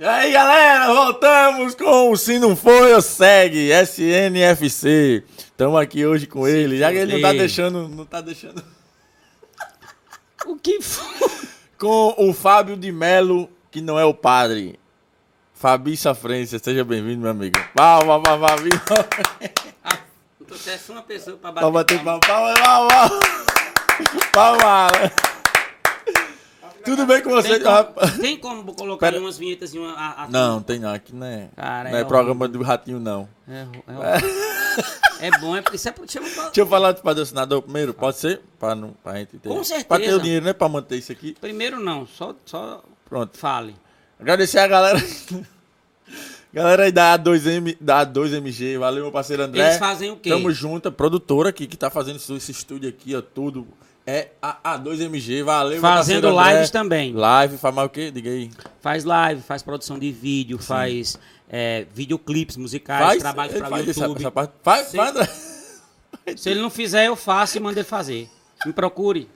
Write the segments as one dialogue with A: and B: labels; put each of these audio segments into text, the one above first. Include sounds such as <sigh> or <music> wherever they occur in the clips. A: E aí, galera, voltamos com o Se Não Foi, eu segue, SNFC. Estamos aqui hoje com ele, já que ele não tá
B: foi.
A: deixando, não tá deixando.
B: O que foi?
A: Com o Fábio de Melo, que não é o padre. Fabiça França, seja bem-vindo, meu amigo. Palma, palma, palma.
C: Ah, não trouxesse uma pessoa pra bater.
A: Palma, bater
C: palma.
A: palma, palma, palma. Palma. Tudo bem com você?
C: Tem como,
A: rapaz?
C: tem como colocar
A: Pera.
C: umas vinhetas e uma. a- a-
A: Não, tem não, aqui não é,
C: Cara,
A: não é
C: é
A: programa do ratinho, não.
C: É, é, é bom, é porque isso é pra. Chama pra
A: Deixa eu falar do patrocinador primeiro, pode ser? Pra, não, pra gente ter.
C: Com
A: Pra
C: certeza.
A: ter o dinheiro, né? Pra manter isso aqui.
C: Primeiro não, só, só
A: Pronto.
C: fale.
A: Agradecer a galera. <laughs> Galera aí da A2M, da A2MG, valeu meu parceiro André.
C: Eles fazem o quê?
A: Tamo junto, a produtora aqui que tá fazendo isso- esse estúdio aqui, ó, tudo. É a A2MG, valeu meu
C: Fazendo
A: parceiro André.
C: lives também.
A: Live, faz mais o quê? Diga aí.
C: Faz live, faz produção de vídeo, faz é, videoclipes musicais, trabalho
A: ele
C: pra
A: faz essa,
C: YouTube.
A: essa parte. Faz,
C: Sim.
A: faz, André.
C: Se ele não fizer, eu faço e mando ele fazer. Me procure.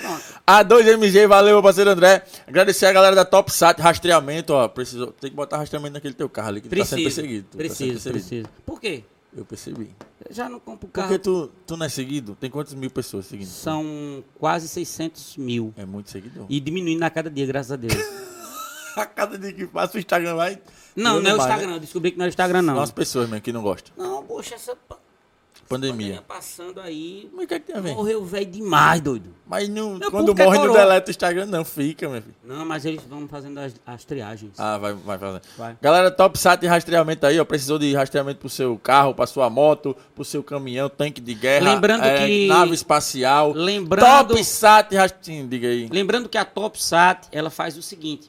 C: Pronto.
A: A2MG, valeu, meu parceiro André. Agradecer a galera da TopSat, rastreamento, ó. Precisou, tem que botar rastreamento naquele teu carro ali, que tu tá sendo
C: Preciso.
A: perseguido. tu tá sendo
C: preciso,
A: perseguido.
C: preciso. Por quê?
A: Eu percebi.
C: Eu já não compro carro.
A: Porque tu, tu não é seguido? Tem quantas mil pessoas seguindo?
C: São quase 600 mil.
A: É muito seguidor.
C: E diminuindo a cada dia, graças a Deus.
A: <laughs> a cada dia que passa o Instagram vai.
C: Não, não é o
A: vai, né?
C: Instagram. Eu descobri que não é o Instagram, não.
A: São as pessoas mesmo que não gostam.
C: Não, poxa, essa pa- pandemia
A: Pandemia.
C: passando aí.
A: Mas o que é que tem a ver?
C: Morreu velho demais, doido.
A: Mas não,
C: Não,
A: quando
C: porque é
A: morre não
C: coroa.
A: deleta o Instagram, não. Fica, meu filho.
C: Não, mas eles vão fazendo as, as triagens.
A: Ah, vai, vai fazendo.
C: Vai.
A: Galera, TopSat e rastreamento aí, ó. Precisou de rastreamento pro seu carro, pra sua moto, pro seu caminhão, tanque de guerra. é,
C: Lembrando que-
A: Nave espacial.
C: Lembrando-
A: TopSat e rastreamento. Diga aí.
C: Lembrando que a TopSat, ela faz o seguinte.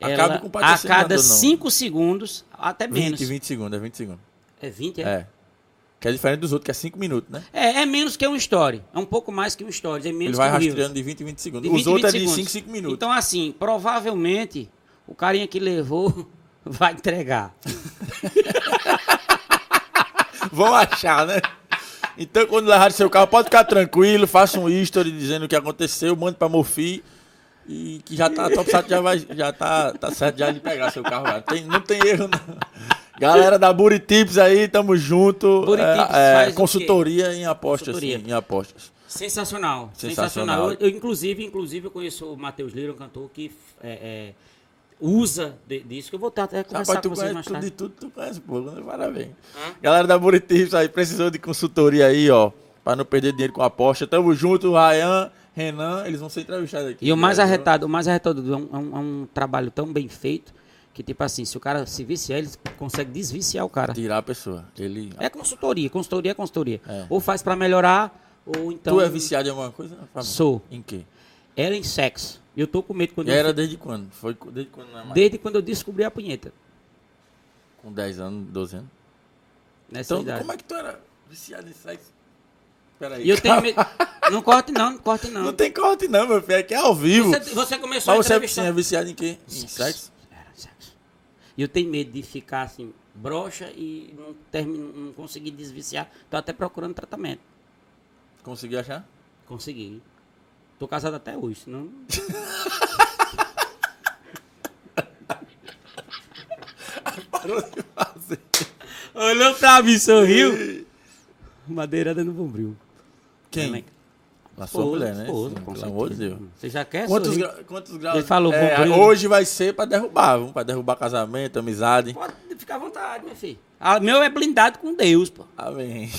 A: Acaba
C: Ela,
A: com o
C: a
A: patrocinador,
C: cada
A: não.
C: 5 segundos, até menos.
A: 20, 20 segundos, é 20 segundos.
C: É 20, é?
A: É. Que é diferente dos outros, que é 5 minutos, né?
C: É, é menos que um story. É um pouco mais que um story. É
A: Ele
C: menos
A: vai
C: que um Reels.
A: rastreando de 20 em 20 segundos.
C: De 20
A: Os
C: em
A: outros
C: 20
A: é de
C: segundos.
A: 5 5 minutos.
C: Então, assim, provavelmente o carinha que levou <laughs> vai entregar.
A: Vão achar, né? Então, quando levar seu carro, pode ficar tranquilo, faça um history dizendo o que aconteceu, mande pra Mofi e que já tá, a Top Sat já vai, já tá, tá certo já de pegar seu carro lá. Tem- não tem erro, não. Galera da Buritips aí, tamo junto.
C: Buritips
A: É, é,
C: faz o quê?
A: consultoria em apostas,
C: Consultoria.
A: sim, em apostas.
C: Sensacional.
A: Sensacional.
C: Sensacional. Eu, eu, inclusive, inclusive, eu conheço o Matheus Lira, um cantor que é, é, usa de- disso, que eu vou estar até conversar
A: Rapaz, tu
C: com vocês
A: conhece
C: mais
A: tudo de
C: tarde.
A: tudo, tu conhece pouco, né? Parabéns. Galera da Buritips aí, precisou de consultoria aí, ó, pra não perder dinheiro com aposta. Tamo junto, Ryan, Renan, eles vão ser entrevistados aqui.
C: E o mais
A: Galera.
C: arretado, o mais arretado é um, é um- é um trabalho tão bem feito que, tipo assim, se o cara se viciar, ele consegue desviciar o cara.
A: Tirar a pessoa. Ele.
C: É consultoria, consultoria é consultoria.
A: É.
C: Ou faz pra melhorar, ou então.
A: tu é viciado em alguma coisa? Fábio?
C: Sou.
A: Em quê?
C: Era em sexo. Eu tô com medo quando
A: E
C: eu
A: era desde quando? Foi co- desde quando não é mais?
C: Desde quando eu descobri a punheta.
A: Com 10 anos, 12 anos.
C: Nessa
A: Então,
C: idade.
A: como é que tu era viciado em sexo? Peraí.
C: E eu tenho medo. Não corte não, não corte não.
A: Não tem corte, não, meu filho. Aqui é ao vivo.
C: Você, você começou
A: Mas
C: a
A: você é
C: entrevistar...
A: sim, é viciado em quê? Em sexo?
C: Era sexo. E eu tenho medo de ficar assim, broxa e não, termi- não conseguir desviciar. Tô até procurando tratamento.
A: Conseguiu achar?
C: Consegui. Tô casado até hoje, senão...
A: Parou de fazer.
C: Olhou pra mim, sorriu. Madeirada no bombril.
A: Quem? A sua mulher, né? Sim, Pelo amor de Deus.
C: Você já quer
A: Quantos,
C: sorrir?
A: gra- quantos graus?
C: É Ele falou,
A: é,
C: vou-
A: hoje vai ser pra derrubar, vamos pra derrubar casamento, amizade.
C: Pode ficar à vontade, meu filho. O meu é blindado com Deus, pô.
A: Amém.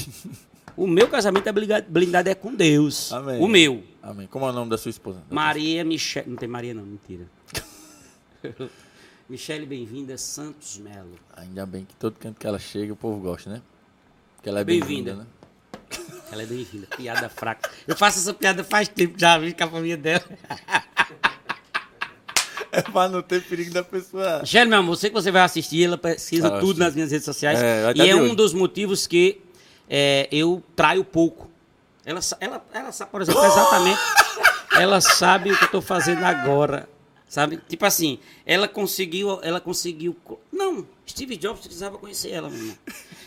C: O meu casamento é bliga- blindado é com Deus.
A: Amém.
C: O meu.
A: Amém. Como é o nome da sua esposa?
C: Maria Michele. Não tem Maria, não, mentira. Michele, bem-vinda, Santos Melo.
A: Ainda bem que todo canto que ela chega, o povo gosta, né? Porque ela é bem-vinda,
C: Bem-vinda.
A: né?
C: Ela é bem-vinda. Piada fraca. Eu faço essa piada faz tempo já, vi com a família dela.
A: É pra não ter perigo da pessoa.
C: Michele, meu amor, sei que você vai assistir, ela pesquisa
A: Ah, eu
C: tudo
A: assisto.
C: nas minhas redes sociais.
A: É, vai tá
C: e é
A: de
C: um
A: olho.
C: dos motivos que é, eu traio pouco. Ela,
A: <laughs>
C: sa- ela, ela sabe, por exemplo, exatamente. Ela sabe o que eu tô fazendo agora. Sabe? Tipo assim, ela conseguiu, ela conseguiu. co- Não, Steve Jobs precisava conhecer ela, meu irmão.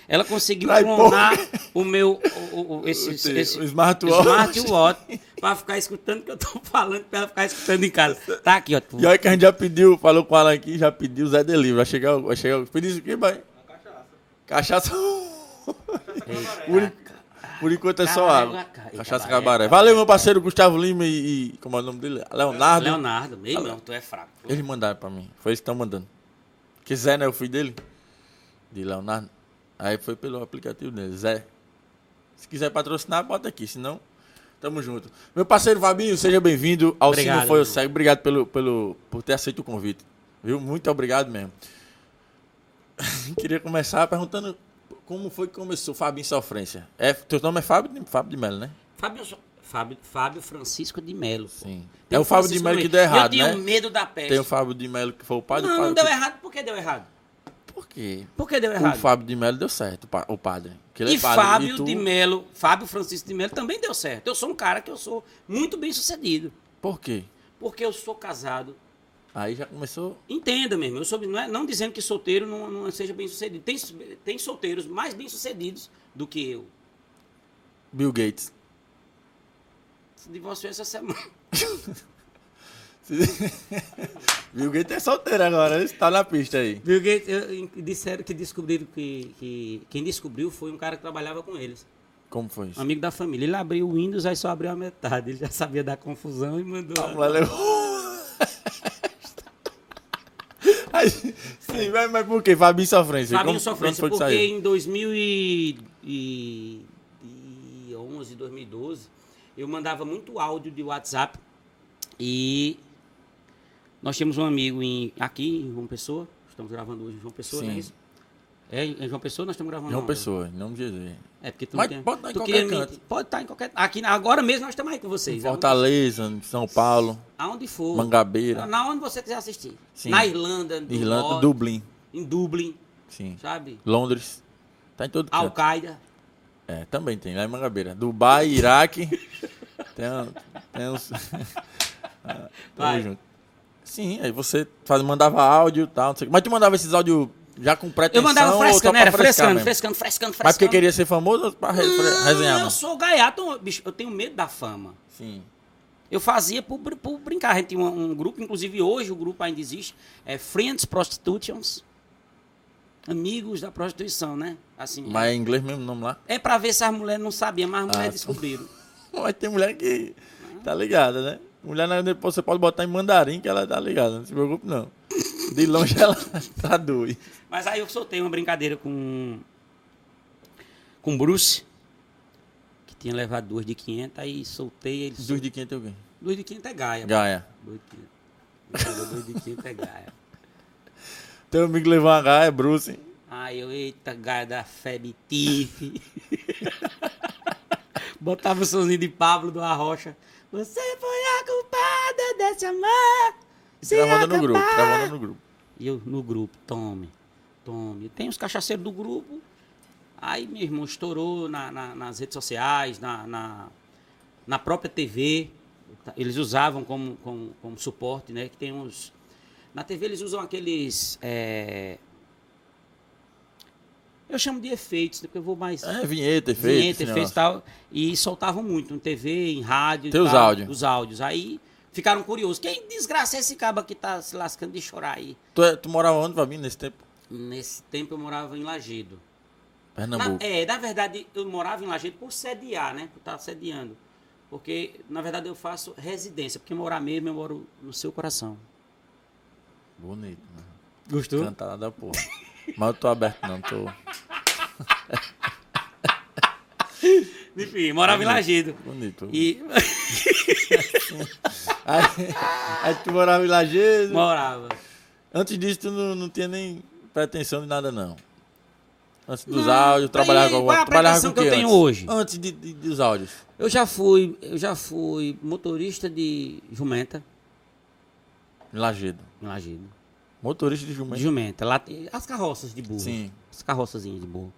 C: Ela conseguiu
A: Vai,
C: clonar o meu. O,
A: <laughs>
C: o, esse,
A: O
C: esse,
A: teu-
C: esse
A: o smartwatch.
C: smartwatch pra ficar escutando o que eu tô <laughs> falando, pra ela ficar escutando em casa. Tá aqui, ó. tu-
A: E olha que a gente já pediu, falou com o Alan aqui, já pediu Zé Delivery. Vai chegar, vai chegar. Pediu isso aqui, vai. Cachaça. Por, en- por enquanto é só
C: Cabaré,
A: água.
C: ca- e
A: Cachaça
C: cabaré,
A: cabaré.
C: cabaré.
A: Valeu, meu parceiro Gustavo Lima e. e- como é o nome dele? Leonardo.
C: Leonardo, meu irmão, tu é fraco.
A: Eles mandaram pra mim. Foi eles que estão mandando. Que Zé, né? O filho dele. De Leonardo. Aí foi pelo aplicativo dele, Zé. Se quiser patrocinar, bota aqui. Senão, tamo junto. Meu parceiro Fabinho, seja bem-vindo ao Se
C: Obrigado,
A: Não Foi Eu
C: Bruno.
A: Cego. Obrigado pelo, pelo, por ter aceito o convite. Viu? Muito obrigado mesmo. <laughs> Queria começar perguntando como foi que começou Fabinho Sofrência. É, teu nome é Fábio, de- Fábio de Melo, né?
C: Fábio, Fábio, Fábio Francisco de Melo.
A: Sim.
C: Tem
A: é
C: um
A: o Fábio de
C: Francisco
A: Melo que
C: também.
A: deu errado,
C: Eu
A: né?
C: tenho medo da peste.
A: Tem o Fábio de Melo que foi o pai do
C: não,
A: pai.
C: não deu errado. Por que deu errado?
A: Por quê?
C: Por que deu
A: O
C: errado?
A: Fábio de Melo deu certo, o pa- o padre. Que ele
C: e
A: é padre,
C: Fábio
A: tu-
C: de Melo, Fábio Francisco de Melo também deu certo. Eu sou um cara que eu sou muito bem sucedido,
A: Por quê?
C: porque eu sou casado.
A: Aí já começou.
C: Entenda mesmo, eu sou, não, é- não dizendo que solteiro não, não seja bem sucedido. Tem, tem solteiros mais bem sucedidos do que eu.
A: Bill Gates. <laughs>
C: Se divorciou essa semana.
A: Bill Gates é solteiro agora, ele tá na pista aí.
C: Bill Gates, eu- em- disseram que descobriram que, que quem descobriu foi um cara que trabalhava com eles,
A: Como foi
C: um
A: isso?
C: amigo da família. Ele abriu o Windows, aí só abriu a metade. Ele já sabia da confusão e mandou.
A: A mulher levou. <laughs> Aí, sim, mas, mas por quê? Fabinho Sofrência.
C: Fabinho
A: Como-
C: Sofrência,
A: quando
C: porque
A: foi que saiu?
C: em 2011, 2012, eu mandava muito áudio de WhatsApp e nós tínhamos um amigo em- aqui em João Pessoa, estamos gravando hoje em João Pessoa,
A: Sim.
C: não é isso? É em em João Pessoa nós estamos gravando
A: João
C: onde?
A: Pessoa, em nome de Jesus.
C: É porque tu
A: Mas
C: não tem...
A: pode estar em
C: tu
A: qualquer
C: queria me-
A: canto.
C: Pode estar em qualquer... Aqui, na- agora mesmo nós estamos aí com vocês.
A: Fortaleza, em São Paulo,
C: Aonde for.
A: Mangabeira,
C: Tá Na onde você quiser assistir.
A: Sim.
C: Na Irlanda. do
A: Irlanda,
C: Norte,
A: Dublin.
C: Em Dublin,
A: Sim.
C: sabe?
A: Londres. Tá em todo canto.
C: Al-Qaeda.
A: É, também tem, lá em Mangabeira.
C: <laughs>
A: Dubai, Iraque. tem, um- tem uns. <laughs> Ah, tamo
C: Vai.
A: junto. Sim, aí você faz, mandava áudio e tal, não sei o quê. Mas tu mandava esses áudios já com pretensão
C: Eu mandava
A: ou só
C: frescando,
A: pra
C: era
A: frescar
C: frescando,
A: mesmo?
C: frescando, frescando, frescando.
A: Mas porque queria ser famoso ou pra re- fre- resenhar?
C: Não, eu
A: mesmo?
C: sou gaiato, bicho, eu tenho medo da fama.
A: Sim.
C: Eu fazia por, br- por brincar. A gente tinha um, um grupo, inclusive hoje o grupo ainda existe, é Friends Prostitutions. Amigos da prostituição, né? Assim.
A: Mas é em inglês mesmo o nome lá? <laughs>
C: É pra ver se as mulheres não sabiam, mas as mulheres
A: tá.
C: descobriram.
A: Mas tem mulher que tá ligada, né? Mulher na- depois você pode botar em mandarim que ela tá ligada, não se preocupe não. De longe <laughs> ela traduz.
C: Mas aí eu soltei uma brincadeira com com o Bruce, que tinha levado duas de 500, aí soltei ele.
A: Dos de quem tem alguém?
C: Duas de 500 é gaia.
A: Gaia.
C: Dois de 500. Brincadeira, Dois de 500 é gaia.
A: Teu um amigo levou uma Gaia, Bruce.
C: Aí eu, eita, gaia da febre tife. <laughs> Botava o sonzinho de Pablo do Arrocha. Você foi a culpada desse amor. se
A: Gravando no
C: acabar.
A: grupo, gravando no grupo.
C: E eu no grupo, tome, tome. Tem os cachaceiros do grupo. Aí meu irmão estourou na- na- nas redes sociais, na, na, na própria TV. Eles usavam como, como, como suporte, né? Que tem uns. Na TV eles usam aqueles. é, Eu chamo de efeitos, né? porque eu vou mais.
A: É, vinheta, efeito. esse
C: Vinheta, efeitos e
A: negócio.
C: tal. E soltavam muito em TV, em rádio. e
A: Tem os
C: tal,
A: áudios.
C: Os áudios. Aí ficaram curiosos. Quem desgraça é esse caba que tá se lascando de chorar aí?
A: Tu, é- tu morava onde, Fabinho, nesse tempo?
C: Nesse tempo eu morava em Lagedo. Na,
A: Pernambuco.
C: é, na verdade, eu morava em Lagedo por sediar, né? Por estar sediando. Porque, na verdade, eu faço residência. Porque morar mesmo, eu moro no seu coração. é.
A: Bonito, né?
C: Gostou?
A: Cantada da porra. Mas eu tô aberto, não, tô.
C: Enfim, morava em Lagedo.
A: Bonito.
C: E <laughs>
A: Aí, aí tu morava em Lajeiro.
C: morava.
A: Antes disso, tu não, não tinha nem pretensão de nada, não. Antes dos
C: Não,
A: áudios,
C: e
A: trabalhava com
C: qual é a
A: trabalhava
C: pretensão
A: com o
C: que eu
A: quê
C: tenho
A: antes?
C: hoje?
A: Antes de, de- dos áudios.
C: Eu já fui, eu já fui motorista de jumenta
A: Em Lajedo.
C: em Lagedo.
A: Motorista de jumento.
C: De Jumenta, lá tem- as carroças de burro.
A: Sim.
C: As carroçazinhas de burro.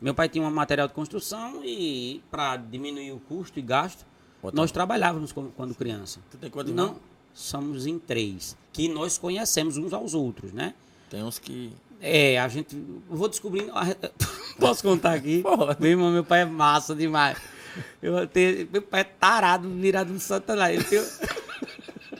C: Meu pai tinha um material de construção e para diminuir o custo e gasto,
A: Botava.
C: nós trabalhávamos como- quando criança.
A: Tu tem quantos
C: Não,
A: irmãos?
C: somos em três. Que nós conhecemos uns aos outros, né?
A: Tem uns que.
C: É, a gente. eu Vou descobrindo. <laughs> Posso contar
A: <laughs>
C: aqui?
A: Pode.
C: Meu irmão, meu pai é massa demais. Eu tenho, meu pai é tarado, virado no Satanás. Ele tem. um <laughs>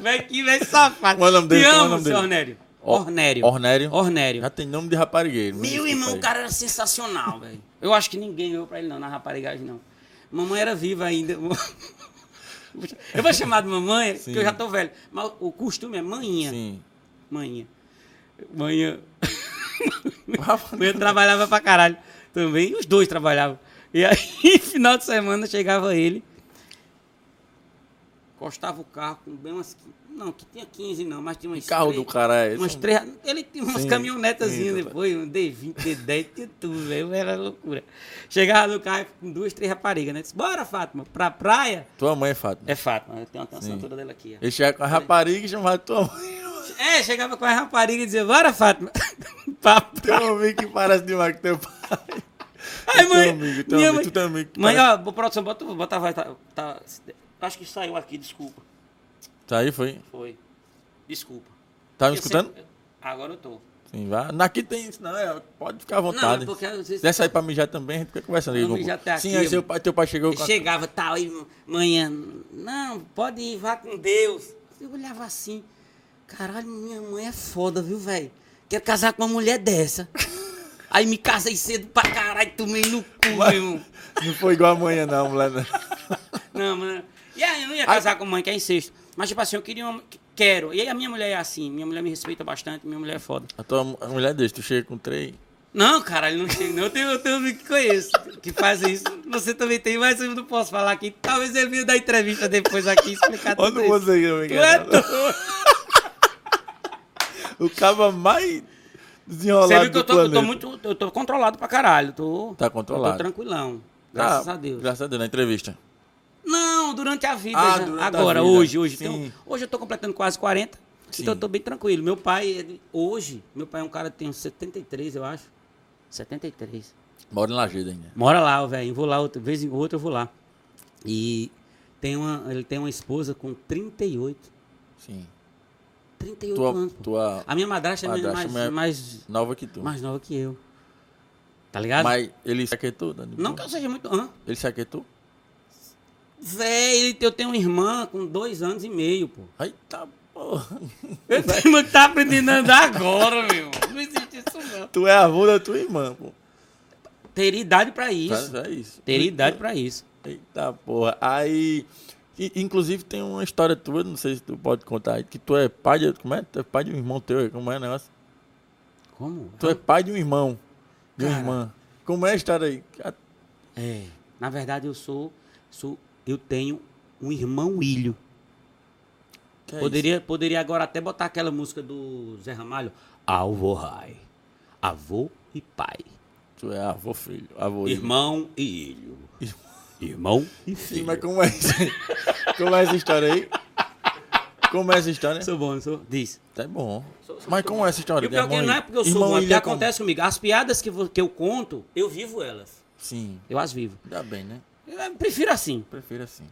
C: Vem aqui, vem safado.
A: Qual é o nome
C: Te
A: dele? Qual é o
C: amo,
A: nome
C: seu
A: dele?
C: Ornério.
A: Ó-
C: Ornério.
A: Ornério.
C: Ornério.
A: Já tem nome de raparigueiro. me
C: Meu
A: desculpa
C: irmão,
A: aí.
C: o cara era sensacional, velho. Eu acho que ninguém ganhou pra ele, não, na raparigagem, não. Mamãe era viva ainda. <laughs> Eu vou chamar de mamãe, porque eu já tô velho. Mas o costume é manhinha.
A: Sim.
C: Manhinha. <laughs> Manhã. Manhã trabalhava pra caralho também. Os dois trabalhavam. E aí, <laughs> final de semana, chegava ele. Encostava o carro com bem umas. Não, que tinha 15 não, mas tinha umas.
A: Que carro do cara é esse?
C: Umas três. um <laughs> Ele tinha umas
A: Sim,
C: caminhonetazinhas
A: sim,
C: depois, um D20, D10, tinha tudo, velho. Era loucura. Chegava no carro com duas, três raparigas, né? Disse, Bora, Fátima, pra praia.
A: Tua mãe, Fátima.
C: É Fátima, tem uma
A: Sim.
C: canção toda dela aqui. ó.
A: Ele chega com a rapariga e chamava tua mãe.
C: É, chegava com a rapariga e dizia, bora, Fátima. <laughs> pra
A: Teu amigo um que parece demais com teu pai.
C: <laughs>
A: um
C: Ai, mãe.
A: Teu amigo, teu
C: minha
A: amigo,
C: mãe.
A: tu teu amigo.
C: Mãe,
A: Parece-
C: ó, bo- produção, bota, bota a voz. Tá, tá- acho que saiu aqui, desculpa.
A: Tá aí, foi?
C: Foi. Desculpa.
A: Tá me
C: Eu
A: escutando?
C: sempre- Agora eu tô.
A: Sim, vai. Naqui tem isso, não. é, Pode ficar à
C: Não,
A: vontade.
C: é porque eu não sei
A: Se
C: se-
A: quiser sair pra mijar também, a gente fica conversando aí.
C: Vamos
A: Gugu.
C: mijar até
A: Sim,
C: aqui,
A: aí
C: eu-
A: seu pai, teu pai chegou com a...
C: Chegava tal, aí, manhã, não, pode ir, vá com Deus. Eu olhava assim, caralho, minha mãe é foda, viu, velho? Quero casar com uma mulher dessa.
A: <laughs>
C: Aí me casei cedo pra caralho, tomei no cu, meu
A: <laughs>
C: irmão.
A: <laughs> Não foi igual amanhã, não, mulher. Não.
C: <laughs> Não, mano. E aí, eu não ia casar com mãe, que é incesto. Mas, tipo assim, eu queria uma... Quero. E aí, a minha mulher é assim. Minha mulher me respeita bastante, minha mulher é foda.
A: A tua mu- a mulher deixa, tu chega com três.
C: Não, caralho, não chega, não. Eu tenho, eu tenho um amigo que conheço, que faz isso. Você também tem, mas eu não posso falar aqui. Talvez ele venha dar entrevista depois aqui e explicar tudo
A: Olha
C: isso.
A: você aí, meu
C: Tá Tu é
A: enganado. O cabo mais desenrolado
C: Você viu que eu
A: do
C: tô, eu tô
A: planeta.
C: muito... Eu tô controlado pra caralho. Tô,
A: Tá controlado.
C: Eu tô tranquilão.
A: Tá,
C: Graças a Deus.
A: Graças a Deus, na entrevista.
C: Não, durante a vida.
A: Ah,
C: já.
A: durante a
C: Agora,
A: vida.
C: hoje, hoje.
A: Sim.
C: Então, hoje eu tô completando quase 40.
A: Sim.
C: Então eu tô bem tranquilo. Meu pai, ele- hoje, meu pai é um cara que tem uns 73, eu acho. 73.
A: Mora em Lajeira ainda.
C: Mora lá, o velho. Vou lá, outra vez em outra eu vou lá. E tem uma, ele tem uma esposa com 38.
A: Sim.
C: 38
A: Tua,
C: anos. pô.
A: tua
C: A minha madrasta, é
A: madrasta
C: mais,
A: é-
C: mais,
A: nova que tu. Mas,
C: mais nova que eu. Tá ligado?
A: ele se aquietou, Dani?
C: Não que eu seja muito. Hã?
A: Ele se aquietou?
C: Véi, eu tenho uma irmã com dois anos e meio, pô.
A: Eita porra. <laughs>
C: Eu tenho irmã que tá aprendendo a andar agora, meu. Não existe isso, não.
A: Tu é avô da tua irmã, pô.
C: Ter idade pra isso.
A: É isso.
C: Ter idade pra isso.
A: Eita porra. Aí. i- Inclusive tem uma história tua, não sei se tu pode contar aí, que tu é pai de. Como é? Tu é pai de um irmão teu, como é o negócio?
C: Como?
A: Tu é pai de um irmão. De uma
C: Cara.
A: irmã. Como é a história aí? Ah,
C: É. Na verdade, eu sou. sou eu tenho um irmão ilho.
A: que é isso?
C: poderia, poderia agora até botar aquela música do Zé Ramalho. Alvo Rai. Avô e pai.
A: Tu é avô, filho. Avô.
C: Irmão e ilho. Irmão e
A: Sim,
C: filho.
A: mas como é isso? Como é essa <laughs> história aí? Como é essa história?
C: Sou bom, não sou? Diz.
A: Tá bom. Mas como é essa história?
C: E o pior que
A: Minha mãe-
C: não é porque eu sou
A: irmão,
C: bom, é
A: ele
C: porque
A: é
C: acontece comigo. As piadas que, vo- que eu conto, eu vivo elas.
A: como? é? Sim.
C: Eu as vivo.
A: Ainda bem, né?
C: Eu prefiro assim.
A: Prefiro assim.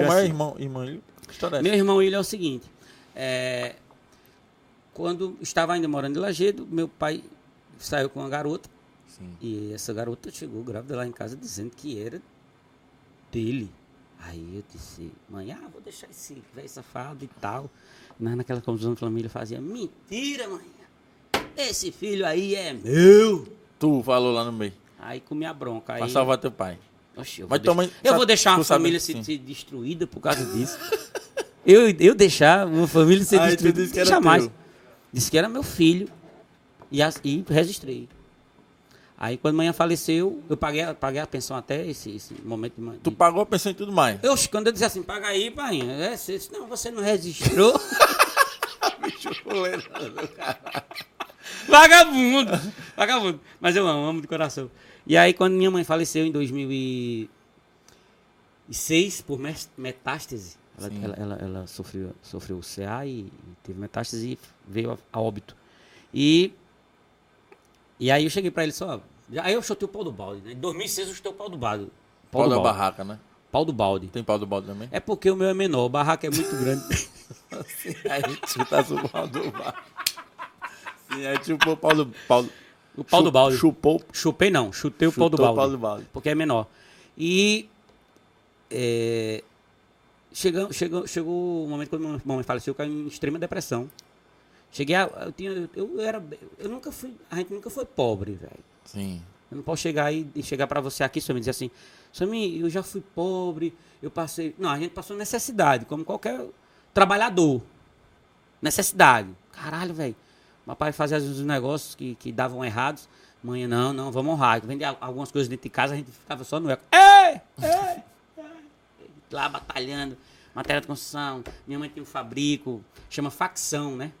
A: Aí como é
C: assim.
A: irmão, irmão ele? Que história é essa?
C: Meu irmão ele é o seguinte. é, quando estava ainda morando em Lagedo, meu pai saiu com uma garota.
A: Sim.
C: E essa garota chegou grávida lá em casa dizendo que era dele. Aí eu disse, mãe, ah, vou deixar esse velho safado e tal. Mas naquela confusão de família fazia, mentira, mãe. Esse filho aí é meu.
A: Tu falou lá no meio.
C: Aí comi a bronca. Aí,
A: Pra salvar teu pai.
C: Oxe, eu,
A: Mas tua
C: vou deixar,
A: mãe
C: eu
A: sabe-
C: vou deixar
A: tu
C: uma
A: sabe,
C: família
A: sim.
C: se, se destruída por causa disso. <laughs> eu, eu deixar uma família ser
A: Aí tu
C: destruída.
A: disse Ah, então que era
C: jamais.
A: teu.
C: Disse que era meu filho. E, as- e registrei. Aí quando a manhã faleceu, eu paguei, a- paguei a pensão até esse, esse momento de manhã.
A: Tu pagou, pensou em tudo mais.
C: Eu, quando eu disse assim, paga aí, pai. É, você disse, não, você não registrou. <laughs> Vagabundo! Vagabundo. Mas eu amo, amo de coração. E aí, quando minha mãe faleceu em 2006, por mes- metástase, ela,
A: Sim.
C: ela, ela- ela sofreu, sofreu o CA e, e teve metástase e veio a, a óbito. E, e aí eu cheguei pra ele só. ó, já- Aí eu chutei o pau do balde, né? Em 2006 eu chutei o pau do balde.
A: Pau da barraca, né?
C: Pau do balde.
A: Tem pau do balde também?
C: É porque o meu é menor, o barraco é muito grande.
A: <laughs> Aí chuta tá o pau do balde. Sim, aí chupou o pau do balde.
C: O pau do balde.
A: Chupou
C: Chupei não, chutei o pau do
A: Chutou
C: balde.
A: o pau do balde.
C: Porque é menor. E. É, chegam, chegam, chegou o momento quando minha mamãe faleceu, eu caí em extrema depressão. Cheguei a. Eu, tinha, eu era. Eu nunca fui. A gente nunca foi pobre, velho.
A: Sim.
C: Eu não posso chegar aí e chegar pra você aqui, Samir, e dizer assim, Samir, eu já fui pobre, eu passei. Não, a gente passou necessidade, como qualquer trabalhador. Necessidade. Caralho, velho. Papai fazia às vezes os negócios que, que davam errados. Mãe, não, não, vamos honrar. Vendia al- algumas coisas dentro de casa, a gente ficava só no eco. Ei! Ei! ei. Lá batalhando. Matéria de construção. Minha mãe tinha um fabrico. Chama facção, né?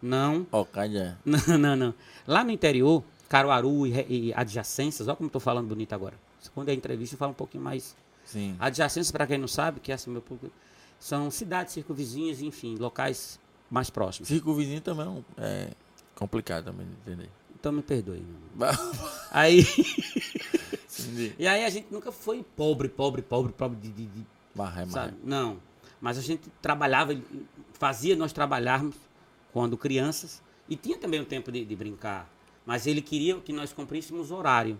C: Não
A: Ó, é. calha.
C: não, não, não. Lá no interior, Caruaru e, re- e adjacências, olha como eu tô falando bonito agora. Quando é entrevista, eu falo um pouquinho mais.
A: Sim.
C: Adjacências, para quem não sabe, que é assim, meu público, são cidades, circunvizinhas, enfim, locais mais próximos.
A: Circo vizinho também é um- é complicado também de entender. <laughs>
C: Então me perdoe. meu irmão. Aí, <laughs>
A: Entendi.
C: e aí a gente nunca foi pobre, pobre, pobre, pobre de- de- de
A: Barra é
C: Sabe?
A: mais.
C: Não. Mas a gente trabalhava, fazia nós trabalharmos quando crianças. E tinha também o tempo de, de brincar. Mas ele queria que nós cumpríssemos horário.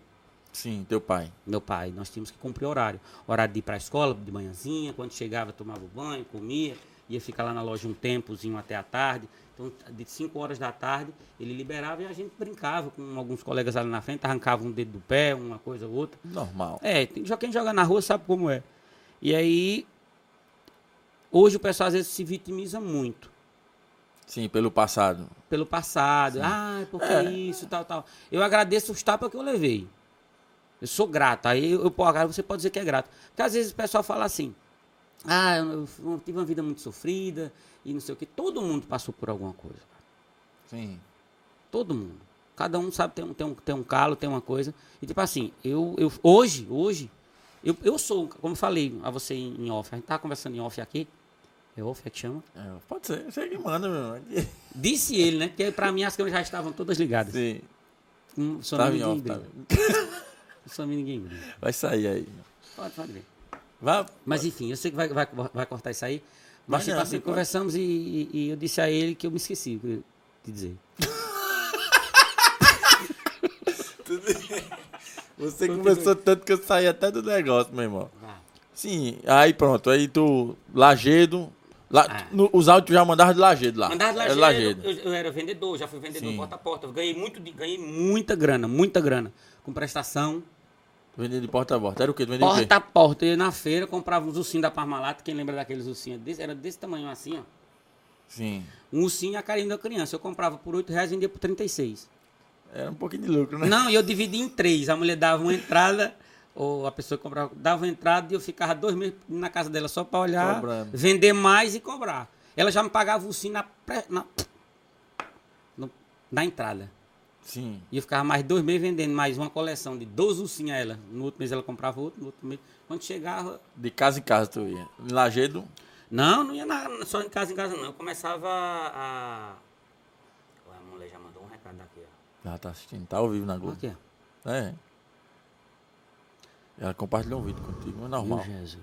A: Sim, teu pai.
C: Meu pai, nós tínhamos que cumprir horário. Horário de ir para a escola de manhãzinha, quando chegava, tomava o banho, comia, ia ficar lá na loja um tempozinho até a tarde. Então, de 5 horas da tarde, ele liberava e a gente brincava com alguns colegas ali na frente, arrancava um dedo do pé, uma coisa ou outra.
A: Normal.
C: É, tem, já quem joga na rua sabe como é. E aí, hoje o pessoal às vezes se vitimiza muito
A: Sim, pelo passado.
C: pelo passado. Ah, porque é. isso, tal, tal. Eu agradeço os tapas que eu levei. Eu sou grato. Aí eu, eu pô, agora você pode dizer que é grato. Porque às vezes o pessoal fala assim: ah, eu, eu tive uma vida muito sofrida e não sei o quê. Todo mundo passou por alguma coisa.
A: Sim.
C: Todo mundo. Cada um sabe, tem um, tem um, tem um calo, tem uma coisa. E tipo assim, eu, eu hoje, hoje, eu, eu sou, como eu falei a você em, em off, a gente tava conversando em off aqui. É off, é que chama?
A: É, pode ser, você que manda, meu irmão. <laughs>
C: Disse ele, né? Porque pra mim as câmeras já estavam todas ligadas.
A: Sim.
C: Hum, só
A: Tá
C: mim
A: em
C: ninguém
A: off,
C: briga.
A: tá em-
C: Só mim ninguém briga.
A: Vai sair aí.
C: Pode, pode ver.
A: Vá.
C: Mas enfim, eu sei que vai, vai, vai cortar isso aí.
A: Mas
C: Mas tipo
A: não,
C: assim,
A: depois-
C: conversamos e, e- e eu disse a ele que eu me esqueci de de <laughs> dizer.
A: Você conversou tanto que eu saí até do negócio, meu irmão.
C: Vá.
A: Sim, aí pronto. Aí tu, Lagedo. lá-
C: Ah.
A: no- os áudios tu já mandava de Lagedo lá.
C: Mandar
A: Era
C: lajeiro, Eu, eu era vendedor, já fui vendedor
A: Sim.
C: porta a porta. Eu Ganhei, muito, de- ganhei muita grana, muita grana. Com prestação,
A: Vendia de porta a porta. Era o quê? Tu vendia o quê?
C: porta a porta. Eu ia na feira, comprava uns ursinhos da Parmalat. Quem lembra daqueles ursinhos? Desse- era desse tamanho assim, ó.
A: Sim.
C: Um ursinho e a carinha da criança. Eu comprava por 8 reais e vendia por 36.
A: Era um pouquinho de lucro, né?
C: Não, e eu dividi em três. A mulher dava uma entrada, ou a pessoa que comprava, dava uma entrada e eu ficava dois meses na casa dela só pra olhar,
A: Cobrando.
C: vender mais e cobrar. Ela já me pagava o sim na, pré- na, no- na entrada.
A: Sim.
C: E eu ficava mais dois meses vendendo mais uma coleção de 12 ursinhos a ela. No outro mês ela comprava outro, no outro mês. Quando chegava.
A: De casa em casa tu ia. Em Lagedo.
C: Não, não ia na- só em casa, em casa não. Eu começava a. Ué, a mulher já mandou um recado daqui, ó.
A: Ela tá assistindo, tá ao vivo na Globo.
C: Aqui, ó.
A: É. Ela compartilhou um vídeo contigo, é
C: Meu
A: normal.
C: Jesus.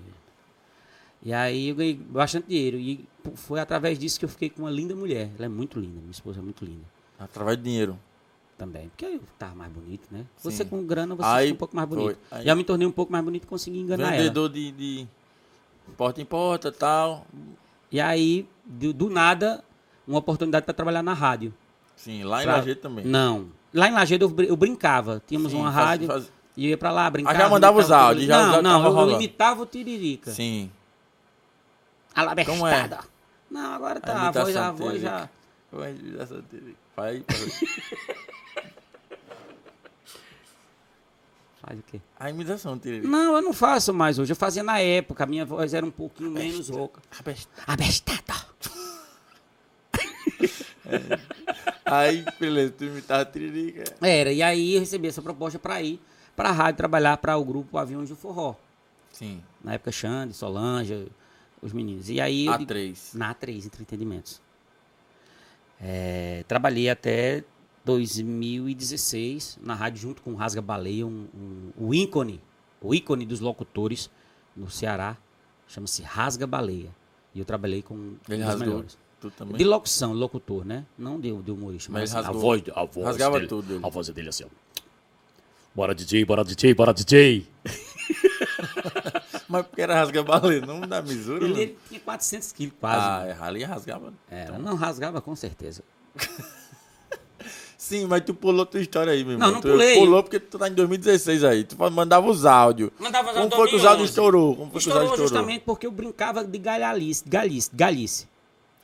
C: E aí eu ganhei bastante dinheiro. E pô, foi através disso que eu fiquei com uma linda mulher. Ela é muito linda, minha esposa é muito linda
A: Através de dinheiro.
C: também. Porque eu tava mais bonito, né?
A: Sim.
C: Você com grana, você
A: Aí
C: fica um pouco mais bonito.
A: foi. Aí-
C: Já me tornei um pouco mais bonito e consegui enganar ela.
A: Vendedor de, de porta em porta tal.
C: E aí, do, do nada, uma oportunidade para trabalhar na rádio.
A: Sim, lá em
C: Pra-
A: Lagedo também.
C: Não. Lá em Lajeado eu, br- eu brincava. Tínhamos
A: Sim,
C: uma
A: faz-
C: rádio.
A: faz-
C: E eu ia pra lá, brincava.
A: já mandava os
C: imitava o
A: áudios,
C: Tiririca.
A: já- já
C: Não,
A: tava
C: não, eu- eu,
A: rolando.
C: imitava o Tiririca.
A: Sim.
C: A lá
A: Como é?
C: bestada. Não, agora tá. A voz,
A: imitação
C: a voz
A: dele.
C: já...
A: Como é a imitação dele?
C: <laughs>
A: Vai, vai.
C: Faz o quê?
A: A imitação dele.
C: Não, eu não faço mais hoje. Eu fazia na época. A minha voz era um pouquinho menos rouca. Abestada.
A: Aí, beleza, tu imitava a Tiririca.
C: Era. E aí eu recebi essa proposta pra ir pra rádio trabalhar pra o grupo Aviões do Forró.
A: Sim.
C: Na época, Xande, Solange, os meninos. E aí. eu digo-
A: A3.
C: Na A3, Entretendimentos. É, trabalhei até 2016 na rádio junto com o Rasga Baleia, um- um- o ícone, o ícone dos locutores, no Ceará, chama-se Rasga Baleia. E eu trabalhei com um
A: Ele
C: dos
A: rasgou.
C: melhores.
A: Tu também?
C: De locução, locutor, né? Não de, de humorista,
A: é? Mas
C: mas,
A: ele
C: a
A: rasgou.
C: voz, a voz
A: Rasgava
C: dele,
A: tudo ele.
C: A voz dele assim, ó. Bora DJ, bora DJ, bora DJ.
A: Mas porque era rasgar baleia, não dá misura.
C: Ele,
A: não.
C: ele tinha 400 quilos quase.
A: Ah, então. é, ali rasgava.
C: Era, não rasgava com certeza.
A: Sim, mas tu pulou tua história aí, meu irmão.
C: Não, não
A: tu
C: pulei.
A: Pulou porque tu tá em 2016 aí. Tu mandava os áudios.
C: Mandava os
A: Como
C: áudios
A: Um foi que os áudios
C: 2011?
A: estourou? Como um foi que os
C: Estourou
A: áudios estourou?
C: justamente porque eu brincava de galhalice, galice, galice.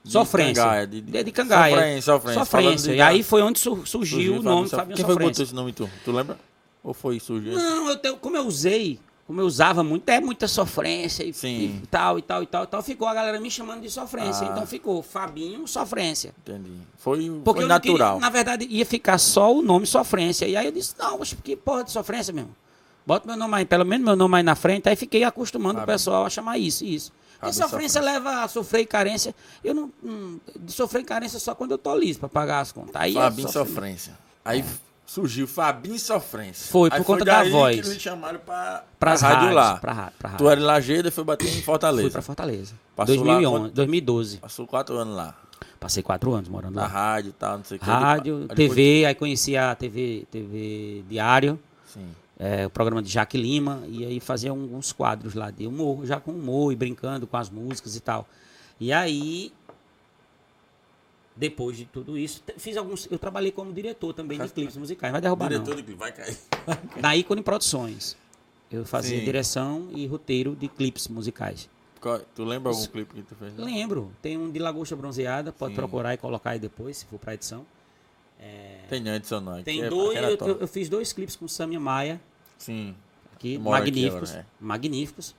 C: Sofrência.
A: cangaia, de-
C: de,
A: de-
C: de cangaia.
A: sofrência, sofrência.
C: Sofrência.
A: Falando de-
C: E aí foi onde sur- surgiu, o
A: Fábio
C: nome
A: Sá-
C: Fabinho
A: Quem foi que botou
C: Sofrência.
A: esse nome em tu? Tu lembra? Ou foi surgiu?
C: Não, eu tenho, como eu usei, como eu usava muito, é muita sofrência e,
A: Sim. Ah.
C: e tal, e tal, e tal, e tal. Ficou a galera me chamando de sofrência. Então ficou Fabinho Sofrência.
A: Entendi. Foi,
C: Porque
A: foi
C: eu não queria-
A: natural.
C: na verdade, ia ficar só o nome Sofrência. E aí eu disse, não, oxe, que porra de sofrência mesmo. Bota meu nome aí, pelo menos meu nome aí na frente. Aí fiquei acostumando o pessoal a chamar isso e isso.
A: Fábio
C: Porque sofrência, leva a sofrer e carência. Eu não. hum, de sofrer e carência só quando eu tô liso pra pagar as contas. Aí é
A: Fabinho
C: sofrimento.
A: Sofrência. Aí surgiu Fabinho Sofrência.
C: É. Foi,
A: Aí
C: por conta da
A: daí
C: voz.
A: que me chamaram pra,
C: Pras
A: pra rádio
C: rádios,
A: lá.
C: pra ra- pra
A: Tu
C: rádio.
A: era em Lajeira e foi bater em
C: Fui
A: Fortaleza.
C: pra Fortaleza.
A: Passou lá
C: 2011,
A: quanto-
C: 2012.
A: Passou quatro anos lá.
C: Passei quatro anos morando
A: Na
C: lá.
A: rádio e tal, não sei o que.
C: Rádio,
A: Aí depois-
C: TV, aí conheci a TV, TV Diário.
A: Sim.
C: é, o programa de Jaque Lima, e aí fazia um- uns quadros lá de humor, já com humor e brincando com as músicas e tal. E aí, depois de tudo isso, te- fiz alguns. Eu trabalhei como diretor também de clipes musicais, vai derrubar
A: Diretor
C: não.
A: de clipe, vai cair.
C: Na Ícone Produções. Eu fazia
A: Sim.
C: direção e roteiro de clipes musicais.
A: Qual- Tu lembra algum clipe que tu fez?
C: Lembro, tem um de Lagosta Bronzeada, pode
A: Sim.
C: procurar e colocar aí depois, se for pra edição.
A: Tem antes ou não?
C: Tem
A: que é-
C: dois,
A: aquela
C: eu,
A: top.
C: eu- eu fiz dois clipes com Samia Maia,
A: Sim.
C: aqui,
A: Mora aqui
C: magníficos,
A: agora, né?
C: magníficos,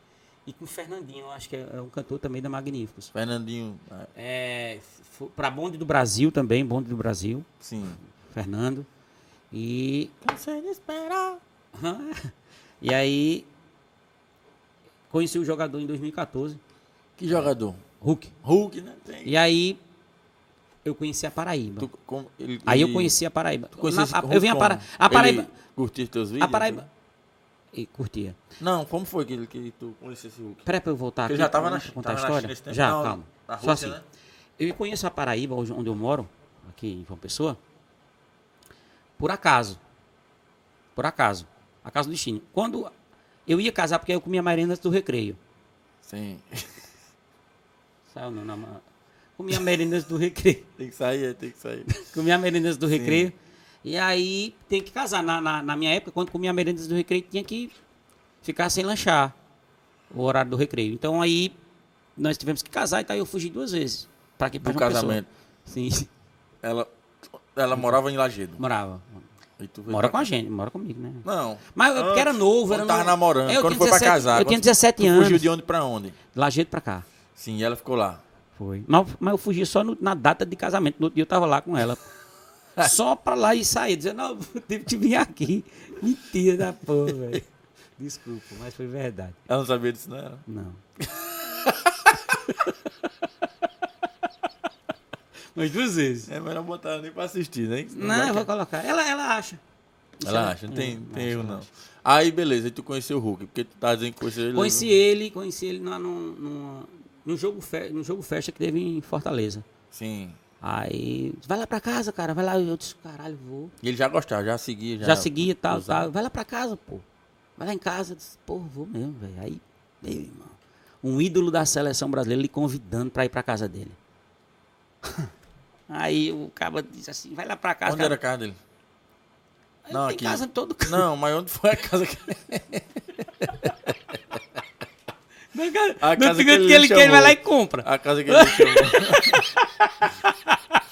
C: e com o Fernandinho, eu acho que é é um cantor também da Magníficos.
A: Fernandinho. ah,
C: É, fo- pra Bonde do Brasil também, Bonde do Brasil,
A: Sim.
C: Fernando, e <laughs>
A: Cansei de esperar.
C: e aí conheci o jogador em 2014,
A: Que jogador?
C: Hulk.
A: Hulk, né? Tem.
C: E aí eu conheci a Paraíba.
A: Tu- como- ele-
C: Aí eu
A: ele-
C: conheci a Paraíba.
A: tu conhecia
C: Na-
A: esse
C: a-
A: Hulk
C: eu vim a,
A: como?
C: Para, a Paraíba.
A: Ele assim? curtia teus vídeos?
C: A Paraíba. E curtia.
A: Não, como foi que, ele- que tu conheceu esse Hulk?
C: Peraí pra eu voltar
A: Porque
C: aqui.
A: já tava
C: pra
A: na-
C: eu contar
A: tava na
C: a
A: China
C: história.
A: esse tempo,
C: Já,
A: não,
C: calma.
A: na
C: Só
A: Rússia,
C: assim.
A: né?
C: Eu conheço a Paraíba, hoje onde eu moro, aqui em João Pessoa, por acaso. Por acaso. Acaso do destino. Quando eu ia casar, porque eu comia merenda antes do recreio.
A: Sim.
C: Saiu não, não, mas- Comia merenda antes do recreio.
A: Tem que sair, é, tem que sair.
C: Comia merenda antes do recreio. E aí, tem que casar. Na, na, na minha época, quando comia merenda antes do recreio, tinha que ficar sem lanchar o horário do recreio. Então aí nós tivemos que casar, então eu fugi duas vezes. Para que
A: Do casamento.
C: Sim, <laughs>
A: Ela, ela morava em Lagedo.
C: morava.
A: E tu veio
C: Mora com
A: pra
C: a gente, mora comigo, né?
A: Não.
C: Mas eu porque era novo, era
A: Quando tava
C: novo.
A: namorando,
C: É, eu
A: quando
C: tinha
A: foi pra
C: 17
A: casar.
C: Eu
A: quando
C: tinha 17
A: tu
C: anos.
A: Fugiu de onde pra onde?
C: Lajeiro pra cá.
A: Sim, ela ficou lá.
C: Foi. Mas, mas eu fugi só no- na data de casamento. No outro dia eu tava lá com <laughs> ela. só pra lá e sair, dizendo, não, <laughs> eu tive que vir aqui. Mentira da porra, velho. Desculpa, mas foi verdade.
A: Ela não sabia disso, não era?
C: Não. <laughs> mas duas vezes. é.
A: É melhor botar nem pra assistir, né? Que senão
C: Não,
A: vai
C: eu vou colocar. Ela, ela acha.
A: Ela acha, não tem,
C: Hum,
A: tem
C: acha,
A: erro não. Aí beleza, aí tu conheceu o Hulk, porque tu tá dizendo que conheceu ele.
C: Conheci ele, conheci ele na, num, numa- num jogo fe, num jogo festa que teve em Fortaleza.
A: Sim.
C: Aí, vai lá pra casa, cara, vai lá. Eu disse, caralho, vou.
A: E ele já gostava, já seguia. Já,
C: Já seguia e tal,
A: usava.
C: tal. Vai lá pra casa, pô. Vai lá em casa. Eu disse, pô, vou mesmo, velho. Aí, meu irmão. Um ídolo da seleção brasileira lhe convidando pra ir pra casa dele. <laughs> Aí o cara disse assim, vai lá pra casa.
A: Onde
C: cara.
A: era a casa dele?
C: Ele
A: Não,
C: tem
A: aqui.
C: casa em todo canto.
A: Não, mas onde foi a casa
C: <laughs>
A: que...
C: Não, cara,
A: <laughs> A
C: não
A: casa
C: fica
A: que ele
C: que ele quer, ele
A: chamou.
C: vai lá e compra. <laughs>
A: A casa que ele chamou.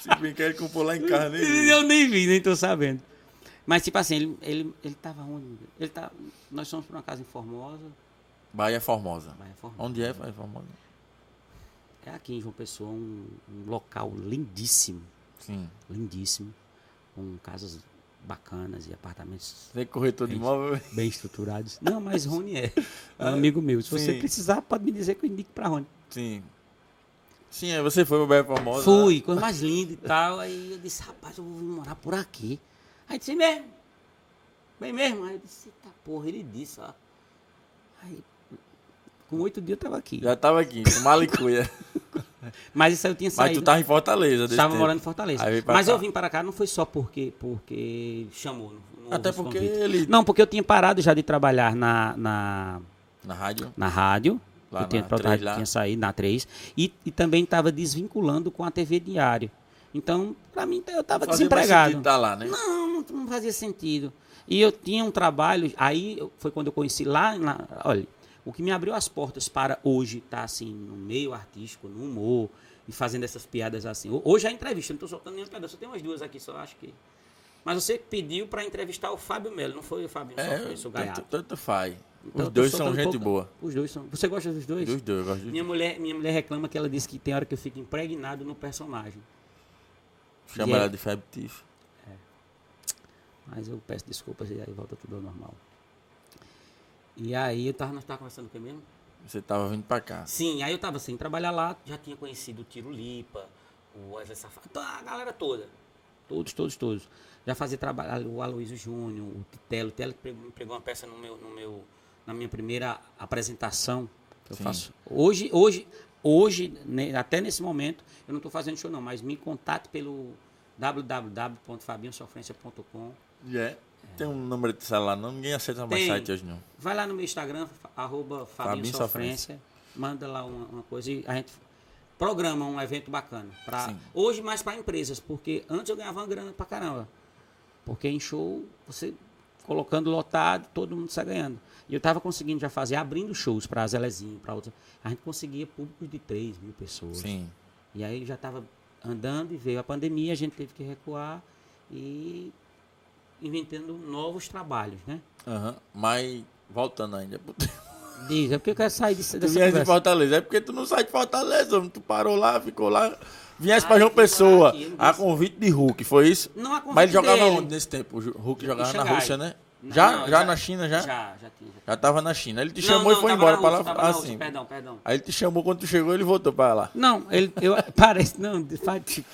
A: <laughs> Se bem que ele comprou lá em casa, né?
C: Eu nem vi, nem tô sabendo. Mas, tipo assim, ele, ele, ele tava onde? Ele tá, nós fomos pra uma casa em Formosa.
A: Bahia Formosa.
C: Bahia Formosa.
A: Onde é Bahia Formosa?
C: É aqui em João Pessoa, um, um local lindíssimo.
A: Sim.
C: Lindíssimo. Com casas bacanas e apartamentos
A: Você é corretor de imóvel?
C: bem estruturados. Não, mas Rony é. É um amigo meu. Se você
A: Sim.
C: precisar, pode me dizer que eu indico pra Rony.
A: Sim. Sim, aí você foi pra Bahia Formosa.
C: Fui, coisa mais linda e tal. Aí eu disse, rapaz, eu vou morar por aqui. Aí disse, mesmo? Bem mesmo? Aí eu disse, eita porra, ele disse, ó. Aí
B: Com oito dias eu tava aqui.
A: Já tava aqui, com
C: <laughs>
A: malicuia.
C: Mas isso aí eu tinha saído.
A: Mas tu tava em Fortaleza. desse
C: Estava
A: tempo.
C: morando em Fortaleza.
A: Aí veio pra
C: Mas
A: cá.
C: eu vim para cá não foi só porque, porque chamou. não- não houve
A: Até
C: esse
A: porque
C: convite.
A: ele.
C: Não, porque eu tinha parado já de trabalhar na, na,
A: Na rádio.
C: na rádio.
A: Lá
C: eu tinha,
A: na
C: pra-
A: 3 lá.
C: tinha saído na 3. E, e também estava desvinculando com a TV Diário. Então, para mim, eu estava
A: Fazia mais
C: desempregado.
A: sentido tá lá, né?
C: Não, não, não fazia sentido. E eu tinha um trabalho, aí eu- foi quando eu conheci lá, na- olha, o que me abriu as portas para hoje estar assim no meio artístico, no humor e fazendo essas piadas assim. Ho- Hoje a entrevista, não estou soltando nenhuma piada, só tem umas duas aqui, só acho que. Mas você pediu para entrevistar o Fábio Melo, não foi o Fábio, só foi isso, o
A: tanto,
C: Gaiato.
A: tanto faz.
C: Então,
A: É,
C: eu
A: Os
C: tô
A: dois são
C: soltando
A: gente
C: pouca-
A: boa.
C: Os dois são. Você gosta dos dois?
A: Dos dois, eu gosto dos
C: Minha mulher, minha mulher reclama que ela disse que tem hora que eu fico impregnado no personagem.
A: dois. Chama ela
C: e-
A: de Feb Tiff.
C: Mas eu peço desculpas e aí volta tudo ao normal. E aí eu tava, nós tava conversando com ele mesmo?
A: Você tava vindo pra cá.
C: Sim, aí eu tava sem trabalhar lá, já tinha conhecido o Tiro Lipa, o Wesley Safado, to- a galera toda. Todos, todos, todos. Já fazia trabalho, o Aloysio Júnior, o Titelo, o Titelo que pregou- me pregou uma peça no meu, no meu, na minha primeira apresentação que eu
A: Sim.
C: faço. Hoje, hoje, hoje, né, até nesse momento, eu não tô fazendo show não, mas me contate pelo www.fabinhosofrência.com
A: É. Tem um número de celular, não. Ninguém aceita mais
C: Tem.
A: site hoje, não.
C: Vai lá no meu Instagram, fa- arroba Fabinho,
A: Fabinho
C: Sofrência, manda lá uma, uma coisa e a gente programa um evento bacana. Pra,
A: Sim.
C: hoje mais para empresas, porque antes eu ganhava uma grana pra caramba. Porque em show, você colocando lotado, todo mundo sai ganhando. E eu tava conseguindo já fazer, abrindo shows para Zelezinho, para outras. A gente conseguia públicos de 3 mil pessoas.
A: Sim.
C: E aí já estava andando e veio a pandemia, a gente teve que recuar e inventando novos trabalhos, né?
A: Aham. Mas, voltando ainda. <laughs> Tu
C: Diz, é porque eu quero sair disso- dessa
A: viesse de
C: conversa.
A: Fortaleza. É porque tu não sai de Fortaleza. homem. Tu parou lá, ficou lá. Viesse
C: Ah,
A: pra João
C: eu vim morar
A: Pessoa.
C: aqui, eu não
A: A
C: disse.
A: convite de Hulk, foi isso?
C: Não há convite
A: Mas ele jogava
C: dele.
A: onde nesse tempo? O Ju- Hulk
C: Em
A: jogava na
C: Xangai.
A: Rússia, né?
C: Não,
A: já,
C: não,
A: já na China, já? já?
C: Já, já tinha. já tinha.
A: tava na China. Ele te
C: Não,
A: chamou
C: não,
A: e foi
C: tava
A: embora
C: na
A: pra
C: Rússia,
A: lá.
C: tava na Rússia,
A: assim.
C: Perdão, perdão.
A: Aí ele te chamou quando tu chegou, ele voltou pra lá. <laughs>
C: Não, ele eu, <laughs> parece, não, de- faz tipo.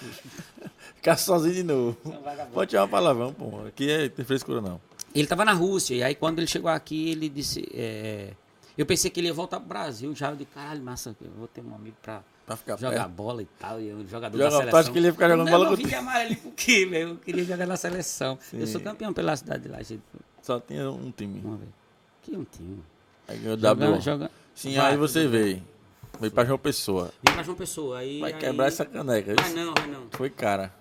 A: Ficar sozinho de novo.
C: é um vagabundo.
A: Pode tirar uma palavrão, pô. Aqui é tem frescura, não.
C: Ele estava na Rússia, e aí quando ele chegou aqui, ele disse. é, eu pensei que ele ia voltar pro Brasil já. Eu disse, caralho, massa, eu vou ter um amigo pra
A: Pra ficar
C: jogar
A: perto.
C: bola e tal. E eu, jogador
A: Joga-
C: da
A: tu acha
C: seleção.
A: que ele ia ficar jogando
C: não,
A: bola
C: Eu
A: contigo?
C: vim de amarelo por quê, meu? Eu queria jogar na seleção. Eu sou campeão pela cidade de lá, gente.
A: Só tinha um time.
C: Vamos ver. Que um time.
A: Aí ganhou o
C: Jogando,
A: W.
C: jogando.
A: Sim,
C: Vai,
A: aí você veio. Veio pra João Pessoa.
C: Vim pra João Pessoa. Aí,
A: Vai
C: aí-
A: quebrar essa caneca.
C: Vai
A: isso
C: não, vai não.
A: Foi cara.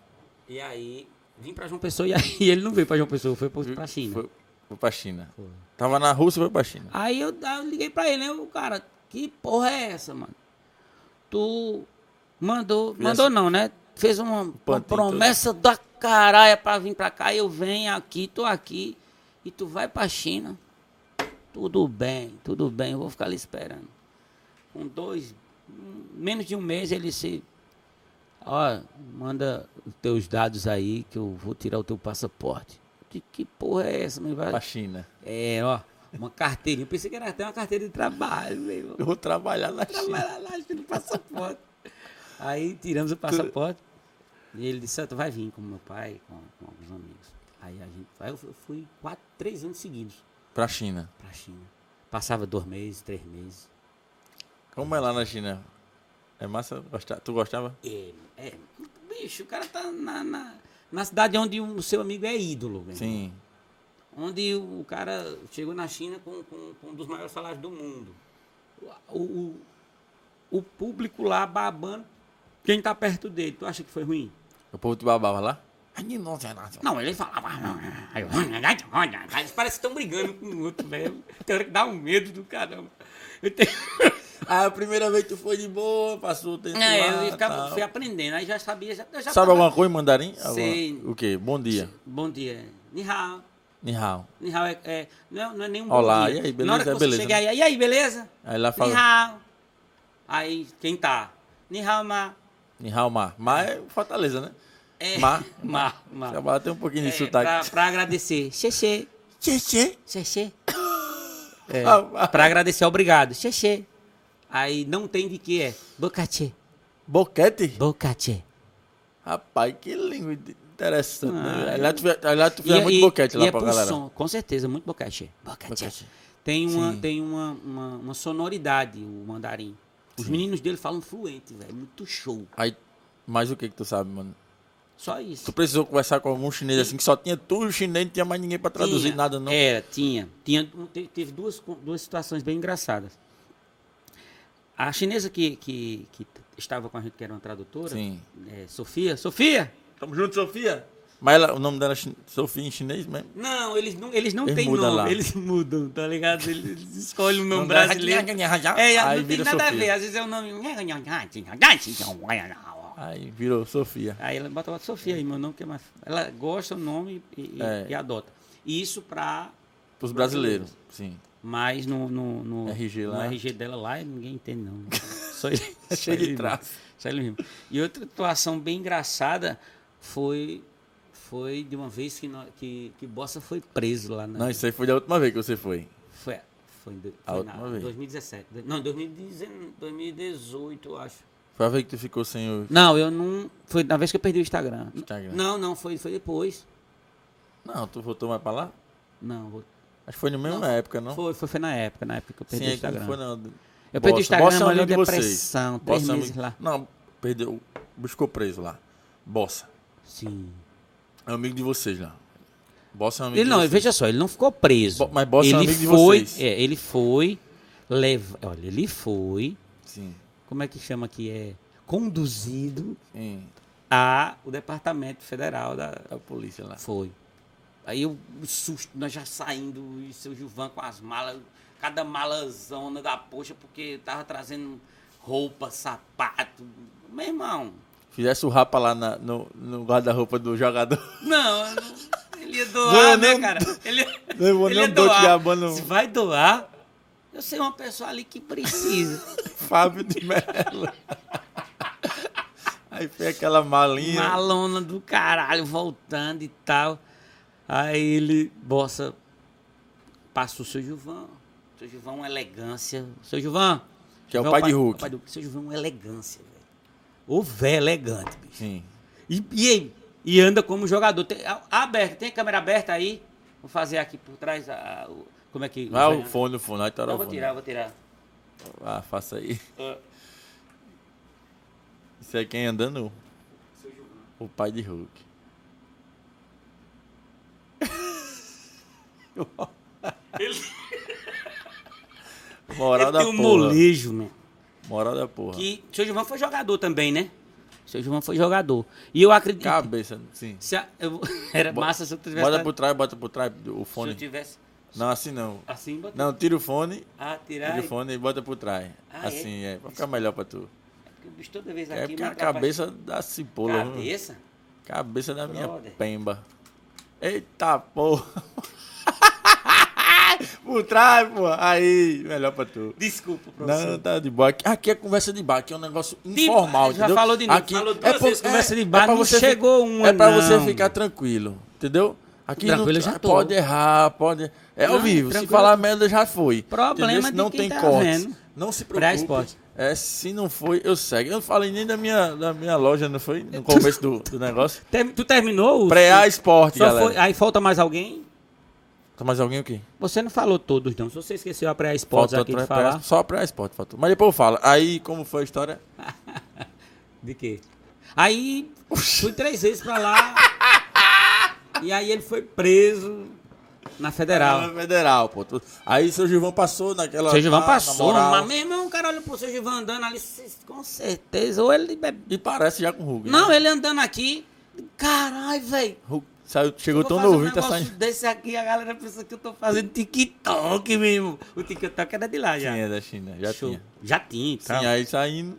C: E aí, vim pra João Pessoa e aí <laughs> ele não veio pra João Pessoa, foi pro- pra China.
A: Hum, Foi, foi pra China. Tava na Rússia, foi pra China.
C: Aí eu, aí eu liguei pra ele, né? O cara, que porra é essa, mano? Tu mandou, mandou não, né? Fez uma, uma
A: pantinho
C: promessa da caralho pra vir pra cá, eu venho aqui, tô aqui, e tu vai pra China. Tudo bem, tudo bem, eu vou ficar ali esperando. Com dois, um- menos de um mês, ele se. Ó, manda os teus dados aí que eu vou tirar o teu passaporte. De que porra é essa, meu velho?
A: Pra China.
C: É, ó, uma carteirinha. Eu pensei que era até uma carteira de trabalho, meu irmão.
A: Eu vou trabalhar na China.
C: Trabalhar lá, acho que no passaporte. Aí tiramos o passaporte. E ele disse, "Ah, tu vai vir com meu pai, com, com alguns amigos. Aí a gente. Aí eu fui- eu fui quatro, três anos seguidos
A: Pra China.
C: pra China. Passava dois meses, três meses.
A: Como é lá na China? É massa? Gosta- Tu gostava?
C: É, é, bicho, o cara tá na, na, na cidade onde o seu amigo é ídolo, meu irmão.
A: Sim.
C: onde o cara chegou na China com, com- com um dos maiores salários do mundo. O, o- o público lá babando quem tá perto dele. Tu acha que foi ruim?
A: O povo te babava lá? Ai, não, sei lá.
C: Não, ele falava. aí eu, Eles Parece que estão brigando com o outro, velho. Tem hora que dá um medo do caramba. Eu tenho-
A: Ah, a primeira vez tu foi de boa, passou o tempo
C: É,
A: lá,
C: eu ficava-
A: tal.
C: fui aprendendo, aí já sabia. Já, eu já
A: Sabe
C: tava-
A: alguma coisa em mandarim?
C: Sei.
A: Alguma- O quê? Bom dia.
C: Bom dia. Ni hao.
A: Ni hao.
C: Ni hao é, é- não, é, não é nenhum
A: Olá,
C: bom dia.
A: e aí,
C: Na
A: beleza?
C: hora que
A: É
C: você
A: beleza,
C: chega aí, e aí, beleza?
A: Aí lá
C: Ni
A: fala
C: hao. Aí, quem tá? Ni hao ma.
A: Ni hao ma. Ma é Fortaleza, né?
C: É.
A: Ma.
C: <laughs> Ma, ma.
A: Trabalha tem um pouquinho de
C: É, pra,
A: sotaque.
C: pra agradecer. Xexê,
A: Tchê, tchê. <coughs>
C: xexê. É,
A: Ah, ah.
C: Pra agradecer, obrigado. Xexê. Aí não tem de que é. Bocachê,
A: Boquete?
C: bocachê.
A: Rapaz, que língua de- interessante. né?
C: Ah,
A: Aí lá tu, aí lá tu fez muito boquete lá
C: é
A: pra
C: pro
A: galera.
C: som, com certeza, muito bocachê. Bocachê.
A: Boquete.
C: Tem uma,
A: Sim.
C: tem uma, uma, uma sonoridade o mandarim. Os meninos dele falam fluente, velho. Muito show.
A: Aí, mas o que que tu sabe, mano?
C: Só
A: Tu
C: isso.
A: precisou conversar com algum chinês assim que só tinha tu e o chinês, não tinha mais ninguém pra traduzir
C: Tinha. É.
A: nada, não.
C: Era, tinha. tinha um, te- teve duas, co- duas situações bem engraçadas. A chinesa que, que, que t- estava com a gente, que era uma tradutora,
A: Sim.
C: é, Sofia. Sofia!
A: Tamo junto, Sofia? Mas ela- o nome dela é chin- Sofia em chinês mesmo?
C: Não, eles não, eles não
A: Eles
C: têm
A: mudam
C: nome,
A: lá.
C: eles <laughs> mudam, tá ligado? Eles, eles escolhem o nome
A: Não dá-
C: brasileiro. É,
A: Aí
C: não tem
A: vira
C: nada a ver,
A: Sofia.
C: às vezes é o nome.
A: Aí virou Sofia.
C: Aí ela bota bota Sofia aí, meu nome, que é mais. Ela gosta do nome e, e-
A: É.
C: e adota. E Isso pra.
A: Pros brasileiros, sim.
C: Mas no, no, no-
A: RG
C: no
A: lá.
C: RG dela lá, ninguém entende, não. <laughs> Só ele.
A: É
C: só
A: cheio
C: ele
A: de
C: mesmo.
A: traço.
C: Só ele mesmo. E outra atuação bem engraçada foi. Foi de uma vez que, nó- que, que Bossa foi preso lá na.
A: Não, isso aí foi da última vez que você foi.
C: Foi, foi, em do-
A: A
C: foi
A: última
C: na,
A: vez.
C: 2017. Não, em 2019, 2018, eu acho.
A: Foi a vez que tu ficou sem o
C: Não, eu não. Foi na vez que eu perdi o Instagram.
A: Instagram.
C: Não, não, foi, foi depois.
A: Não, tu voltou mais pra lá?
C: Não, vou-
A: Acho que foi na mesma época, não?
C: Foi, foi, foi na época, na época que eu perdi
A: Sim, é
C: o
A: que
C: Instagram.
A: não foi, não.
C: Eu perdi o Instagram,
A: Bossa é
C: mas
A: amigo
C: eu
A: de vocês.
C: depressão, três
A: Bossa é
C: meses
A: amigo-
C: lá.
A: Não, perdeu, buscou preso lá. Bossa,
C: Sim.
A: é amigo de vocês lá. Bossa é amigo
C: Ele
A: de
C: não,
A: vocês.
C: veja só, ele não ficou preso.
A: Bo- mas Bossa é
C: ele
A: amigo de
C: foi,
A: vocês.
C: É, ele foi. Leva, olha, ele foi.
A: Sim,
C: Como é que chama que é? Conduzido
A: sim,
C: a o Departamento Federal da.
A: a polícia lá.
C: Foi. Aí eu o susto, nós já saindo, e seu Gilvan com as malas, cada malazona da poxa, porque tava trazendo roupa, sapato. Meu irmão,
A: Fizesse o rapa lá na- no, no guarda-roupa do jogador. <laughs>
C: Não, eu não- ele ia
A: Não,
C: doar,
A: eu
C: né,
A: não-
C: cara? Ele,
A: eu vou um
C: ele
A: não
C: ia
A: dou
C: doar.
A: diabo, não.
C: Se vai doar, eu sei uma pessoa ali que precisa.
A: <laughs> Fábio de Mello. Aí foi aquela malinha.
C: Malona do caralho, voltando e tal. Aí ele, bossa, passa o seu Gilvão. Seu Gilvão, é uma elegância. Seu Gilvão.
A: Que é o
C: Gilvão,
A: pai de Hulk.
C: é o pai do Hulk. Seu Gilvão é uma elegância, velho. O velho é elegante, bicho.
A: Sim.
C: E, e aí? E anda como jogador. Tem, a- aberto, tem câmera aberta aí? Vou fazer aqui por trás. a- o- como é que.
A: Vai o fone, o fone. Aí tá
C: Não,
A: o
C: vou
A: fone.
C: tirar, vou tirar.
A: Ah, faça aí. Isso é quem andando? O pai de Hulk. <laughs> Moral da
C: tem
A: porra.
C: um molejo, meu.
A: Moral da porra.
C: Que o seu Gilvan foi jogador também, né? O seu Gilvan foi jogador. E eu acredito.
A: Cabeça, sim.
C: se a- eu- <laughs> era massa se eu tivesse.
A: Bota por trás, bota por trás o
C: se eu
A: fone.
C: tivesse.
A: Não, assim não.
C: Assim, bota.
A: Não, tira o fone,
C: Ah, tirar.
A: tira
C: e-
A: o fone e bota por trás.
C: Ah, é?
A: Assim, é. Pra ficar melhor pra tu.
C: Porque o bicho toda vez aqui.
A: É porque
C: me
A: a
C: atrapalha.
A: cabeça assim, né? da cipola. viu?
C: Cabeça?
A: Cabeça da minha
C: Brother.
A: pemba. Eita porra. <laughs> Por trás, pô. Aí, melhor pra tu.
C: Desculpa, professor.
A: Não, tá de boa. Aqui, aqui é conversa de bar, aqui é um negócio
C: De-
A: informal,
C: já
A: entendeu?
C: falou de novo,
A: Aqui é
C: falou duas vezes conversa de bar,
A: pra
C: não
A: fi-
C: chegou uma,
A: É pra você
C: não.
A: ficar tranquilo, entendeu? Aqui
C: Tranquilo,
A: não,
C: eu já tô.
A: pode errar, pode... É ao
C: Não,
A: vivo, se
C: tranquilo.
A: falar merda já foi.
C: Problema
A: entendeu? Se
C: de
A: não
C: quem
A: tem
C: tá
A: cortes.
C: vendo.
A: Não se
C: Pra
A: preocupe.
C: esporte.
A: É, se não foi, eu segue. Eu não falei nem da minha, da minha loja, não foi? No começo do, do negócio.
C: Term- Tu terminou? o-
A: Preá Esporte,
C: Só
A: galera.
C: foi- Aí falta mais alguém?
A: Tá mais alguém o quê?
C: Você não falou todos, não. Se você esqueceu a pré esportes aqui de
A: outra-
C: falar.
A: Só pra esporte, faltou. Mas depois eu falo. Aí, como foi a história?
C: De quê? Aí fui três vezes pra lá. e aí ele foi preso na federal.
A: Ah, Federal, pô. Tu- Aí seu Gilvão passou naquela.
C: Seu Givan
A: na- na
C: passou,
A: moral.
C: mas meu irmão, o cara olha pro seu Givan andando ali, se- com certeza. Ou ele bebe.
A: E parece já com o Hulk. né?
C: Não, ele andando aqui. Caralho, velho.
A: Hulk saiu, chegou
C: vou
A: tão
C: fazer um
A: novinho, tá
C: negócio
A: saindo.
C: Desse aqui, a galera pensa que eu tô fazendo TikTok mesmo. O TikTok era de lá já.
A: Tinha da China, já
C: Show.
A: tinha.
C: Já tinha, tá?
A: Sim, aí saindo.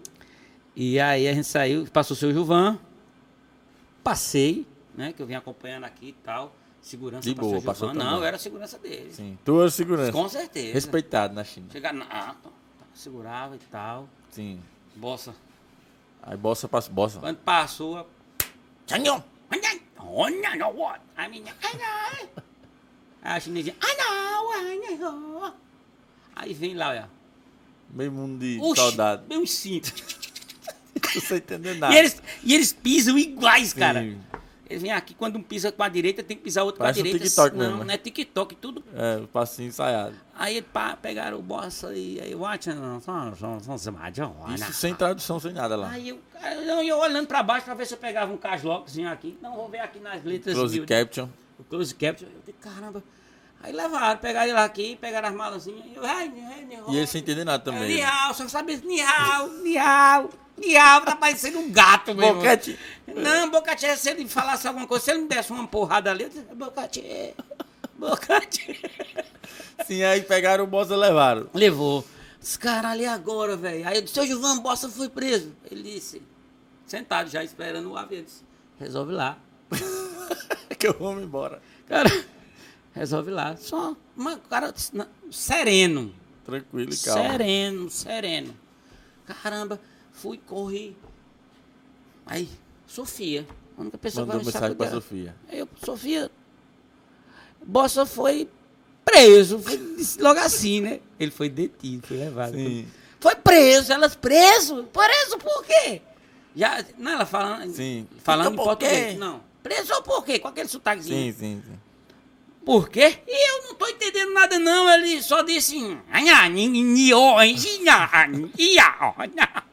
C: E aí a gente saiu, passou o seu Juvan, passei, né? Que eu vim acompanhando aqui e tal. Segurança
A: De boa,
C: o seu
A: passou
C: Juvan. Não,
A: também.
C: eu era segurança deles.
A: Sim. Tua segurança.
C: Com certeza.
A: Respeitado na China.
C: Chegar na. ah, tá, tá, Segurava e tal.
A: Sim.
C: Bossa.
A: Aí bossa passa bossa.
C: Quando passou, a-
A: Tchangão.
C: Olha, não, what? A menina, ai, não. A chinesinha, ai, não, ai, não. Aí vem lá, olha.
A: Meio mundo de
C: Oxi,
A: saudade.
C: Meu cinto. <laughs>
A: Não sei entender nada.
C: E eles, e eles pisam iguais, cara.
A: Tá. Sim.
C: Ele vem aqui, quando um pisa com a direita, tem que pisar outro
A: Parece
C: com
A: um
C: a direita.
A: TikTok
C: não,
A: mesmo, né?
C: não é TikTok, tudo.
A: É, o passinho ensaiado.
C: Aí pá, pegaram o bossa e aí o Ah,
A: Isso sem tradução, sem nada lá.
C: Aí eu, eu, eu olhando pra baixo pra ver se eu pegava um caslockzinho aqui. Não, vou ver aqui nas letras.
A: Close
C: miúdas.
A: caption.
C: O close caption. Eu falei, caramba. Aí levaram, pegaram ele aqui, pegaram as malazinhas. E eu, ai, ai, ai,
A: E ele sem entender nada
C: É,
A: também. né?
C: Nihau, só sabe esse Nihau, Nihau, Nihau, tá parecendo um gato, meu irmão.
A: Bocate.
C: Não, Bocate, se ele falasse alguma coisa, se ele me desse uma porrada ali, eu disse, Bocate, Bocate. <laughs>
A: Sim, aí pegaram o bosta e levaram. <laughs>
C: Levou. Os caras ali agora, velho. Aí eu disse, seu Gilvan Bossa foi preso. Ele disse, sentado já esperando o avião, eu disse, resolve lá.
A: que eu vou embora.
C: Cara, <laughs> resolve lá. Só, mas o cara, disse, "Não, sereno.
A: Tranquilo e calmo.
C: Sereno, sereno. Caramba, fui, corri. Aí, Sofia, a única pessoa
A: Mandou
C: que vai me
A: mensagem pra
C: sacudir.
A: Sofia.
C: Aí Eu, Sofia, Bossa foi preso, foi, <laughs> disse logo assim, né? Ele foi detido, foi levado.
A: Sim.
C: Foi preso, elas preso, preso por quê? Já, não, ela falando,
A: Sim.
C: falando em
A: Então por quê?
C: português, não. Preso por quê? Com aquele sotaquezinho.
A: Sim, sim, sim.
C: Por quê? E eu não tô entendendo nada, não. Ele só disse. "Nha, nhi, nhi, ó, nhi, nha, nhi, nha, ó, nha."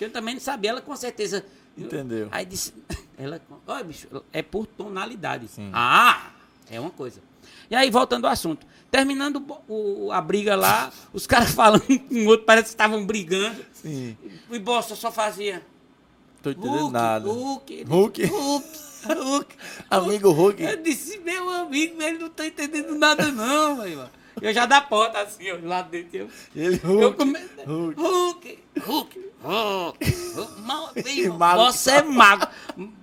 C: Eu também não sabia, ela com certeza.
A: Entendeu.
C: Aí disse. Ela. Olha, bicho, é por tonalidade.
A: Sim.
C: Ah! É uma coisa. E aí, voltando ao assunto. Terminando o- o- a briga lá, os caras <laughs> falando um com o outro, parece que estavam brigando.
A: Sim.
C: E Bosta só fazia.
A: Tô entendendo
C: Hulk,
A: nada.
C: Hulk,
A: Hulk?
C: Hulk, Hulk.
A: Amigo Hulk.
C: Eu disse, meu amigo, ele não tá entendendo nada não, meu irmão. Eu já da porta assim, ó, lá dentro. Eu,
A: Ele
C: eu
A: Hulk.
C: come...
A: Hulk.
C: Hulk, Hulk, Hulk, Hulk. Mal, meu irmão,
A: Mago.
C: Bossa é mago.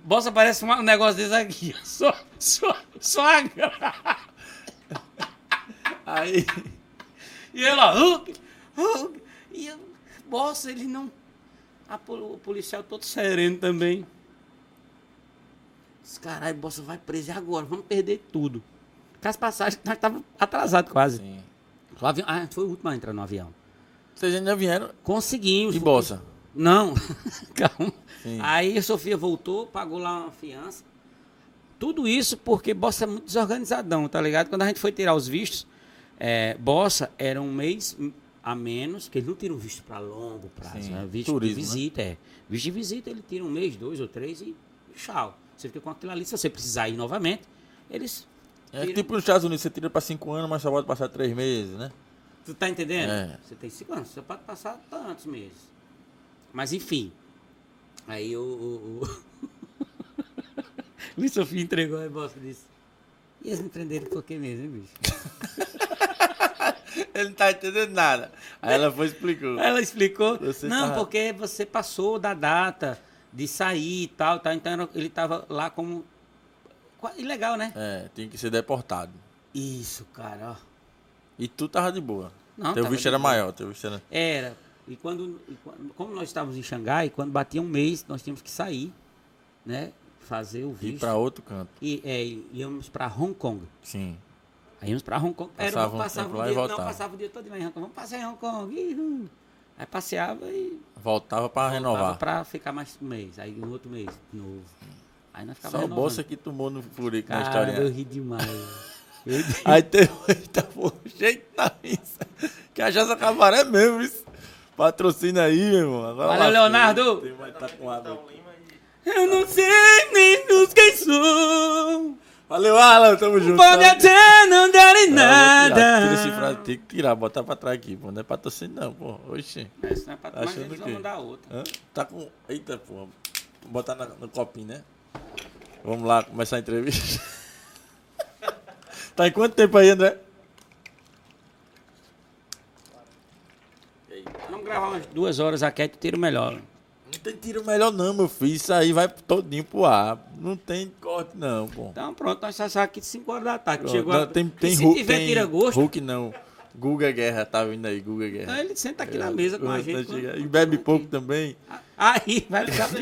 C: Bossa parece um negócio desse aqui, ó. Só, só, só a gra- <laughs>
A: Aí.
C: E ela, Hulk, Hulk. E eu, Bossa, ele não... A pol- o policial todo sereno também. Esse caralho, Bossa vai preso e agora, vamos perder tudo. Com as passagens, nós estávamos atrasados quase.
A: Sim.
C: O avião, ah, foi o último a entrar no avião.
A: Vocês ainda vieram.
C: Conseguimos.
A: E bolsa?
C: Não, <laughs> calma.
A: Sim.
C: Aí a Sofia voltou, pagou lá uma fiança. Tudo isso porque Bossa é muito desorganizadão, tá ligado? Quando a gente foi tirar os vistos, é, Bossa era um mês a menos, que ele não tira um visto para longo prazo,
A: Sim,
C: né? visto
A: turismo,
C: de visita, é. Visto de visita ele tira um mês, dois ou três e tchau. Você fica com aquilo ali, se você precisar ir novamente, eles...
A: É
C: tiram.
A: tipo nos Estados Unidos, você tira pra cinco anos, mas só pode passar três meses, né?
C: Tu tá entendendo?
A: É.
C: Você tem cinco anos, você pode passar tantos meses. Mas enfim. Aí o. o, o... <laughs> Luiz Sofia entregou a bosta disse. E eles me prenderam por quê mesmo, hein, bicho?
A: Ele não tá entendendo nada. Aí ela foi e explicou.
C: Ela explicou.
A: Você
C: não,
A: tá-
C: porque você passou da data de sair e tal, tal. Então era- ele tava lá como. Qua- Ilegal, né?
A: É, tinha que ser deportado.
C: Isso, cara, ó.
A: E tu tava de boa.
C: Não,
A: teu
C: tava
A: visto
C: de
A: era
C: boa.
A: maior, teu visto era.
C: Era. E quando, e quando- como nós estávamos em Xangai, quando batia um mês, nós tínhamos que sair, né? Fazer o
A: Ir
C: visto.
A: pra outro canto.
C: E é, e íamos para Hong Kong.
A: Sim.
C: Aí íamos para Hong Kong. Era,
A: Passava um
C: uma- passava
A: tempo
C: o
A: lá e
C: dia, não,
A: voltava.
C: passava o dia todo em Hong Kong. Vamos passear em Hong Kong. Ihu. Aí passeava e
A: Voltava pra renovar.
C: para ficar mais um mês. Aí no outro mês, de novo. Aí nós ficava
A: Só o
C: renovando.
A: bolsa que tomou no furico na
C: Cara, eu
A: história.
C: ri <laughs> demais. Eu ri-
A: Aí tá teve eita <laughs> porra, jeito da missa. tá Que a Jaça Cabaré mesmo, isso. Patrocina aí, meu irmão. Agora
C: Valeu,
A: lascou.
C: Leonardo.
A: Tem mais tá com água aqui.
C: Eu não sei nem dos quem sou.
A: Valeu, Alan, tamo junto.
C: Pode
A: tá?
C: até não dar em
A: Ah, vou tirar.
C: nada.
A: Tira esse frase, tem que tirar, botar pra trás aqui, pô. Não é patrocínio, não, pô. Oxi.
C: Isso não é pra
A: Tá
C: mas
A: achando
C: eles
A: o
C: vão
A: quê?
C: mandar outra.
A: Hã? Tá com. Eita, porra. Botar na- no copinho, né? Vamos lá começar a entrevista. <laughs> tá em quanto tempo aí, André?
C: Vamos gravar umas duas horas aqui, aí tu tira o melhor.
A: Não tem tiro melhor, não, meu filho. Isso aí vai todinho pro ar. Não tem corte, não, pô.
C: Então pronto, nós saímos aqui de 5 horas da tarde. Chegou
A: Não,
C: a-
A: tem,
C: E
A: tem
C: se
A: Hulk.
C: tiver
A: tem
C: tira gosto,
A: Hulk não. Guga Guerra tá vindo aí, Guga Guerra.
C: então ele senta aqui na mesa com a
A: Tá
C: gente.
A: chegando.
C: quando-
A: E bebe pouco também.
C: Aí, vai ligar pra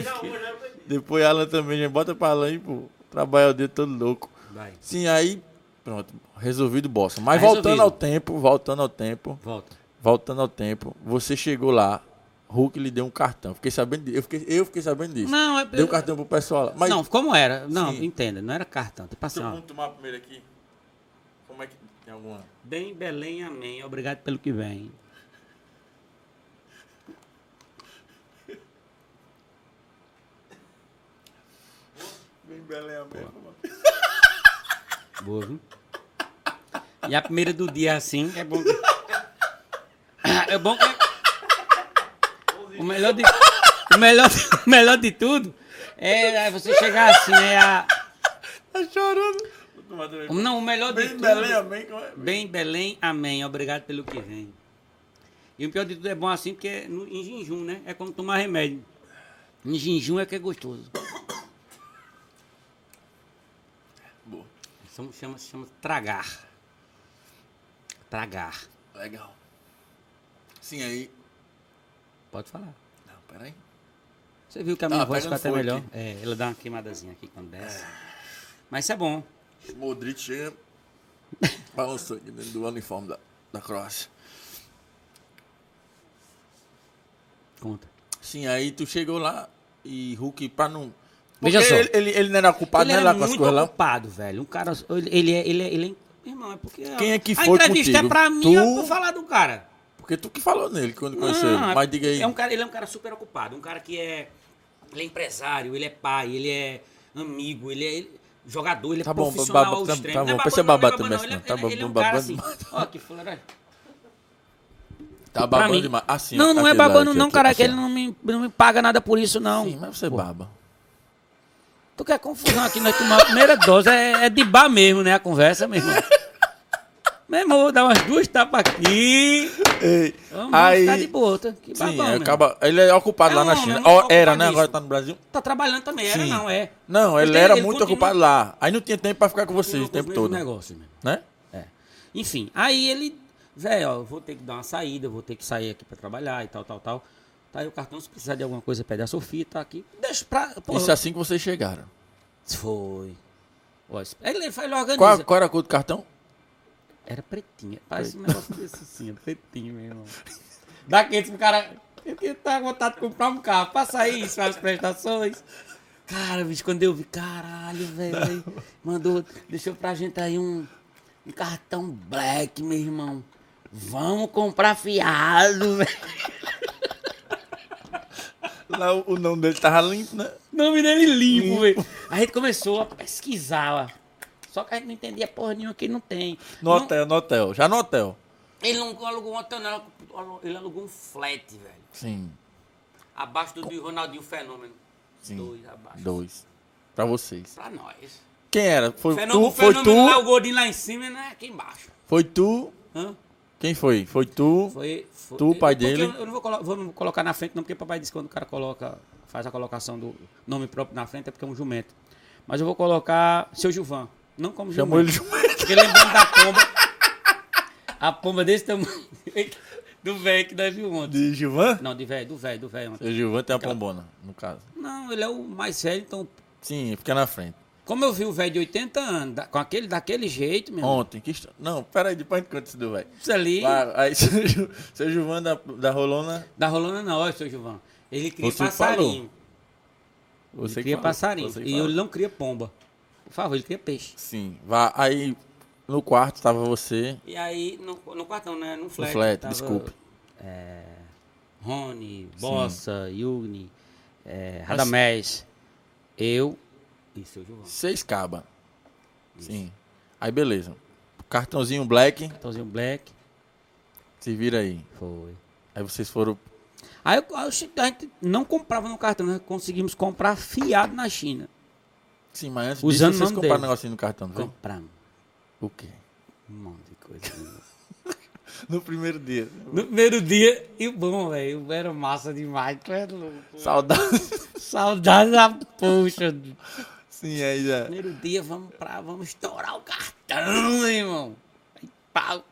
A: Depois Alan também, gente. Bota pra Alan aí, pô. Trabalha o dedo todo louco.
C: Vai,
A: Sim, aí, pronto, resolvido o bossa. Mas
C: Tá
A: voltando
C: resolvido.
A: ao tempo, voltando ao tempo,
C: volta.
A: voltando ao tempo, você chegou lá, Hulk lhe deu um cartão. Fiquei sabendo disso. Eu fiquei, eu fiquei sabendo disso.
C: Não, é-
A: Deu cartão pro pessoal lá. Mas
C: Não, como era? Não,
A: Sim.
C: entenda, não era cartão. Tipo assim,
A: Deixa eu
C: ó.
A: tomar primeiro aqui. Como é que. Tem alguma.
C: Bem, Belém, amém. Obrigado pelo que vem.
A: Bem belém
C: Boa, viu? E a primeira do dia assim, é bom que... <laughs> É bom que... O melhor de... O melhor de, o melhor de tudo é você chegar assim, é a...
A: Tá chorando. Vou tomar também.
C: Não, o melhor de
A: Bem
C: tudo...
A: belém amém. Como é?
C: Bem, Belém, amém. Obrigado pelo que vem. E o pior de tudo é bom assim, porque é no- em jejum, né? É como tomar remédio. Em jejum é que é gostoso.
A: Boa.
C: Chama, chama, chama tragar. Tragar.
A: Legal. Sim, aí.
C: Pode falar.
A: Não, peraí.
C: Você viu que a
A: Tá,
C: minha voz
A: pegando
C: fica até
A: fogo
C: melhor.
A: aqui.
C: É, ela dá uma queimadazinha aqui quando desce. Mas isso é bom.
A: Modric
C: <laughs>
A: chega. Balançou aqui dentro do uniforme da, da Croácia.
C: Conta.
A: Sim, aí tu chegou lá e Hulk, pra não.
C: Veja
A: Porque
C: só.
A: Ele, ele, ele não era culpado,
C: ele
A: né?
C: era
A: Lá com as
C: muito
A: coisas lá.
C: ocupado, velho. Um cara. Ele, ele é. Ele é, ele é- Irmão, é porque.
A: Quem é que
C: a
A: foi
C: entrevista
A: contigo?
C: é pra mim,
A: Tu?
C: eu vou falar do cara.
A: Porque tu que falou nele quando conheceu ele.
C: Não,
A: Mas diga aí.
C: É um cara, ele é um cara super ocupado, um cara que é. Ele é empresário, ele é pai, ele é amigo, ele é ele- jogador, ele é
A: Tá bom,
C: profissional
A: baba-
C: ao
A: tá-
C: extremo.
A: tá
C: Não é
A: bom, pensa
C: babando,
A: babar
C: não
A: também,
C: é babando, não.
A: senão tá
C: Ele é- ele é um
A: babando,
C: cara assim.
A: babando.
C: Ó, que fuleiro.
A: Tá
C: Pra
A: babando
C: mim.
A: demais. Assim,
C: não, não é
A: aquele lá,
B: babando
A: aqui,
B: não,
A: aqui,
B: cara,
A: assim,
B: que ele
A: ó.
B: não me, não me paga nada por isso, não.
A: Sim, mas você é baba.
B: Tu quer confusão aqui, nós tomamos a primeira dose, é, é de bar mesmo, né, a conversa, meu irmão. meu irmão, vou dar umas duas tapas aqui,
A: Ei,
B: vamos
A: aí.
B: ficar de boa, tá? que babão,
A: Sim,
B: meu
A: é,
B: irmão.
A: acaba, ele é ocupado
C: É
A: lá
C: um
A: na
C: homem,
A: China.
C: é um
A: Ó,
C: homem
A: era, né?
C: ocupadíssimo.
A: Agora tá no Brasil.
C: Tá trabalhando também, era
A: Sim.
C: não, é.
A: Não, ele,
C: tem-
A: era
C: ele
A: muito
C: continua-
A: ocupado lá. Aí não tinha tempo pra ficar com vocês
C: continua
A: o
C: com os
A: tempo
C: mesmos
A: todo.
C: negócios, meu irmão.
A: Né?
C: É. Enfim, aí ele, velho, ó, eu vou ter que dar uma saída, eu vou ter que sair aqui pra trabalhar e tal, tal, tal. Tá aí o cartão, se precisar de alguma coisa, pede a Sofia, tá aqui. Deixa pra. Pô,
A: Isso é assim que vocês chegaram.
C: Foi. Ó, esp- Ele, ele faz, ele organiza.
A: Qual, qual era a cor do cartão?
C: Era pretinha. Parece um negócio desse assim, é pretinho, meu irmão. Daqueles que o cara. Ele tá com vontade de comprar um carro. Passa aí, isso faz as prestações. Cara, bicho, quando eu vi, caralho, velho. aí Mandou, deixou pra gente aí um, um cartão black, meu irmão. Vamos comprar fiado, velho.
A: Lá o, o nome dele tava limpo, né?
C: O nome dele limpo, velho. A gente começou a pesquisar, ó. Só que a gente não entendia porra nenhuma que não tem.
A: No
C: Não-
A: hotel, no hotel. Já no hotel.
C: Ele não alugou um hotel, não. Ele alugou um flat, velho.
A: Sim,
C: Abaixo do, do Ronaldinho Fenômeno.
A: sim.
C: Dois abaixo.
A: Dois. Pra vocês.
C: Pra nós.
A: Quem era? Foi
C: Fenômeno,
A: tu? Foi
C: fenômeno lá, o
A: tu?
C: gordinho lá em cima e nós aqui embaixo.
A: Foi tu?
C: Hã?
A: Quem foi? Foi tu?
C: Foi, foi-
A: Tu, pai
C: porque
A: dele?
C: Eu, eu não vou, colo- vou não colocar na frente, não, porque papai disse que quando o cara coloca, faz a colocação do nome próprio na frente é porque é um jumento. Mas eu vou colocar seu Juvan. Não como
A: Chamou ele
C: jumento.
A: de jumento.
C: Porque lembrando da pomba. A pomba desse tamanho. <laughs> Do velho que nós vimos ontem.
A: De Gilvan?
C: Não, de velho, do velho, do velho ontem.
A: O Gilvan tem a pombona, no caso.
C: Não, ele é o mais velho, então.
A: Sim, fica na frente.
C: Como eu vi o velho de 80 anos, da- com aquele, daquele jeito, meu irmão.
A: Ontem, que história. Não, peraí, depois a gente conta isso do velho.
C: Isso ali,
A: Claro, aí <laughs> seu, Ju- seu Gilvan da, da Rolona,
C: da rolona na hora, seu Gilvão. Ele cria
A: Você
C: passarinho.
A: você
C: Ele
A: que
C: cria
A: falou,
C: passarinho.
A: você que
C: E
A: falou.
C: ele não cria pomba. Por favor, ele cria peixe.
A: Sim, vá. Aí no quarto tava você,
C: E aí, no, no quartão, né? No flat.
A: flat, desculpa.
C: É, Rony, Bossa, Yugni, é, Radamés, eu e seu Gilvão.
A: seis caba. Sim. Aí beleza. Cartãozinho black,
C: Tozinho Black,
A: se vira aí.
C: foi.
A: Aí vocês foram.
C: Aí eu- a gente não comprava no cartão, nós conseguimos comprar fiado na China.
A: Sim, mas antes
C: Usando o
A: disso, vocês
C: nome
A: compraram um
C: dele.
A: negocinho no cartão, não foi?
C: Compramos
A: O quê?
C: um monte de coisa.
A: No primeiro dia.
C: no primeiro dia, e bom, velho, era massa demais, tu é louco.
A: Saudades.
C: Saudade da puxa.
A: <laughs> Sim, aí já.
C: Primeiro dia, vamos pra, vamos estourar o cartão, meu irmão. Aí, pau.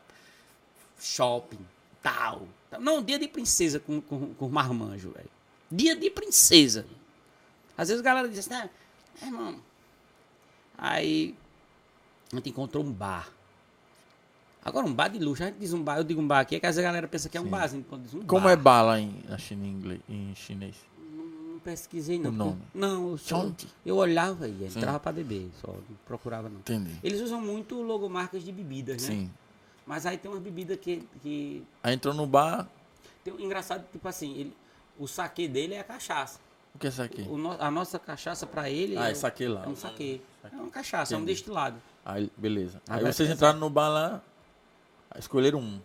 C: Shopping, tal. tal. Não, dia de princesa com, com, com marmanjo, velho. Dia de princesa. Às vezes a galera diz assim, né, "Ah, irmão. Aí, a gente encontrou um bar. Agora, um bar de luxo, a gente diz um bar, eu digo um bar aqui, é que às vezes a galera pensa que é um barzinho. Quando diz um
A: Como
C: bar.
A: é bala em, na China, em, inglês, em chinês?
C: Né? Não pesquisei, não.
A: O nome? um
C: Não, eu, só-
A: Chonte.
C: eu olhava e entrava pra beber, só não procurava não.
A: Entendi.
C: Eles usam muito logomarcas de bebidas, né?
A: Sim.
C: Mas aí tem umas bebidas que. que
A: Aí entrou no bar,
C: tem um engraçado, tipo assim, ele, o saque dele é a cachaça.
A: o que é isso aqui?
C: O no- a nossa cachaça pra ele
A: Ah,
C: é,
A: é saquê lá. Ah,
C: é um saque. É uma cachaça, é um
A: Entendi.
C: destilado.
A: Aí, beleza. Aí
C: mas
A: vocês
C: essa-
A: entraram no bar lá, aí escolheram um,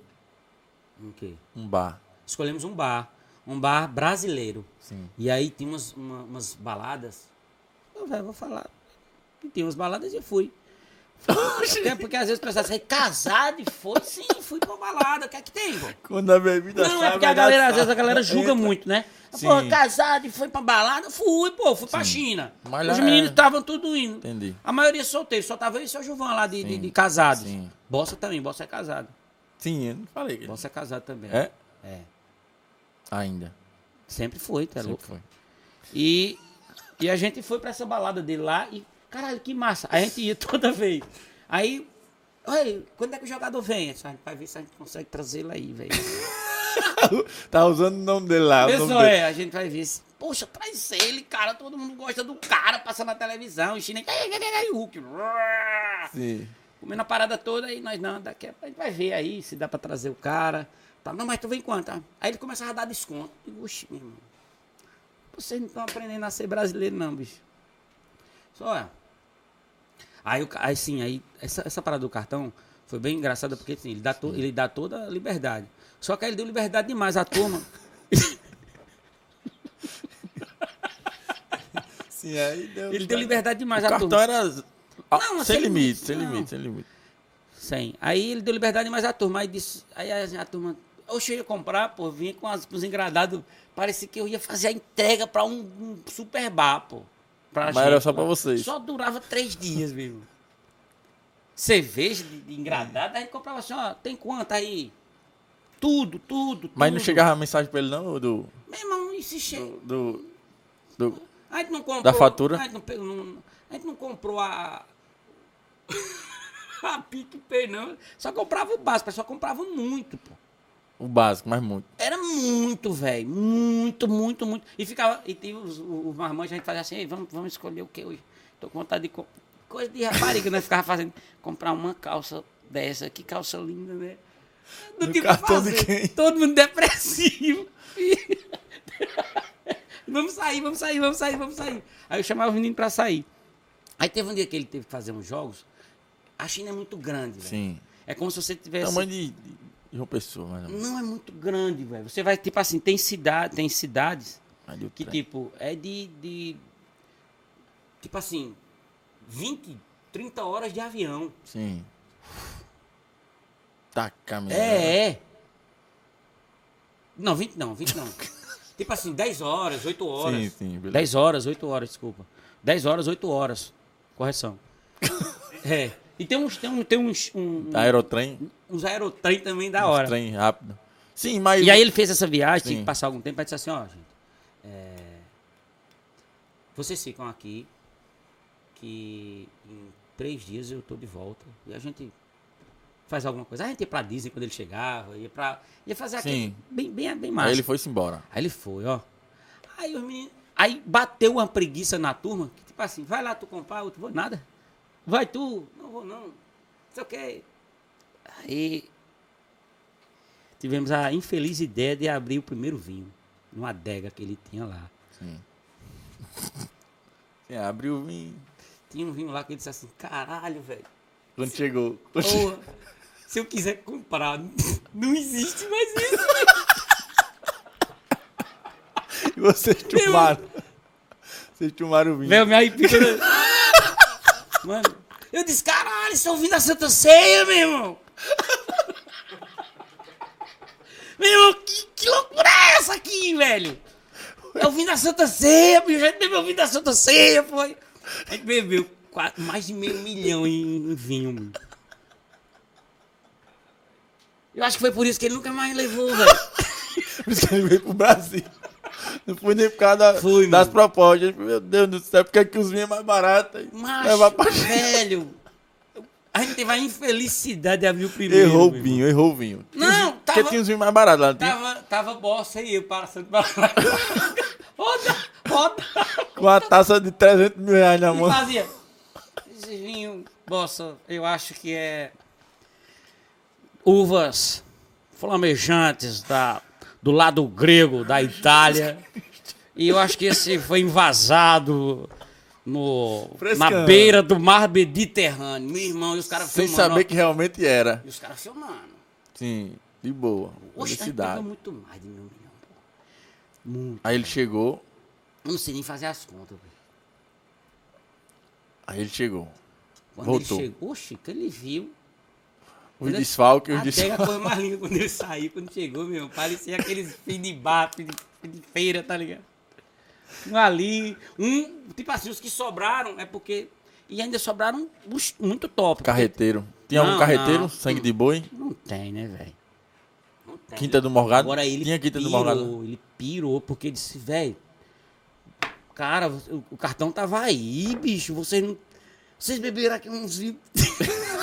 C: Um quê?
A: um bar.
C: Escolhemos um bar. Um bar brasileiro.
A: Sim.
C: E aí tem umas, uma- umas baladas. Eu velho, vou falar. E tem umas baladas e eu fui. Até porque às vezes o pessoal sai casado e foi, sim, fui pra balada. O que é que tem, pô?
A: Quando a bebida
C: Não, é porque a galera, às vezes a galera julga muito, né?
A: Sim.
C: Pô, casado e foi pra balada, fui, pô, fui pra China.
A: Mas
C: Os
A: lá
C: meninos
A: é-
C: estavam tudo indo.
A: Entendi.
C: A maioria é solteiro, só tava eu e o seu Gilvão lá de, de,
A: Sim.
C: de casados.
A: Sim.
C: Bossa também, Bossa é casado.
A: Sim, eu não falei. que-
C: Bossa é casado também.
A: É?
C: É.
A: Ainda.
C: Sempre foi, tá
A: Sempre
C: louco?
A: foi.
C: E, e a gente foi pra essa balada dele lá e, caralho, que massa. A gente ia <laughs> toda vez. Aí, oi, quando é que o jogador vem? Eu disse, "Ah, Vai ver se a gente consegue trazer ele aí,
A: <laughs>
C: velho.
A: <laughs> tá usando o nome dele lá. o nome
C: Pessoal,
A: dele.
C: é, a gente vai ver se. Poxa, traz ele, cara. Todo mundo gosta do cara, passa na televisão, o chinês. "Ai, ai, ai, ai, Hulk. Ruá.
A: Sim.
C: Comendo a parada toda, aí nós não, daqui a a gente vai ver aí se dá pra trazer o cara. Tá, não, mas tu vem quanto? Ah, Aí ele começava a dar desconto. Digo, oxi, meu irmão. Vocês não estão aprendendo a ser brasileiro, não, bicho. Só é. Aí, o ca- aí sim, aí essa, essa parada do cartão foi bem engraçada, porque assim, ele, dá to- ele dá toda a liberdade. Só que aí ele deu liberdade demais
A: <laughs>
C: à turma.
A: Sim, aí deu.
C: Ele deu liberdade demais
A: O
C: à
A: cartão
C: turma.
A: era ah, sem
C: Não,
A: limite,
C: sem limite,
A: sem
C: não.
A: limite, sem limite.
C: Sem. Aí ele deu liberdade mais à turma. Aí, disse, aí a, a turma. Oxe, eu ia comprar, pô, vinha com, as, com os engradados. Parecia que eu ia fazer a entrega pra um, um super bar, pô. Pra
A: Mas era só pra vocês.
C: Só durava três dias mesmo. Cerveja de, de engradado, aí ele comprava assim, ó, tem quanto aí? Tudo, tudo,
A: Mas não
C: tudo.
A: chegava mensagem pra ele, não? ou Do.
C: Meu irmão, isso chega.
A: do, do...
C: A gente não comprou.
A: Da fatura?
C: A gente não, pe- não- a gente não comprou a. <laughs> a PicPay, não. Só comprava o básico, só comprava muito, pô.
A: O básico, mas muito.
C: Era muito, velho. Muito, muito, muito. E ficava. E tinha os, os marmanjos, a gente fazia assim, "Ei, vamos, vamos escolher o que hoje. Tô com vontade de. co- Coisa de rapariga, nós ficava fazendo. Comprar uma calça dessa, que calça linda, né? Não
A: No
C: tinha o que
A: cartão de
C: fazer.
A: tipo quem?
C: Todo mundo depressivo. <laughs> vamos sair, vamos sair, vamos sair, vamos sair. Aí eu chamava o menino pra sair. Aí teve um dia que ele teve que fazer uns jogos. A China é muito grande, velho.
A: Sim.
C: É como se você tivesse.
A: Tamanho de, de uma pessoa, mais ou menos.
C: Não é muito grande, velho. Você vai, tipo assim, tem, cidade, tem cidades
A: Aí deu
C: que,
A: trem.
C: tipo, é de, de. Tipo assim, 20, 30 horas de avião.
A: Sim. Tá caminhando.
C: É, é. Não, 20 não,
A: <laughs>
C: 20 não. tipo assim, 10 horas, 8 horas.
A: Sim, sim, beleza.
C: 10 horas, 8 horas, desculpa. 10 horas, 8 horas.
A: <laughs>
C: Correção. é. E tem uns. Tem, um, tem uns. um-
A: Aerotrem.
C: uns aerotrem também da
A: Tá. uns
C: hora.
A: Trem rápido. Sim, mas.
C: E aí ele fez essa viagem, tinha
A: Sim.
C: que passar algum tempo, aí disse assim, ó, gente, é, vocês ficam aqui, que em três dias eu tô de volta, e a gente faz alguma coisa. A gente ia pra Disney quando ele chegava, ia pra... ia fazer aquele
A: Sim.
C: bem, bem, bem
A: Aí
C: massa.
A: ele foi-se embora.
C: Aí ele foi, ó. Aí os meninos. Aí bateu uma preguiça na turma, que tipo assim, vai lá tu comprar, eu vou nada. Vai tu, não vou não. Não sei o quê. Aí tivemos a infeliz ideia de abrir o primeiro vinho, numa adega que ele tinha lá.
A: Sim. Sim, abriu o vinho.
C: Tinha um vinho lá que ele disse assim, caralho, velho.
A: Quando chegou.
C: porra, se eu quiser comprar, <laughs> não existe mais isso.
A: E <laughs> vocês tomaram. Vocês tomaram o vinho.
C: Velho, me arrepio. quando eu- <laughs> Mano, eu disse, caralho, estão vindo a Santa Ceia, meu irmão. <laughs> meu irmão, que, que loucura é essa aqui, velho? Eu vim da Santa Ceia, bicho. A gente bebeu vinho da Santa Ceia, foi. A gente bebeu qua- mais de meio milhão em, em vinho, mano. Eu acho que foi por isso que ele nunca mais levou, velho.
A: Por isso que ele veio pro Brasil. Não fui nem por causa da-
C: Fui,
A: das
C: mano.
A: propostas. Meu Deus do céu, por que, é que os vinhos é mais baratos?
C: Macho,
A: Levar pra...
C: velho. A gente teve a infelicidade de abrir o primeiro.
A: Errou o
C: meu
A: vinho, errou o vinho.
C: Não,
A: Tinha uns-
C: tava-
A: Porque tinha uns vinhos mais baratos lá, não tinha?
C: Tava, tava bossa e eu passando pra lá. <laughs> roda, roda.
A: Com a taça de 300 mil reais na
C: E
A: mão.
C: fazia. Esse vinho, bossa, eu acho que é uvas flamejantes da, do lado grego da Itália. E eu acho que esse foi invasado no, na
A: Frescão.
C: beira do mar Mediterrâneo. Meu irmão, e os caras
A: Sem
C: filmando, ó.
A: saber que realmente era.
C: E os caras filmando.
A: Sim, de boa.
C: Oxe, tá a gente pegou
A: Felicidade.
C: muito mais de mil milhão, pô. Muito.
A: Aí ele chegou,
C: Eu não sei nem fazer as contas, velho.
A: aí ele chegou.
C: Quando
A: Voltou.
C: ele chegou, oxe, que ele viu.
A: Os desfalques, os
C: Até a
A: desfalques.
C: coisa mais linda quando ele saiu, quando chegou, meu, parecia aqueles fim de bar, fim de, fim de feira, tá ligado? Um ali, um, tipo assim, os que sobraram é porque. E ainda sobraram uns muito top.
A: Carreteiro. Tinha
C: Não,
A: um carreteiro,
C: não.
A: sangue de boi.
C: Não tem, né, velho? Não tem.
A: Quinta do Morgado.
C: Agora ele
A: Tinha quinta do
C: pirou,
A: Morgado.
C: ele pirou, porque disse, velho, cara, o, o cartão tava aí, bicho, vocês não... Vocês beberam aqui uns... vinhos." <laughs>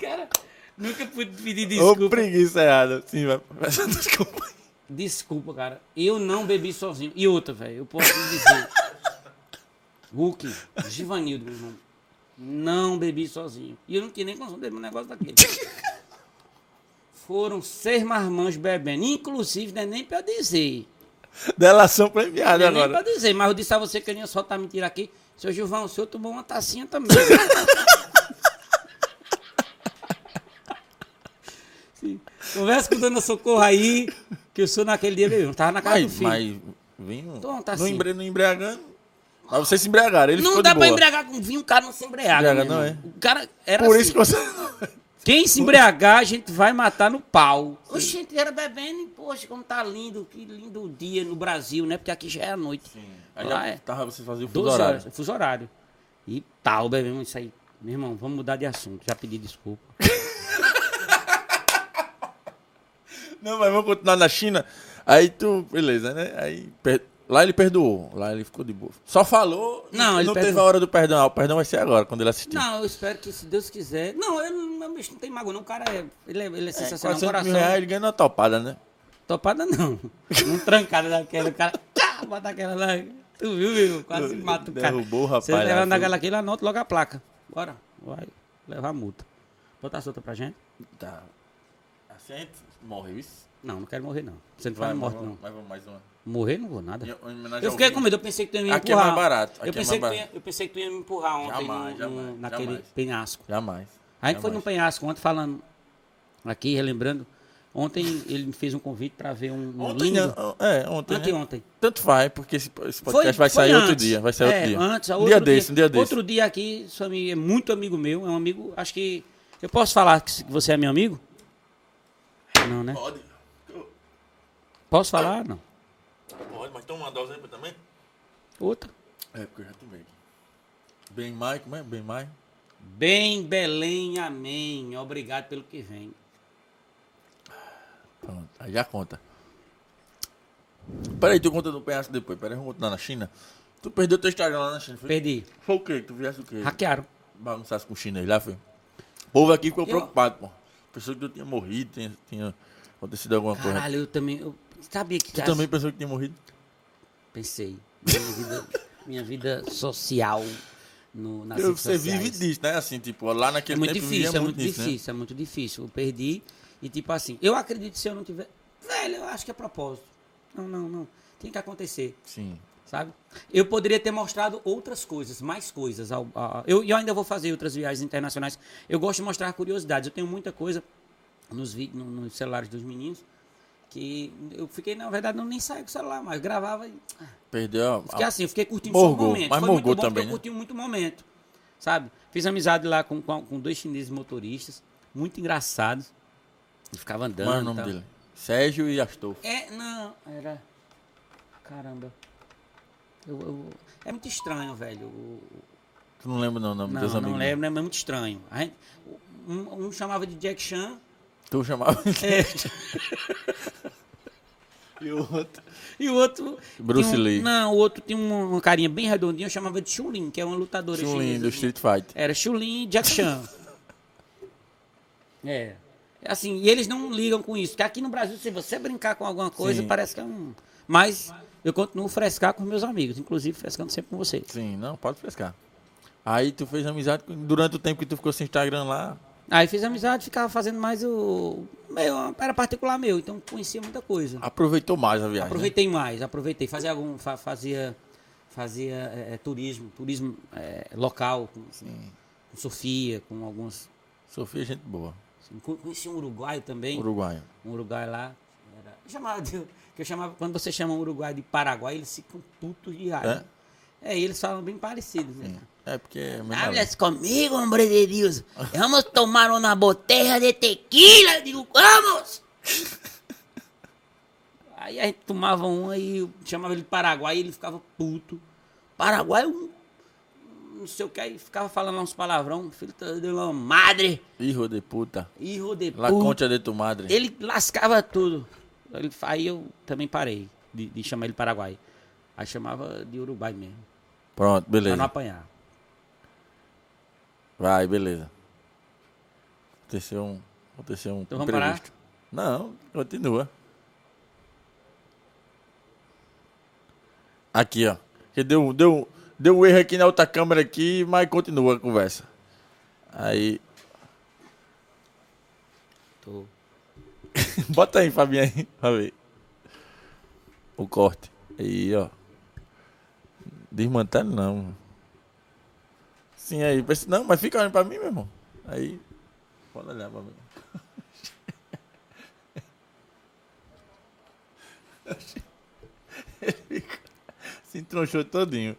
C: cara, nunca pude pedir desculpa.
A: Ô, preguiça errada. Sim, vai. Peço
C: <laughs>
A: Desculpa.
C: Desculpa, cara, eu não bebi sozinho. E outra, velho, eu posso lhe dizer. Hulk, Givanildo, meu irmão, não bebi sozinho. E eu não tinha nem condição de beber um negócio daquele. Foram seis marmãos bebendo. Inclusive, não é nem pra dizer.
A: Delação
C: Não
A: premiada
C: é nem pra
A: agora.
C: dizer, mas eu disse a você que eu não ia soltar mentira aqui. Seu Gilvão, o senhor tomou uma tacinha também.
A: <laughs>
C: Sim. Conversa com a dona Socorro aí, que eu sou naquele dia bebeu. Tava na casa do
A: Mas,
C: filho.
A: mas um- vinho.
C: Então,
A: Não,
C: tá assim.
A: embre... não embriagando. Mas vocês se embriagaram. Ele
C: Não
A: ficou
C: dá
A: de
C: pra
A: boa.
C: embriagar com vinho, o cara não se embriaga.
A: Embriaga,
C: meu
A: não é?
C: irmão. O cara era
A: Por
C: assim.
A: isso que você.
C: Quem se embriagar, a gente vai matar no pau. Oxe, gente era bebendo e, poxa, como tá lindo, que lindo o dia no Brasil, né? Porque aqui já é a noite.
A: Aí
C: Lá
A: já
C: é.
A: tava, vocês faziam o fuso
C: 12
A: horário.
C: horas, fuso horário. E tal, bebemos isso aí. Meu irmão, vamos mudar de assunto. Já pedi desculpa.
A: Não, mas vamos continuar na China. Aí tu, beleza, né? Aí per- lá ele perdoou, lá ele ficou de boa. Só falou,
C: Não, ele
A: não teve
C: perdoou.
A: a hora do perdão. Ah, o perdão vai ser agora, quando ele assistir.
C: Não, eu espero que, se Deus quiser. Não, eu não, meu bicho não tem mago, não. O cara é. Ele é, ele é
A: é,
C: sensacional. um
A: 400 mil
C: coração.
A: reais ele ganha uma topada, né?
C: Topada não. Um trancada daquela, o cara. Tá, bota aquela lá. Tu viu, viu? Quase mata o cara.
A: Derrubou o rapaz
C: Você
A: lá,
C: leva
A: foi-
C: naquela aqui, ele anota logo a placa. Bora, vai levar a multa. Botar a solta pra gente?
A: Tá. Assente, morre isso.
C: Não, não quero morrer, não. Você não fala morte, não.
A: Mas vamos mais uma.
C: Morrer, não vou nada.
A: Em- em homenagem
C: Eu
A: ao
C: fiquei
A: vinho.
C: com medo, eu pensei que tu ia me empurrar.
A: Aqui é mais barato, aqui
C: eu,
A: é
C: pensei
A: mais
C: que tu
A: barato.
C: ia, eu pensei que tu ia me empurrar ontem
A: Jamais,
C: no- no-
A: jamais,
C: naquele
A: jamais.
C: penhasco.
A: Jamais.
C: A gente foi num
A: Jamais.
C: penhasco ontem falando, aqui relembrando, ontem ele me fez um convite pra ver um, um
A: Ontem,
C: lindo...
A: não, é, ontem. né?
C: Anteontem.
A: Tanto faz, porque esse, esse podcast vai sair outro
C: antes.
A: dia. Vai sair outro
C: É,
A: dia.
C: Antes,
A: Um
C: outro
A: dia desse, um dia desse.
C: Outro dia aqui, seu amigo é muito amigo meu, é um amigo, acho que. Eu posso falar que você é meu amigo? Não, né?
A: Pode,
C: Posso falar? Não.
A: pode, mas toma uma dose aí também?
C: Outra.
A: É, porque eu já tomei. Bem mais, como é? Bem mais.
C: Bem, Belém, amém. Obrigado pelo que vem.
A: Pronto, aí já conta. Peraí, tu conta do penhasco depois. Peraí, vamos continuar na China. Tu perdeu teu Instagram lá na China. Foi,
C: Perdi.
A: foi o quê? Tu viesse o quê?
C: Hackearam.
A: Bagunçasse com o chinês lá, foi? O povo aqui ficou
C: Eu-
A: preocupado, pô. Pensou que tu tinha morrido, tinha, tinha acontecido alguma coisa.
C: Caralho, eu também. Eu sabia que.
A: Tu também pensou que tinha morrido?
C: Pensei. Minha vida, minha vida social no, nas
A: Eu-
C: redes
A: você vive
C: sociais.
A: disso, né? Assim, tipo, lá naquele
C: É muito
A: tempo
C: difícil,
A: vivia né?
C: é muito
A: disso,
C: difícil, é muito difícil. Eu perdi e tipo assim, eu acredito que se eu não tiver, velho, eu acho que é propósito. Não, não, não. Tem que acontecer,
A: né? Sim.
C: sabe? Eu poderia ter mostrado outras coisas, mais coisas. ao- a- Eu, e eu ainda vou fazer outras viagens internacionais. Eu gosto de mostrar curiosidades. Eu tenho muita coisa nos vídeos, no- nos celulares dos meninos que eu fiquei, na verdade, não nem saía com o celular, mas gravava e
A: Perdeu a...
C: Fiquei assim, eu fiquei curtindo só
A: Morgou,
C: o momento.
A: mas
C: Foi
A: morgou
C: muito bom porque
A: também,
C: eu
A: né?
C: curti muito o momento. Sabe? Fiz amizade lá com, com, com dois chineses motoristas, muito engraçados. E ficava andando.
A: Como é o
C: e
A: nome
C: tal.
A: dele? Sérgio e Astolfo.
C: É, não, era. Caramba. Eu, eu- É muito estranho, velho. o-
A: Tu não lembra não, o nome
C: Não,
A: dos
C: não
A: amigos.
C: lembro, né? mas é muito estranho. A gente- Um, <laughs> um chamava de Jack Chan.
A: Tu chamava...
C: É. E o
A: <laughs>
C: outro. E o outro.
A: Bruce
C: tinha um-
A: Lee.
C: Não, o outro tinha uma, uma carinha bem redondinha, chamava de Chulin, que é uma lutadora
A: Chun-Li
C: chinesa.
A: do Street Fighter.
C: Era Chulin e Jack Chan. é. É Assim, e eles não ligam com isso. Porque aqui no Brasil, se você brincar com alguma coisa,
A: Sim.
C: parece que é um. Mas eu continuo frescar com meus amigos, inclusive frescando sempre com você.
A: Sim, não, pode frescar. Aí tu fez amizade com- durante o tempo que tu ficou sem Instagram lá.
C: Aí fiz amizade, ficava fazendo mais o. Meu, era particular meu, então conhecia muita coisa.
A: Aproveitou mais a viagem. né?
C: Aproveitei mais, aproveitei. Fazia algum. fa- fazia fazia é, é, turismo, turismo é, local, com, com Sofia, com alguns.
A: Né? Sofia, é gente boa.
C: assim, co- Conheci um uruguaio também.
A: Uruguaio.
C: um uruguaio lá. Era, eu chamava de, <laughs> que eu chamava, quando você chama um uruguaio de Paraguai, eles ficam putos de raiva. É, eles falam bem parecidos, né?
A: É porque. é mesmo ali.
C: Hablas comigo, hombre de Deus. Vamos tomar uma boteja de tequila. Eu digo, vamos! <laughs> Aí a gente tomava um aí, eu chamava ele de Paraguai e ele ficava puto. Paraguai é um. Não sei o que, aí ficava falando uns palavrão. Filho de uma madre.
A: Hijo de puta.
C: Hijo de
A: La
C: puta.
A: concha de tu madre.
C: Ele lascava tudo. Ele- aí eu também parei de, de chamar ele Paraguai. Aí chamava de Uruguai mesmo,
A: Pronto,
C: pra não
A: beleza.
C: apanhar.
A: Vai, beleza. Aconteceu um. Aconteceu um.
C: Então vamos
A: imprevisto. Não, continua. Aqui, ó. Que deu, deu, deu um erro aqui na outra câmera aqui, mas continua a conversa. Aí. <laughs>
C: Tô.
A: Bota aí, Fabinho, aí, pra ver. O corte. Aí, ó. Desmantele não. Sim, aí. Pensa- Não, mas fica olhando pra mim, meu irmão. Aí. Pode olhar pra mim. <laughs> Ele fica- Se entronchou todinho.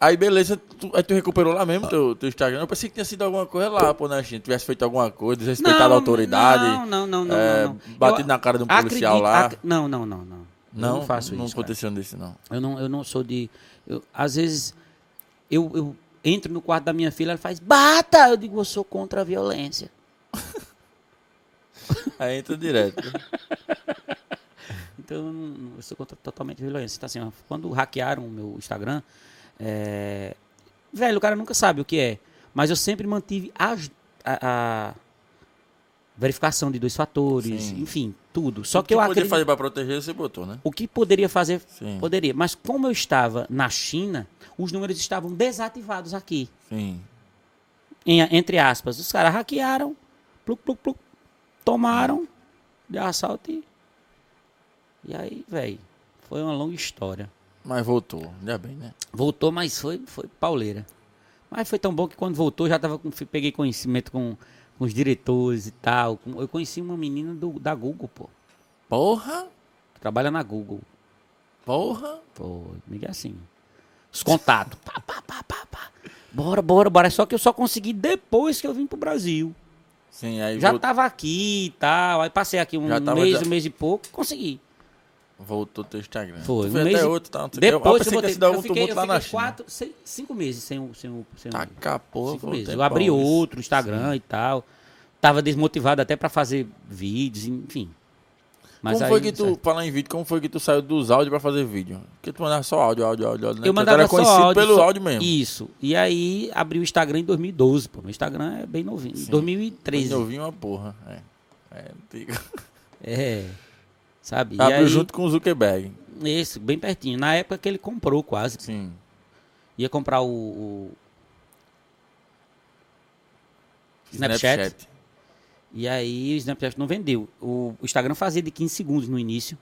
A: Aí, beleza. Tu, aí tu recuperou lá mesmo teu, teu Instagram. Eu pensei que tinha sido alguma coisa lá, pô, né, gente? Tivesse feito alguma coisa, desrespeitado a autoridade.
C: Não, não, não, não.
A: É,
C: não, não.
A: batido
C: Eu
A: na cara de um policial lá.
C: ac- não, não, não, não. Eu
A: Não, não,
C: faço isso. cara.
A: aconteceu desse, não.
C: Eu não, eu não sou de. eu- às vezes eu, eu entro no quarto da minha filha, ela faz, bata! Eu digo, eu sou contra a violência.
A: Aí entra direto.
C: Então, eu, não- não- eu sou contra totalmente violência. Então, assim, ó, quando hackearam o meu Instagram, é, velho, o cara nunca sabe o que é. Mas eu sempre mantive as- a, a verificação de dois fatores,
A: Sim.
C: enfim, tudo. <laughs> Só
A: Tipo, O
C: que, eu
A: podia
C: acredito...
A: fazer pra proteger, você botou, né?
C: O que poderia fazer,
A: Sim.
C: poderia. Mas como eu estava na China, os números estavam desativados aqui,
A: Sim.
C: em- entre aspas. Os caras hackearam, pluc, pluc, pluc, tomaram de assalto e... E aí, velho, foi uma longa história.
A: Mas voltou. Ainda bem, né?
C: Voltou, mas foi, foi pauleira. Mas foi tão bom que quando voltou, já tava com, fui- peguei conhecimento com, com os diretores e tal. Com- eu conheci uma menina do, da Google, pô.
A: Porra!
C: que Trabalha na Google.
A: Porra!
C: Pô, Miguel assim. Os contatos. Pá, pá, pá, pá, pá. Bora, bora, bora. Só que eu só consegui depois que eu vim pro Brasil.
A: Sim, aí
C: Já
A: vol-
C: tava aqui e tal. Aí passei aqui um
A: Já tava
C: mês,
A: já-
C: um mês e pouco. Consegui.
A: voltou teu Instagram.
C: tá- Foi.
A: Tu
C: um
A: fez
C: mês
A: até
C: e-
A: outro, tá? Não sei o quê. eu,
C: Depois
A: pensei
C: eu
A: que
C: botei-
A: ia se dar algum
C: eu fiquei,
A: tumulto
C: eu
A: lá na
C: fiquei
A: China.
C: quatro, seis- cinco meses sem o. Sem o, sem o-
A: Taca a porra,
C: Cinco
A: foi um
C: meses. Eu
A: tempão
C: abri
A: isso.
C: outro Instagram e tal. Tava desmotivado até pra fazer vídeos, enfim. Mas
A: como
C: aí,
A: foi que tu, falar em vídeo, como foi que tu saiu dos áudios pra fazer vídeo? Porque tu mandava só áudio, áudio, áudio, áudio. né?
C: Eu
A: Que tu
C: mandava
A: era
C: só
A: conhecido
C: áudio.
A: pelo
C: só-
A: áudio mesmo.
C: Isso. E aí abri o Instagram em 2012, pô. Meu Instagram é bem novinho. 2013.
A: Eu ouvi uma porra. É. É antigo.
C: É. Sabe? e
A: Abriu
C: aí,
A: junto com o Zuckerberg.
C: Esse, bem pertinho. Na época que ele comprou quase.
A: Sim.
C: Ia comprar o. o- Snapchat.
A: Snapchat.
C: E aí o Snapchat não vendeu. O, o Instagram fazia de 15 segundos no início.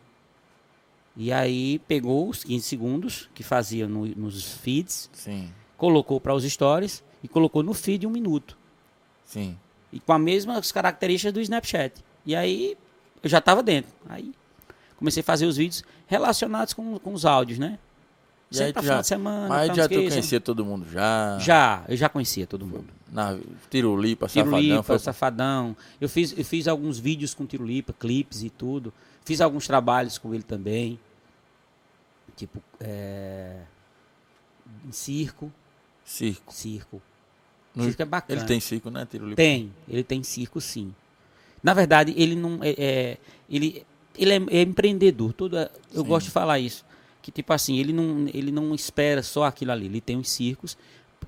C: E aí pegou os 15 segundos que fazia no- nos feeds,
A: Sim.
C: colocou para os stories e colocou no feed um minuto.
A: Sim.
C: E com as mesmas características do Snapchat. E aí eu já tava dentro. Aí comecei a fazer os vídeos relacionados com, com os áudios, né?
A: E
C: Sempre
A: aí
C: pra
A: tu
C: final
A: já-
C: de semana. pra
A: Mas
C: não
A: já tu
C: sei o quê,
A: conhecia né? todo mundo já?
C: Já, eu já conhecia todo mundo.
A: Na Tirulipa, Safadão.
C: Tirulipa,
A: foi...
C: Safadão. Eu fiz, eu fiz alguns vídeos com Tirulipa, clipes e tudo. Fiz alguns trabalhos com ele também. Tipo, é... em circo.
A: Circo.
C: Circo.
A: No-
C: Circo é bacana.
A: Ele tem circo, né, Tirulipa?
C: Tem, ele tem circo sim. Na verdade, ele não. É, é, ele, ele é, é empreendedor. Toda, eu gosto de falar isso. Que, tipo assim, ele não, ele não espera só aquilo ali. Ele tem os circos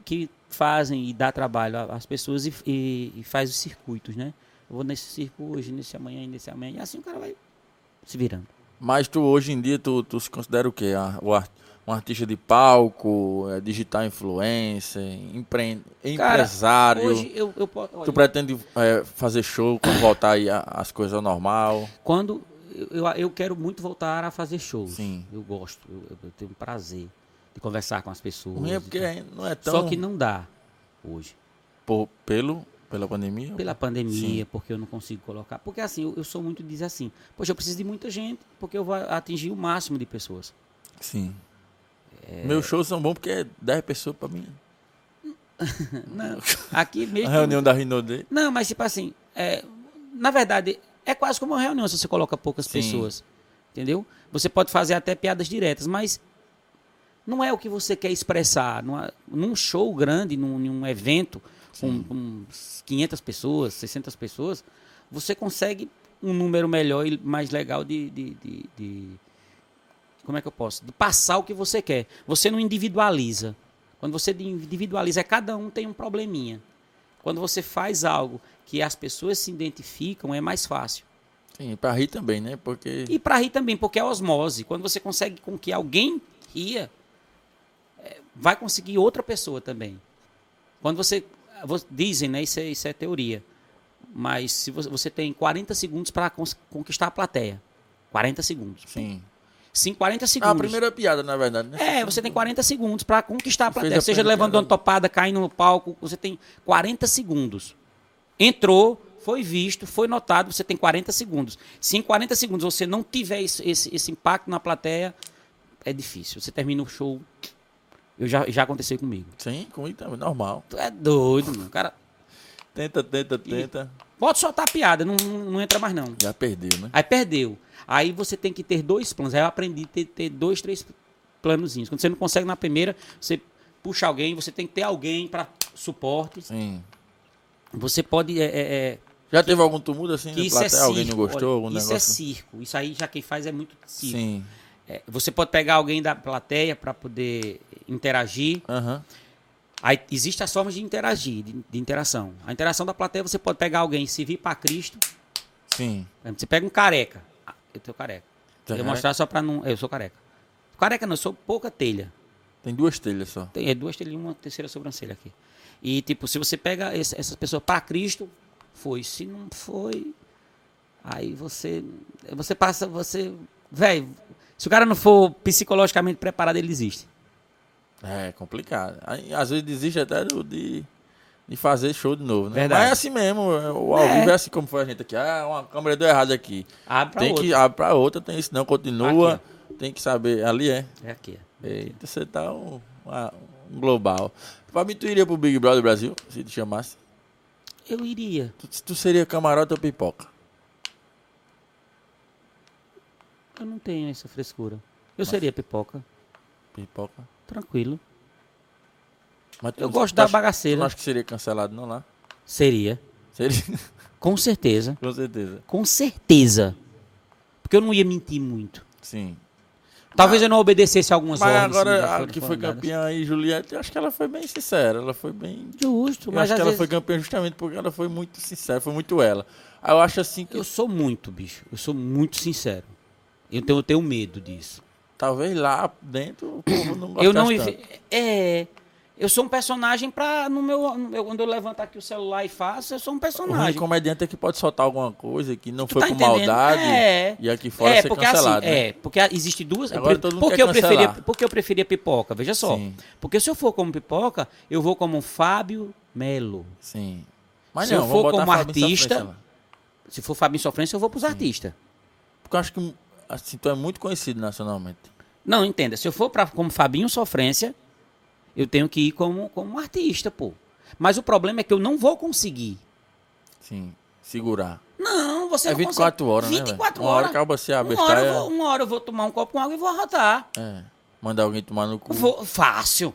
C: que fazem e dá trabalho às pessoas e, e, e faz os circuitos, né? Eu vou nesse circo hoje, nesse amanhã e nesse amanhã. E assim o cara vai se virando.
A: Mas tu hoje em dia tu, tu se considera o quê? A- o ar- um artista de palco, eh, digital influencer, empre-
C: Cara,
A: empresário.
C: Hoje eu, eu posso. olha,
A: Tu pretende eh, fazer show quando voltar aí a- as coisas ao normal?
C: Quando. eu- Eu, eu quero muito voltar a fazer shows.
A: Sim.
C: Eu gosto. Eu, eu tenho prazer de conversar com as pessoas.
A: O ruim é
C: e
A: porque
C: tal.
A: não é tão
C: Só que não dá hoje.
A: por- pelo pela pandemia.
C: Pela pandemia, porque eu não consigo colocar. Porque assim, eu, eu sou muito diz assim, poxa, eu preciso de muita gente, porque eu vou atingir o máximo de pessoas.
A: Sim. Meus shows são bons porque é 10 pessoas pra mim.
C: Não,
A: <laughs>
C: aqui
A: A
C: mesmo.
A: reunião da Rinodê.
C: Não, mas tipo assim, é, na verdade, é quase como uma reunião se você coloca poucas
A: Sim.
C: pessoas. Entendeu? Você pode fazer até piadas diretas, mas não é o que você quer expressar. Numa- num show grande, num, num evento com, com 500 pessoas, 600 pessoas, você consegue um número melhor e mais legal de- de- de- de como é que eu posso? De passar o que você quer. Você não individualiza. Quando você de- individualiza, é cada um tem um probleminha. Quando você faz algo que as pessoas se identificam, é mais fácil.
A: Sim, pra rir também, né? Porque.
C: E para rir também, porque é osmose. Quando você consegue com que alguém ria, é, vai conseguir outra pessoa também. Quando você. vo- Dizem, né? Isso é, isso é teoria. Mas se você, você tem 40 segundos para conquistar a plateia. 40 segundos.
A: Sim.
C: Sim, 40
A: Ah,
C: segundos.
A: a primeira piada, na verdade, né?
C: É, você tem 40 segundos para conquistar a
A: Fez
C: plateia.
A: a
C: Seja
A: perna
C: levando
A: quebrada.
C: uma topada, caindo no palco, você tem 40 segundos. Entrou, foi visto, foi notado, você tem 40 segundos. Se em 40 segundos você não tiver esse, esse- esse impacto na plateia, é difícil. Você termina o show. Eu já, já aconteceu comigo.
A: Sim, comigo também, normal.
C: Tu é doido, mano. Cara,
A: Tenta, tenta, tenta.
C: pode soltar a piada, não, não não entra mais não.
A: Já perdeu, né?
C: Aí perdeu. Aí você tem que ter dois planos. Aí eu aprendi a ter, ter dois, três planozinhos. Quando você não consegue na primeira, você puxa alguém, você tem que ter alguém para suporte.
A: Sim.
C: Você pode. É, é, é,
A: Já teve algum tumulto assim
C: que
A: na
C: isso é
A: plateia?
C: circo.
A: Alguém não gostou?
C: olha,
A: algum
C: isso é
A: negócio?
C: circo. Isso aí já quem faz é muito circo.
A: Sim.
C: É, você pode pegar alguém da plateia para poder interagir.
A: Aham.
C: Aí existem as formas de interagir, de, de interação. A interação da plateia você pode pegar alguém, se vir para Cristo.
A: Sim.
C: Por exemplo, Você pega um careca. Ah, Eu tô careca.
A: Tá
C: eu
A: careca?
C: mostrar só pra não. Eu sou careca. Careca não, eu sou pouca telha.
A: Tem duas telhas só.
C: Tem é, duas telhas e uma terceira sobrancelha aqui. E, tipo, se você pega esse- essas pessoas pra Cristo, foi. Se não foi, aí você. Você passa. Você. Velho, se o cara não for psicologicamente preparado, ele desiste.
A: É complicado. Aí, às vezes desiste até do- de, de fazer show de novo, né?
C: Verdade.
A: Mas é assim mesmo. O ao
C: É.
A: vivo é assim como foi a gente aqui. Ah, uma câmera deu errado aqui.
C: Abre pra
A: tem
C: outro.
A: que abre pra outra, tem isso não, continua. Tem que saber. Ali é.
C: É aqui. ó.
A: Eita, você tá um, uma- um global. Pra mim, tu iria pro Big Brother Brasil, se te chamasse.
C: Eu iria.
A: Tu, tu seria camarote ou pipoca?
C: Eu não tenho essa frescura. Eu seria pipoca.
A: Pipoca.
C: Tranquilo.
A: Mas tu
C: Eu
A: não-
C: gosto
A: tu
C: da
A: acha-
C: bagaceira.
A: Tu não acha que seria cancelado não lá?
C: Seria.
A: Seria, <laughs>
C: Com certeza.
A: com certeza.
C: Com certeza. Porque eu não ia mentir muito.
A: Sim.
C: Talvez eu não obedecesse algumas
A: Mas
C: ordens.
A: agora,
C: já
A: a
C: foram-
A: que foi
C: foram dadas.
A: campeã aí, Juliette, eu acho que ela foi bem sincera. Ela foi bem.
C: Justo,
A: Eu
C: mas
A: acho
C: às
A: que ela
C: vezes...
A: foi campeã justamente porque ela foi muito sincera, foi muito ela. Aí eu acho assim que
C: Eu sou muito, bicho. Eu sou muito sincero. Então eu tenho medo disso.
A: talvez lá dentro o povo não gostasse
C: eu não.
A: tanto.
C: É. Eu sou um personagem pra. No meu, no meu- quando eu levantar aqui o celular e faço, eu sou um
A: O ruim de
C: personagem.
A: comediante é que pode soltar alguma coisa que não
C: Tu
A: foi
C: tá
A: com
C: entendendo?
A: maldade
C: É.
A: e aqui fora
C: é,
A: ser
C: porque
A: cancelado.
C: assim,
A: né?
C: é, porque a- existe duas.
A: Agora todo mundo
C: porque
A: quer
C: eu preferia,
A: cancelar.
C: porque eu preferia pipoca, veja só.
A: Sim.
C: Porque se eu for como pipoca, eu vou como Fábio Melo.
A: Sim. Mas
C: Se
A: não,
C: eu
A: vamos
C: for
A: botar
C: como
A: Fábio em
C: artista-
A: sofrência lá.
C: Se for Fábio em sofrência, eu vou pros artistas.
A: Porque eu acho que assim, tu é muito conhecido nacionalmente.
C: Não, entenda. Se eu for pra, como Fabinho Sofrência, eu tenho que ir como, como artista, pô. Mas o problema é que eu não vou conseguir.
A: Sim. Segurar.
C: Não, você
A: É
C: não
A: 24
C: consegue.
A: horas, né,
C: 24
A: velho? Uma
C: horas.
A: hora acaba se é.
C: uma hora, eu
A: abestalha.
C: vou, uma hora eu vou tomar um copo com água e vou arrotar.
A: É. Mandar alguém tomar no cu.
C: Vou, fácil.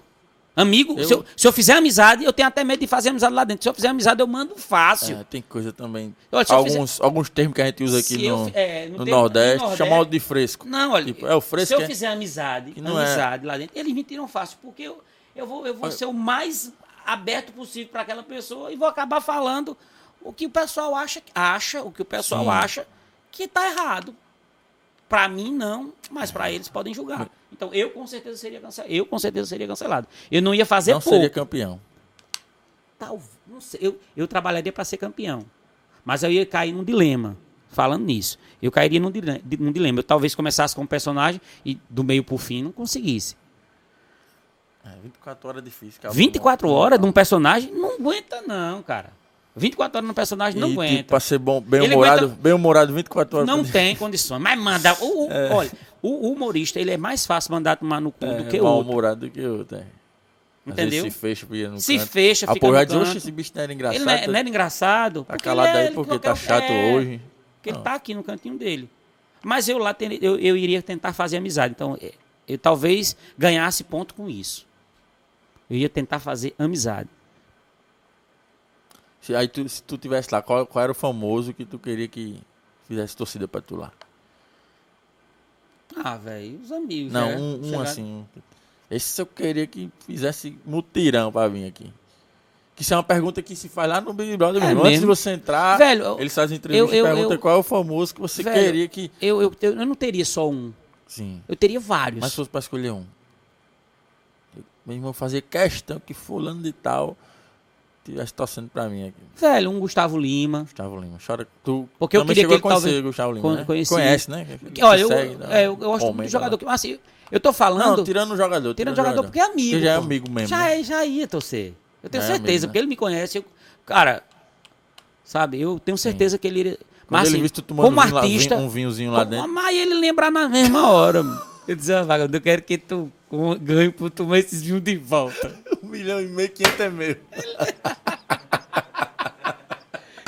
C: Amigo,
A: Eu-
C: se, eu, se eu fizer amizade, eu tenho até medo de fazer amizade lá dentro. Se eu fizer amizade, eu mando fácil.
A: É, tem coisa também.
C: Olha, se eu
A: alguns, alguns termos que a gente usa
C: Se
A: aqui
C: eu
A: no,
C: fi- é, no
A: no
C: termo-
A: Nordeste,
C: no Nordeste.
A: chamado de fresco.
C: Não, olha,
A: Tipo, é o fresco.
C: se eu
A: é?
C: fizer amizade,
A: Que não é.
C: amizade lá dentro, eles me tiram fácil, porque eu, eu vou, eu vou ser o mais aberto possível para aquela pessoa e vou acabar falando o que o pessoal acha, acha o que o pessoal
A: Sim.
C: acha que tá errado. Para mim não, mas para eles podem julgar. Então eu com certeza seria cancelado. Eu com certeza seria cancelado. Eu não ia fazer
A: Não
C: é pouco.
A: seria campeão.
C: Tal- não sei, eu, eu trabalharia para ser campeão. Mas eu ia cair num dilema, falando nisso. Eu cairia num, dile- di- num dilema. Eu talvez começasse com um personagem e do meio pro fim não conseguisse.
A: É, 24 horas é difícil. cara.
C: 24 horas de um personagem não aguenta, não, cara. 24 horas num personagem não
A: e,
C: aguenta.
A: Tipo, pra ser bom, bem
C: Ele
A: humorado,
C: aguenta-
A: bem humorado 24 horas.
C: não
A: por dia.
C: tem condições. Mas manda. O, o- Olha, o humorista ele é mais fácil mandar tomar no cu do
A: É,
C: que o
A: mal
C: outro.
A: humorado do que eu tenho.
C: Entendeu?
A: se fecha, fica no
C: Se
A: canto.
C: fecha,
A: A
C: fica
A: porra
C: no
A: vai dizer,
C: canto.
A: "Oxe, esse bicho não era
C: Ele
A: engraçado.
C: não é, não era engraçado.
A: Tá
C: porque
A: calado
C: ele é-
A: aí
C: ele
A: porque
C: qualquer-
A: tá chato
C: é.
A: hoje.
C: Porque ele tá aqui no cantinho dele. Mas eu lá ter- eu, eu iria tentar fazer amizade. Então, eh, eu talvez ganhasse ponto com isso. Eu ia tentar fazer amizade.
A: Se, aí tu, se tu tivesse lá, qual, qual era o famoso que tu queria que fizesse torcida pra tu lá?
C: Ah, velho, os amigos.
A: Não,
C: né?
A: um, um
C: Chegar-
A: assim. um- Esse eu queria que fizesse mutirão pra vir aqui. Que isso é uma pergunta que se faz lá no Big Brother
C: É
A: mesmo. Antes de
C: mesmo?
A: você entrar,
C: Velho, eu-
A: eles fazem entrevista
C: eu- eu-
A: e perguntam
C: eu-
A: qual é o famoso que você
C: Velho,
A: queria que.
C: Eu, eu, eu não teria só um.
A: Sim.
C: Eu teria vários.
A: Mas se fosse pra escolher um. Eu, meu irmão, fazer questão que fulano de tal estivesse torcendo pra mim aqui.
C: Velho, um Gustavo Lima.
A: Gustavo Lima. Chora. Tu
C: Porque eu
A: também chegou
C: queria que
A: a
C: ele
A: conhecer
C: talvez-
A: o Gustavo Lima,
C: Con-
A: né?
C: conheci.
A: Conhece, né?
C: Que, olha, eu,
A: Segue, né?
C: é, eu, eu gosto muito
A: Comenta
C: do jogador.
A: lá.
C: que- Mas, assim, eu tô falando.
A: Não, tirando o jogador.
C: Tirando jogador porque é amigo.
A: Ele já é
C: pô.
A: amigo mesmo.
C: Já,
A: né?
C: é, já ia torcer. Eu tenho
A: Já é
C: certeza,
A: amigo, né?
C: porque ele me conhece. eu- cara, sabe, eu tenho certeza que ele iria.
A: Quando
C: Mas
A: ele
C: assim,
A: viu tu tomando
C: como
A: um vinho lá-
C: artista.
A: um vinhozinho lá
C: como-
A: dentro.
C: Mas ele lembrar na mesma hora. mano. eu disse, ah, vagabundo, eu quero que tu com- ganhe por tomar esses vinhos de volta.
A: Um milhão e meio, quinhentos é
C: <laughs>
A: meu.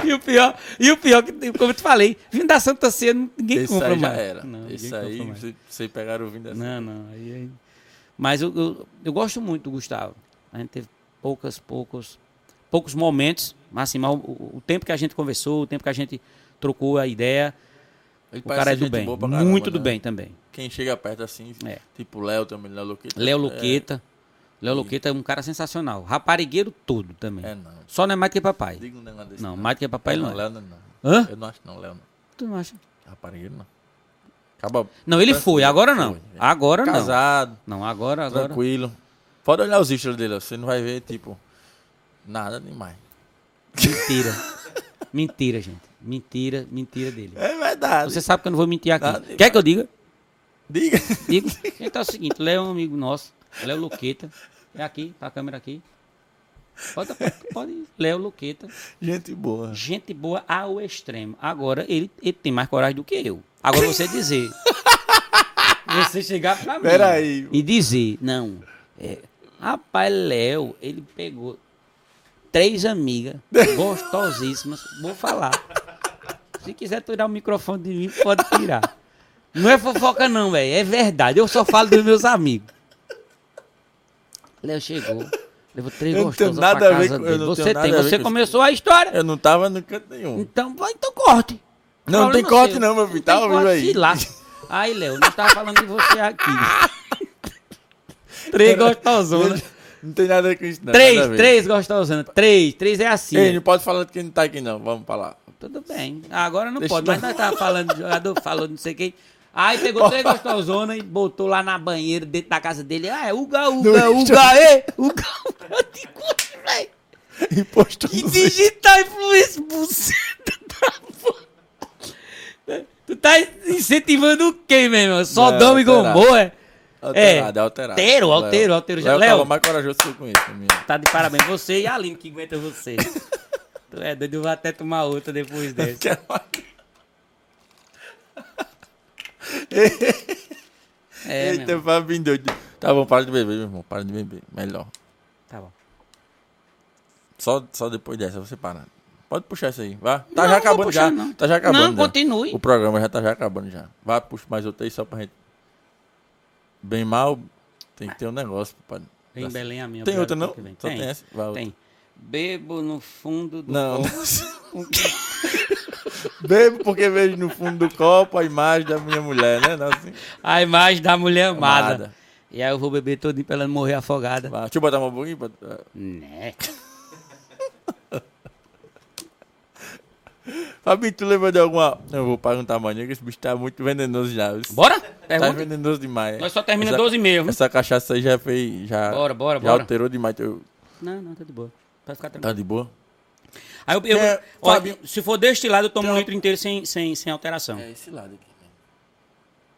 C: E o pior, e o pior que, como eu te falei, vinho da Santa Ceia ninguém
A: Esse
C: compra
A: aí já
C: mais.
A: era.
C: Não,
A: Esse
C: ninguém
A: aí,
C: compra mais.
A: vocês- vocês pegaram o vinho dessa.
C: Não, não. Aí, aí- Mas eu, eu, eu gosto muito do Gustavo. A gente teve poucas, poucos, poucos momentos, mas assim, mal- o, o tempo que a gente conversou, o tempo que a gente trocou a ideia,
A: Ele
C: o
A: parece
C: cara é do
A: gente
C: bem.
A: boa pra caramba,
C: muito do
A: né?
C: bem também.
A: Quem chega perto assim,
C: É.
A: tipo Léo também, Léo Luqueta.
C: Léo Luqueta. Léo Luqueta é um cara sensacional. Raparigueiro todo também.
A: É, não.
C: Só não é mais que papai.
A: Diga um negócio desse.
C: Não, mais que papai
A: não.
C: não. é.
A: Léo não, não.
C: Hã?
A: Eu não acho não, Léo não.
C: Tu não acha?
A: Raparigueiro não. Acaba
C: Não, ele foi, agora não.
A: Foi. é.
C: Agora não.
A: casado,
C: Não, agora, agora.
A: tranquilo. Pode olhar os extras dele, ó, você não vai ver, tipo, nada demais.
C: Mentira. mentira, gente. Mentira, mentira dele.
A: É verdade.
C: Você sabe que eu não vou mentir aqui.
A: Nada.
C: Quer que eu diga?
A: Diga. <laughs>
C: Digo. Então é o seguinte, Léo é um amigo nosso, Léo Luqueta. É aqui, tá a câmera aqui. Pode, pode ir. Léo Luqueta.
A: Gente boa.
C: Gente boa ao extremo. Agora, ele, ele tem mais coragem do que eu. Agora você dizer. <laughs> você chegar pra mim
A: Peraí.
C: e dizer, não. é, rapaz, Léo, ele pegou três amigas gostosíssimas. Vou falar. Se quiser tirar o microfone de mim, pode tirar. Não é fofoca, não, velho. É verdade. Eu só falo dos meus amigos. Léo chegou. Levou três
A: Eu não tenho
C: gostosas
A: nada a
C: pra
A: ver
C: casa
A: com- eu
C: dele.
A: não
C: Você
A: tenho nada
C: tem.
A: a ver
C: Você
A: com
C: começou a história.
A: Eu não tava no canto nenhum.
C: Então, vai, então corte.
A: Não, não tem
C: Problema
A: corte
C: seu.
A: não, meu filho. Tá
C: tem
A: ouvindo
C: corte,
A: aí.
C: se lasca. Ai, Léo, não tava falando de você aqui. três gostosonas.
A: Não tem nada a ver com isso, não. nada a
C: Três,
A: ver.
C: três gostosonas. Três, três é assim.
A: Ei, não pode falar de quem não tá aqui, não. Vamos pra lá.
C: Tudo bem. Agora não
A: Deixa
C: pode,
A: eu-
C: mas nós tava falando de jogador, falou de não sei quem. Aí pegou três gostosonas e botou lá na banheira, dentro da casa dele. Ah, é uga, uga, <laughs>
A: No
C: uga, ê, uga, <laughs> uga, de curso, velho.
A: E postou
C: Que
A: nos-
C: digital influência buceta <laughs> da porra. Tu tá incentivando o quê, meu irmão? Sodoma e
A: é alterado.
C: Gomorra?
A: Alterado, é alterado.
C: Altero, altero, altero. Já-
A: Léo,
C: Léo.
A: tava mais corajoso que eu conheço, minha.
C: Tá de parabéns. Você e a Aline que
A: <laughs>
C: aguenta você. tu é doido, eu vou até tomar outra depois dessa.
A: Quero mais-
C: É, meu
A: Eita,
C: irmão.
A: Fabinho doido. Tá bom, para de beber, meu irmão. Para de beber. Melhor.
C: Tá bom.
A: Só, só depois dessa você para. Pode puxar isso aí, vá. Tá
C: Não,
A: já
C: vou
A: acabando
C: puxar,
A: já.
C: não.
A: Tá já acabando.
C: Não,
A: já.
C: continue.
A: O programa já tá já acabando já. Vá, puxa mais outro aí só pra gente. Bem mal, tem que ter um negócio pra
C: Em Belém a minha.
A: Tem
C: pra-
A: outra, não?
C: que vem.
A: Só
C: Tem,
A: tem essa? Vai outra.
C: tem. Bebo no fundo do
A: Não. <laughs>
C: copo.
A: Bebo porque vejo no fundo do copo a imagem da minha mulher, né? Não, assim.
C: A imagem da mulher amada.
A: Amada.
C: E aí eu vou beber todinho pra ela não morrer afogada.
A: Vai, Deixa eu botar uma boquinha. pra-
C: Né?
A: Fabinho, tu lembra de alguma. Eu vou perguntar amanhã que esse bicho tá muito venenoso já. Esse-
C: Bora?
A: Tá
C: Pergunta.
A: venenoso demais.
C: Nós É. só termina
A: Essa-
C: 12 mesmo.
A: Essa cachaça aí já fez. Já,
C: Bora, bora,
A: já
C: bora.
A: alterou demais. teu-
C: Não, não, tá de boa. Pode ficar tranquilo.
A: Tá de boa?
C: Aí eu, eu-
A: É,
C: ó,
A: Fábio-
C: se for deste lado, eu tomo
A: Então-
C: um litro inteiro sem, sem, sem alteração.
A: É esse lado aqui mesmo.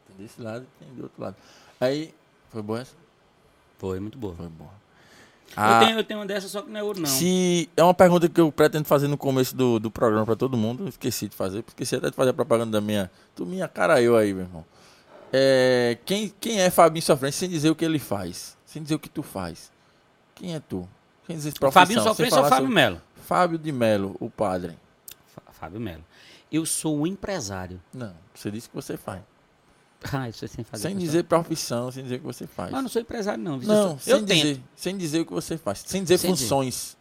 A: Tem desse lado e tem do outro lado. Aí. Foi boa essa?
C: Foi, muito boa.
A: Foi boa.
C: Eu, tenho, eu tenho uma dessa, só que não é ouro, não.
A: Ah. Se é uma pergunta que eu pretendo fazer no começo do, do programa pra todo mundo, eu esqueci de fazer, esqueci até de fazer a propaganda da minha. Tu minha cara eu aí, meu irmão. É, quem, quem é Fabinho Sofrência sem dizer o que ele faz? Sem dizer o que tu faz? Quem é tu? Sem dizer profissão, assim.
C: Fabinho
A: sem
C: Sofrência ou
A: falar
C: Fábio
A: sobre-
C: Melo?
A: Fábio de Melo, o padre.
C: Fá- Fábio Melo. Eu sou um empresário. <laughs>
A: Não, você disse que você faz.
C: Ah, isso é sem fazer.
A: sem
C: questão.
A: dizer profissão, sem dizer o que você faz.
C: Mas eu não sou empresário, não. viu?
A: não,
C: eu sou-
A: sem
C: eu
A: dizer,
C: tento.
A: sem dizer o que você faz, sem dizer
C: Sem dizer.
A: funções.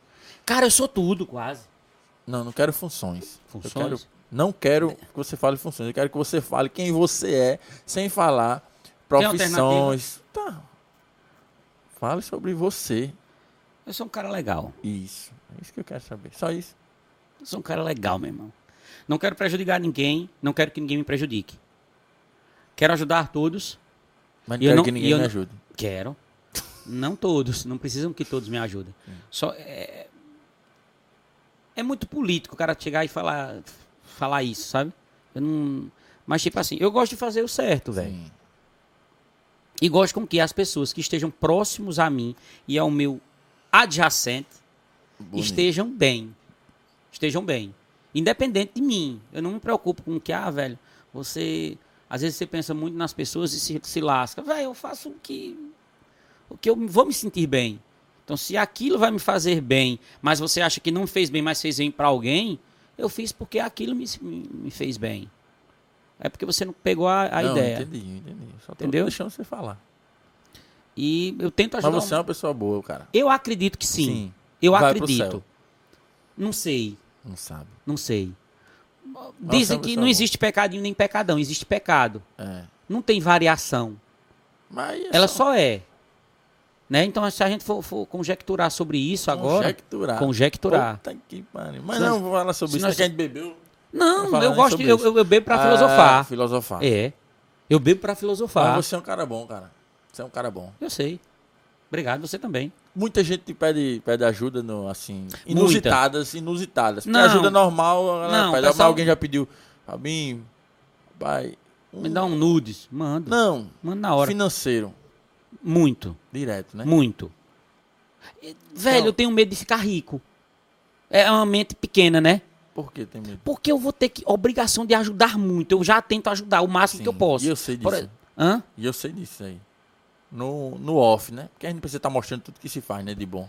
C: Cara, eu sou tudo, quase.
A: Não, não quero funções. Eu
C: Funções?
A: quero- não quero que você fale funções. Eu quero que você fale quem você é, sem falar profissões. Tá. Fale sobre você.
C: Eu sou um cara legal.
A: Isso. É isso que eu quero saber. Só isso.
C: Eu sou um cara legal, meu irmão. Não quero prejudicar ninguém, não quero que ninguém me prejudique. Quero ajudar todos.
A: Mas
C: E
A: não
C: eu
A: quero
C: não-
A: que
C: e
A: ninguém
C: eu
A: me
C: não-
A: ajude.
C: Quero. Não todos, não precisam que todos me ajudem. Só é, é muito político o cara chegar e falar falar isso, sabe? Eu não, mas tipo assim, eu gosto de fazer o certo, velho.
A: Sim.
C: E gosto com que as pessoas que estejam próximos a mim e ao meu adjacente
A: Bonito.
C: estejam bem. Estejam bem. Independente de mim. Eu não me preocupo com o que, ah, velho, você. Às vezes você pensa muito nas pessoas e se, se lasca. Velho, eu faço o que. O que eu vou me sentir bem. Então, se aquilo vai me fazer bem, mas você acha que não fez bem, mas fez bem pra alguém, eu fiz porque aquilo me, me, me fez bem. É porque você não pegou a, a
A: Não,
C: ideia.
A: Entendi, entendi. Só tô
C: Entendeu?
A: deixando você falar.
C: E eu tento ajudar.
A: Mas você
C: o-
A: é uma pessoa boa, cara.
C: Eu acredito que sim.
A: Sim.
C: Eu
A: Vai pro
C: acredito.
A: céu.
C: Não sei.
A: Não sabe.
C: Não sei.
A: é
C: Dizem
A: uma
C: que
A: pessoa
C: não
A: boa.
C: existe pecadinho nem pecadão, existe pecado.
A: É.
C: Não tem variação.
A: Mas é
C: Ela só é. Né? Então, se a gente for, for conjecturar sobre isso agora.
A: Conjecturar.
C: Conjecturar.
A: Puta que pariu. Mas
C: Se nós-
A: não, vou falar sobre
C: se
A: isso. né,
C: nós-
A: que a gente bebeu. Vou
C: Não,
A: falar
C: eu
A: nem
C: gosto,
A: sobre
C: eu,
A: isso.
C: eu bebo pra
A: Ah,
C: filosofar.
A: filosofar.
C: É. Eu bebo pra filosofar.
A: Mas você é um cara bom, cara. Você é um cara bom.
C: Eu sei. Obrigado, você também.
A: Muita gente te pede, pede ajuda, no, assim, inusitadas, inusitadas. Porque
C: Não.
A: ajuda normal, ela
C: Não,
A: pede.
C: pessoal-
A: Mas alguém já pediu, Fabinho, pai,
C: Me dá um nudes. Manda.
A: não,
C: Manda na hora.
A: financeiro,
C: Muito.
A: direto, né?
C: Muito. E, Velho,
A: Então-
C: eu tenho medo de ficar rico. É uma mente pequena, né?
A: Por que tem medo?
C: Porque eu vou ter que obrigação de ajudar muito. Eu já tento ajudar o máximo
A: Sim,
C: que eu posso.
A: e eu sei disso.
C: Hã?
A: E eu sei disso aí. No, no off, né? Porque a gente precisa estar mostrando tudo que se faz, né, de bom.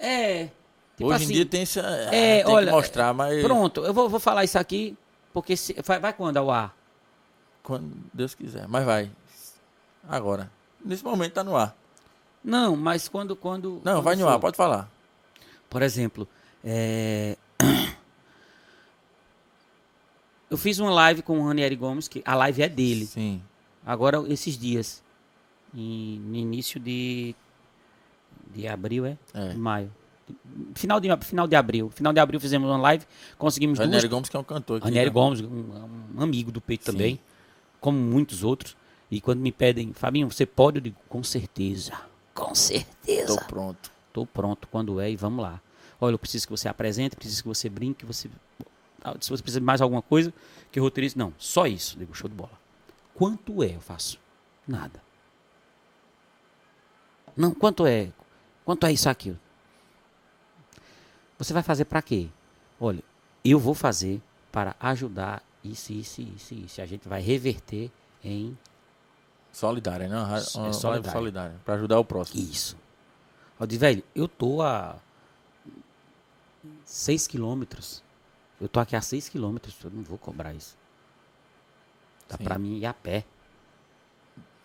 C: É. tipo
A: Hoje
C: assim,
A: em dia tem essa...
C: é,
A: tem
C: olha,
A: que mostrar, mas...
C: Pronto, eu vou, vou falar isso aqui, porque se- vai, vai quando ao ar?
A: Quando Deus quiser. Mas vai. Agora. Nesse momento tá no ar.
C: Não, mas quando. quando
A: Não,
C: quando
A: vai no
C: for.
A: ar, pode falar.
C: Por exemplo, é, <coughs> eu fiz uma live com o Ranieri Gomes, que a live é dele.
A: Sim.
C: Agora, esses dias. em- no início de. De abril, é?
A: É.
C: De maio. Final de, final de abril. Final de abril fizemos uma live. Conseguimos duas.
A: Ranieri Gomes, que é um cantor. aqui,
C: Ranieri
A: né?
C: Gomes, um, um amigo do peito
A: Sim.
C: também. Como muitos outros. E quando me pedem, Fabinho, você pode? Eu digo, com certeza. Com certeza.
A: Tô
C: Tô,
A: pronto.
C: pronto quando é e vamos lá. Olha, eu preciso que você apresente, preciso que você brinque, que você. Ah, Se você precisa de mais alguma coisa, que roteirista. Não, só isso. Eu Digo, show de bola. Quanto é eu faço? Nada. Não, quanto é? Quanto é isso aqui? Você vai fazer para quê? Olha, eu vou fazer para ajudar isso, isso, isso, isso. A gente vai reverter em
A: Solidária, né? Uma, ra-
C: É
A: uma- uma
C: solidária.
A: solidária. Pra ajudar o próximo.
C: isso. Eu disse, velho, eu tô a 6 quilômetros. Eu tô aqui a 6 quilômetros, eu não vou cobrar isso. Dá
A: Sim.
C: para mim ir a pé.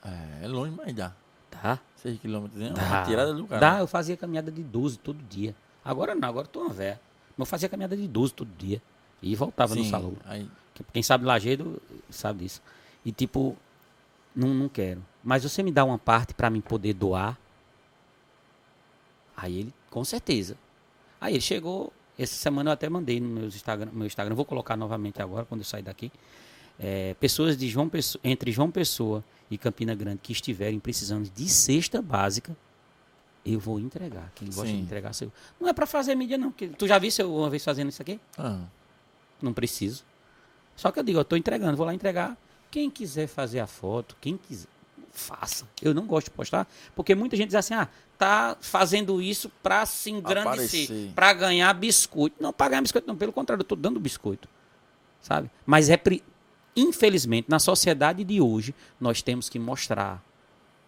A: É, é longe, mas dá.
C: Tá. Dá.
A: 6 quilômetros, é
C: Dá.
A: uma tirada do cara.
C: Dá, eu fazia caminhada de 12 todo dia. Agora não, agora eu tô uma véia. Mas eu fazia caminhada de 12 todo dia. E voltava no
A: Sim,
C: salão.
A: Aí,
C: Que- Quem sabe Lagedo sabe disso. E tipo, não, não quero. Mas você me dá uma parte pra mim poder doar. Aí ele, com certeza. Aí ele chegou. Essa semana eu até mandei no meus Instagram, no meu Instagram, vou colocar novamente agora quando eu sair daqui. É, pessoas de João Pessoa, entre João Pessoa e Campina Grande que estiverem precisando de cesta básica, eu vou entregar. Quem gosta de
A: Sim.
C: entregar seu. Não é pra fazer mídia, não. porque Tu já viu eu uma vez fazendo isso aqui?
A: ah,
C: não preciso. Só que eu digo, eu tô entregando, vou lá entregar. Quem quiser fazer a foto, quem quiser, faça. Eu não gosto de postar, porque muita gente diz assim, ah, tá fazendo isso pra se engrandecer,
A: Aparecer.
C: pra ganhar biscoito. Não, pra ganhar biscoito não, pelo contrário, eu tô dando biscoito, sabe? Mas é, pri- infelizmente, na sociedade de hoje, nós temos que mostrar.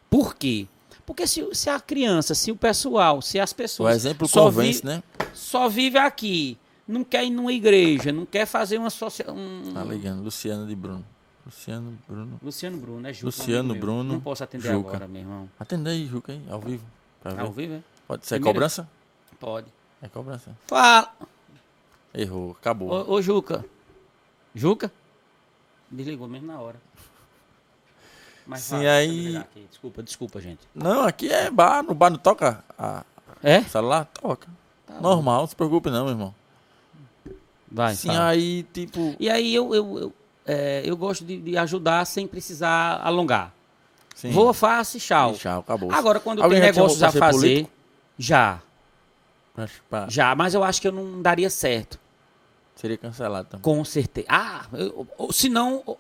C: Por quê? Porque se, se a criança, se o pessoal, se as
A: o
C: pessoas...
A: exemplo
C: só vi-
A: convence, né?
C: só vive aqui, não quer ir numa igreja, não quer fazer uma social. Um...
A: Tá ligando, Luciano de Bruno. Luciano, Bruno.
C: Luciano Bruno, é Juca.
A: Luciano
C: amigo meu.
A: Bruno,
C: Não posso atender
A: Juca. Tá
C: agora, meu irmão.
A: Atende aí, Juca, hein? Ao vivo. Pra ver.
C: Ao vivo, é?
A: Pode ser é
C: Primeiro-
A: cobrança?
C: Pode.
A: É cobrança.
C: Fala!
A: Errou, acabou.
C: Ô, ô, Juca. Juca? Desligou mesmo na hora. Mas
A: Sim,
C: vai, deixa eu
A: aí-
C: desligar aqui. Desculpa, desculpa, gente.
A: Não, aqui é bar. No bar não toca a
C: É?
A: celular? Toca.
C: Tá bom.
A: Normal, não se preocupe não, meu irmão.
C: Vai,
A: Sim,
C: fala.
A: aí, tipo...
C: E aí eu, eu, eu, é, eu gosto de, de ajudar sem precisar alongar.
A: Sim.
C: Voa, faça e tchau.
A: E tchau, acabou.
C: Agora, quando
A: Alguém
C: tem
A: já te chamou
C: negócios a
A: pra ser
C: fazer,
A: político?
C: já.
A: Pra- pra-
C: Já, mas eu acho que eu não daria certo.
A: Seria cancelado também.
C: Com certeza. Ah, eu, ou, senão o,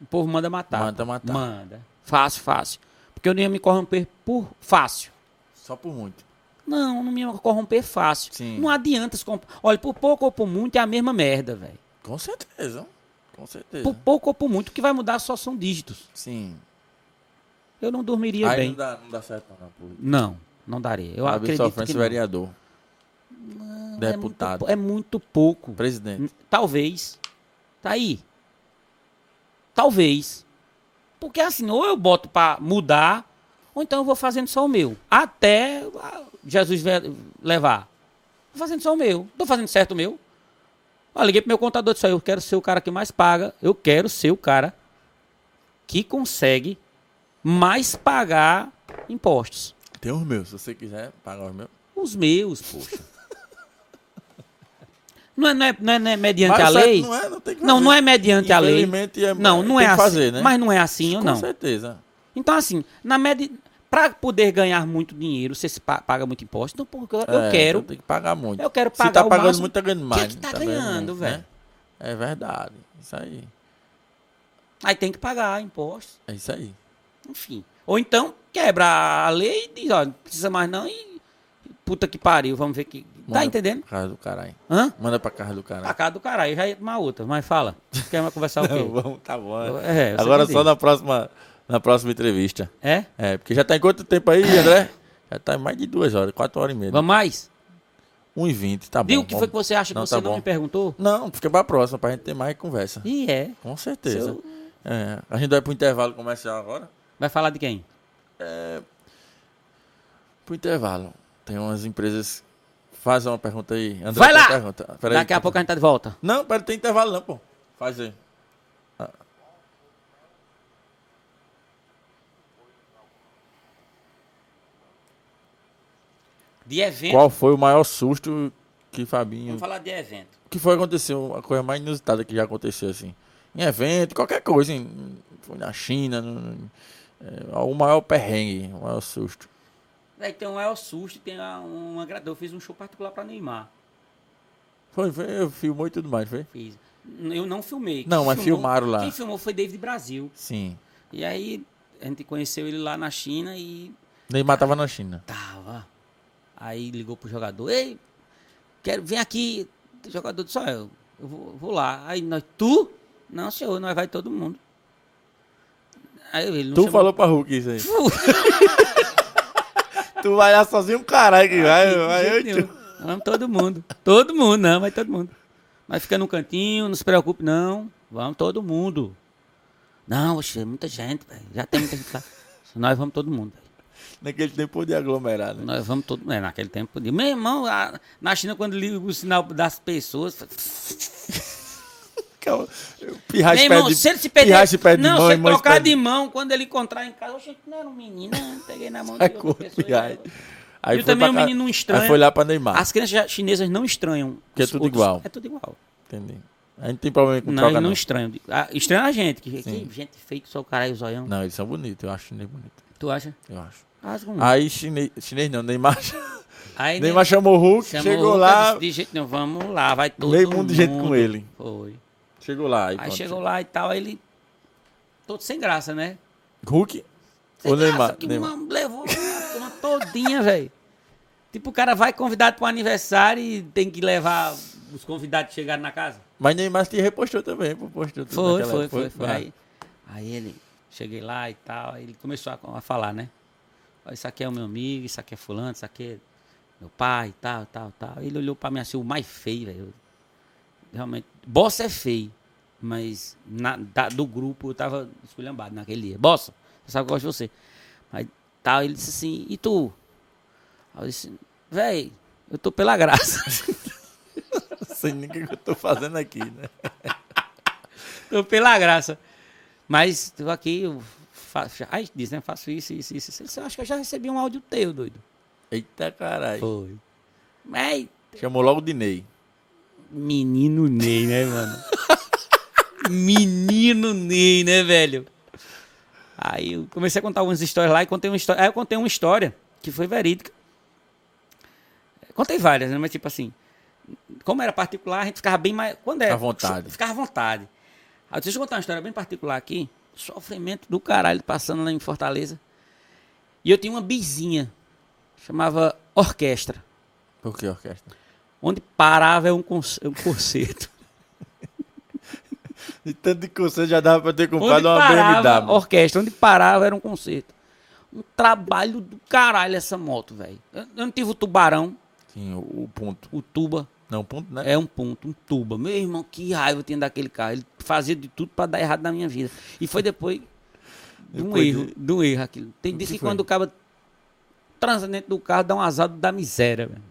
C: o povo manda matar.
A: Manda matar.
C: Manda. Fácil, fácil. Porque eu não ia me corromper por fácil.
A: Só por muito.
C: Não, não me ia corromper fácil.
A: Sim.
C: Não adianta se corromper. Olha, por pouco ou por muito é a mesma merda, velho.
A: Com certeza. Com certeza.
C: Por pouco ou por muito, o que vai mudar só são dígitos.
A: Sim.
C: Eu não dormiria
A: aí
C: bem.
A: não dá, não dá certo não, na política.
C: Não, não daria. Eu
A: Fabinho
C: acredito
A: Sofrência,
C: que não.
A: vereador. deputado.
C: É muito, pou- é muito pouco.
A: Presidente.
C: Talvez. Tá aí. Talvez. Porque assim, ou eu boto pra mudar, ou então eu vou fazendo só o meu. Até ah, Jesus ve- levar. Vou fazendo só o meu. Tô fazendo certo o meu. Ó, liguei pro meu contador e disse, ó, eu quero ser o cara que mais paga. Eu quero ser o cara que consegue mais pagar impostos.
A: Tem os meus, se você quiser pagar os meus.
C: Os meus, poxa. <laughs> Não é, não é, não é, não é mediante
A: Mas
C: a
A: o certo
C: lei?
A: Não é, não tem que
C: Não,
A: fazer.
C: não é mediante a lei.
A: Infelizmente, é-
C: não, não
A: tem
C: é
A: que
C: assim.
A: fazer, né?
C: Mas não é assim ou
A: Com
C: não.
A: certeza.
C: Então, assim, na média. Para poder ganhar muito dinheiro, você se pa- paga muito imposto. Então, porque eu- eu
A: É,
C: quero.
A: então Tem que pagar muito.
C: Eu quero
A: Se
C: pagar
A: tá
C: o
A: pagando
C: máximo,
A: muito, tá ganhando
C: que
A: mais.
C: é que tá
A: vendo,
C: ganhando,
A: né?
C: velho?
A: É verdade. Isso aí.
C: Aí tem que pagar imposto.
A: É isso aí.
C: Tá Enfim. Ou então, quebra a lei e diz: ó, não precisa mais não e. Puta que pariu, vamos ver que. Tá
A: Manda
C: entendendo? Tá
A: Pra casa do caralho.
C: Hã?
A: Manda pra casa do caralho.
C: <laughs> Pra cá do caralho, já ia tomar outra. Mas fala. Quer mais conversar o quê?
A: Não, vamos, tá bom.
C: É, você
A: Agora
C: entendeu.
A: só na próxima, na próxima entrevista.
C: É?
A: É, porque já tá em quanto tempo aí, André? Já tá em mais de duas horas, quatro horas e meia.
C: Vamos mais?
A: 1h20, tá bom.
C: Diga o que
A: vamos.
C: foi que você acha que
A: Não,
C: você
A: tá
C: não
A: bom.
C: me perguntou?
A: Não, fica pra próxima, pra gente ter mais conversa.
C: E é.
A: Com certeza.
C: Seu-
A: É, a gente vai pro intervalo comercial agora.
C: Vai falar de quem?
A: Pro intervalo. Tem umas empresas. Faz uma pergunta aí, André.
C: Vai
A: tem
C: lá!
A: uma Pergunta. Pera aí,
C: Daqui a
A: tem-
C: pouco a gente tá de volta.
A: Não, pera, tem intervalo não, pô. Faz aí. Ah.
C: De evento.
A: Qual foi o maior susto que Fabinho.
C: Vamos falar de evento.
A: O que foi que aconteceu? A coisa mais inusitada que já aconteceu, assim. Em evento, qualquer coisa. Em... Foi na China. no- no- é, o maior perrengue, o maior susto.
C: Aí tem um El Susto, tem a- um agradou. Eu fiz um show particular pra Neymar.
A: Foi, foi, eu filmou e tudo mais, foi?
C: Fiz. N- Eu não filmei.
A: Não,
C: Quem
A: mas filmaram lá.
C: Quem filmou foi David Brasil.
A: Sim.
C: E aí a gente conheceu ele lá na China e
A: Neymar tava na China.
C: tava. Aí ligou pro jogador: Ei, quero, vem aqui. O jogador disse: Olha, eu, eu vou, vou lá. Aí nós, tu? Não, senhor, nós vai todo mundo. Aí ele não
A: Tu
C: chamou-
A: falou pra Hulk isso aí. tu vai lá sozinho, caralho. Ah, Que vai,
C: De
A: vai, eu
C: jeito nenhum. Vamos todo mundo. Todo mundo, não, vai todo mundo. Mas fica no cantinho, não se preocupe, não. Vamos todo mundo. Não, oxe, é muita gente, velho. Já tem muita gente lá. Nós vamos todo mundo, velho.
A: Naquele tempo podia aglomerar, né?
C: Nós vamos todo. É, naquele tempo podia. Meu irmão, a- na China, quando liga o sinal das pessoas.
A: Calma. Pirraça
C: Meu irmão, se ele se perder.
A: Pirraça perde
C: não,
A: mão,
C: se
A: e
C: ele
A: mãe
C: trocar
A: perde-
C: de mão, quando ele encontrar em casa, gente, não era um menino, não, peguei
A: <laughs>
C: na mão de
A: Aí
C: outra
A: corre
C: pessoa,
A: pirraça.
C: era-
A: Aí
C: E
A: foi
C: também
A: pra
C: o
A: cá-
C: menino não estranha.
A: Aí foi lá pra Neymar.
C: As crianças já- chinesas não estranham.
A: Porque é
C: os
A: tudo
C: outros-
A: igual.
C: É tudo igual.
A: Entendi. A gente tem problema com
C: Não,
A: troca,
C: eles não
A: não.
C: estranham. Ah, estranha a gente. Que,
A: Sim.
C: que gente feita, só o caralho, o zoião.
A: Não, eles são bonitos. Eu acho chinês bonito.
C: Tu acha?
A: Eu acho.
C: Rasga um.
A: Aí chinês... Chinês não, Neymar... <laughs>
C: Aí, né,
A: Neymar chamou o Hulk,
C: chamou
A: chegou
C: o
A: lá...
C: cara, disse, De jeito nenhum, vamos lá, vai todo
A: Meio mundo de jeito com
C: mundo."
A: ele.
C: Foi.
A: Chegou lá. Aí,
C: Aí
A: pronto.
C: chegou lá e tal, aí ele. Todo sem graça, né?
A: Hulk
C: Sem
A: ou
C: graça,
A: Neymar?
C: que é um-
A: Neymar.
C: mano, levou a turma todinha, velho. Tipo, o cara vai convidado para um aniversário e tem que levar os convidados que chegaram na casa.
A: Mas Neymar te repostou também. pô, Postou tudo
C: Foi,
A: naquela
C: foi,
A: época.
C: foi, foi.
A: Ah,
C: Aí, aí ele, cheguei lá e tal, aí ele começou a, a falar, né? Ó, Isso aqui é o meu amigo, isso aqui é fulano, isso aqui é meu pai e tal, tal, tal. Ele olhou pra mim assim, o mais feio, velho. Realmente, Bossa é feio, mas na- da- do grupo eu tava esculhambado naquele dia. Bossa, você sabe que eu gosto de você. Aí tal, ele disse assim, e tu? Aí eu disse, velho, eu tô pela graça. <laughs>
A: <laughs> Não sei nem o que eu tô fazendo aqui, né?
C: Tô pela graça. Mas tô aqui, eu faço. Aí diz, né? Faço isso, isso, isso. isso. Eu acho que eu já recebi um áudio teu, doido.
A: Eita, caralho.
C: Foi. Mas,
A: Chamou logo de Ney.
C: menino Ney, né, mano? <laughs> menino Ney, né, velho? Aí eu comecei a contar algumas histórias lá e contei uma história. Aí eu contei uma história que foi verídica. Contei várias, né? Mas tipo assim, como era particular, a gente ficava bem mais. Quando era.
A: À vontade.
C: Ficava à vontade. Aí eu disse, deixa eu contar uma história bem particular aqui. Sofrimento do caralho passando lá em Fortaleza. E eu tinha uma bizinha, chamava Orquestra
A: Por que orquestra?
C: onde parava é um, conce- um concerto.
A: De tanto que você já dava pra ter comprado
C: onde
A: uma
C: parava
A: BMW.
C: orquestra, onde parava era um concerto. Um trabalho do caralho essa moto, velho. Eu, eu não tive o tubarão,
A: Sim, o, o ponto.
C: o tuba
A: Não, ponto, né?
C: é um ponto, um tuba. Meu irmão, que raiva eu tinha daquele carro. Ele fazia de tudo pra dar errado na minha vida. E foi depois de um
A: Depois
C: erro,
A: de-
C: de um erro aquilo. Tem
A: O
C: diz
A: que
C: que
A: foi?
C: quando o cara transa dentro do carro, dá um azar da miséria, velho.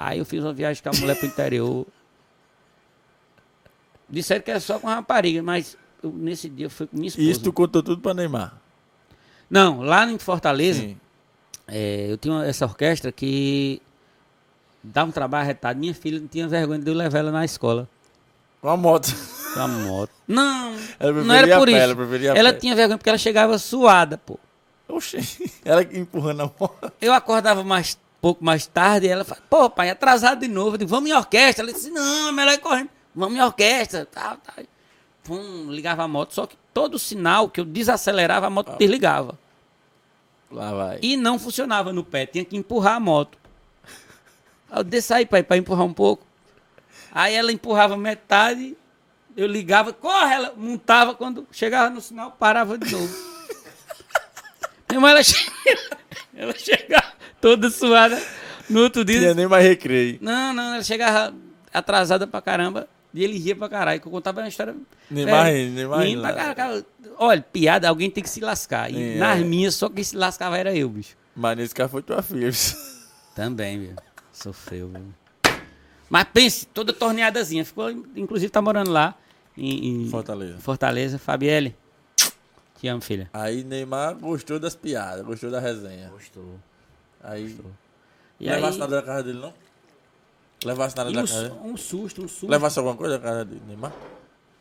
C: Aí eu fiz uma viagem com a mulher pro interior. Disseram que era só com a rapariga, mas eu- nesse dia eu fui com minha esposa.
A: E isso tu contou tudo pra Neymar.
C: Não, lá em Fortaleza,
A: Sim.
C: é, eu tinha essa orquestra que dava um trabalho arretado. Minha filha não tinha vergonha de eu levar ela na escola.
A: Com a moto.
C: Com a moto. Não,
A: Ela
C: não
A: preferia
C: era
A: a
C: por
A: pé,
C: isso.
A: ela preferia a
C: ela
A: pé.
C: tinha vergonha porque ela chegava suada, pô.
A: <laughs> Oxi. Ela empurrando a moto.
C: Eu acordava mais pouco mais tarde e ela falava, pô, pai, atrasado de novo. Eu digo, vamos em orquestra. Ela disse, não, é melhor ir correndo. Vamos em orquestra. Tá, tá. Pum, ligava a moto. Só que todo sinal que eu desacelerava, a
A: Ah.
C: moto desligava.
A: Lá vai.
C: E não funcionava no pé, tinha que empurrar a moto. Aí eu desci aí, pai, para empurrar um pouco. Aí ela empurrava metade, eu ligava, corre, ela montava, quando chegava no sinal, parava de novo. Minha mãe, ela, che... <laughs> ela chegava toda suada no outro dia.
A: Tinha nem mais recreio.
C: Não, não, ela chegava atrasada pra caramba. E ele ria pra caralho, que eu contava uma história.
A: Nem
C: velho,
A: mais, nem mais
C: rindo pra
A: nada.
C: caralho. Olha, piada, alguém tem que se lascar. E
A: É.
C: nas minhas, só quem se lascava era eu, bicho.
A: Mas nesse cara foi tua filha.
C: Também, viu? Sofreu, viu? Mas pense, toda torneadazinha. Ficou, inclusive, tá morando lá em, em
A: Fortaleza.
C: Fortaleza. Fabielle, te amo, filha.
A: Aí Neymar gostou das piadas, gostou da resenha.
C: Gostou.
A: Aí.
C: E aí,
A: levasse nada da casa dele, não? Levasse nada
C: e
A: da
C: um,
A: casa né?
C: su-
A: dele?
C: um susto, um susto.
A: Levasse alguma coisa da casa dele, Neymar?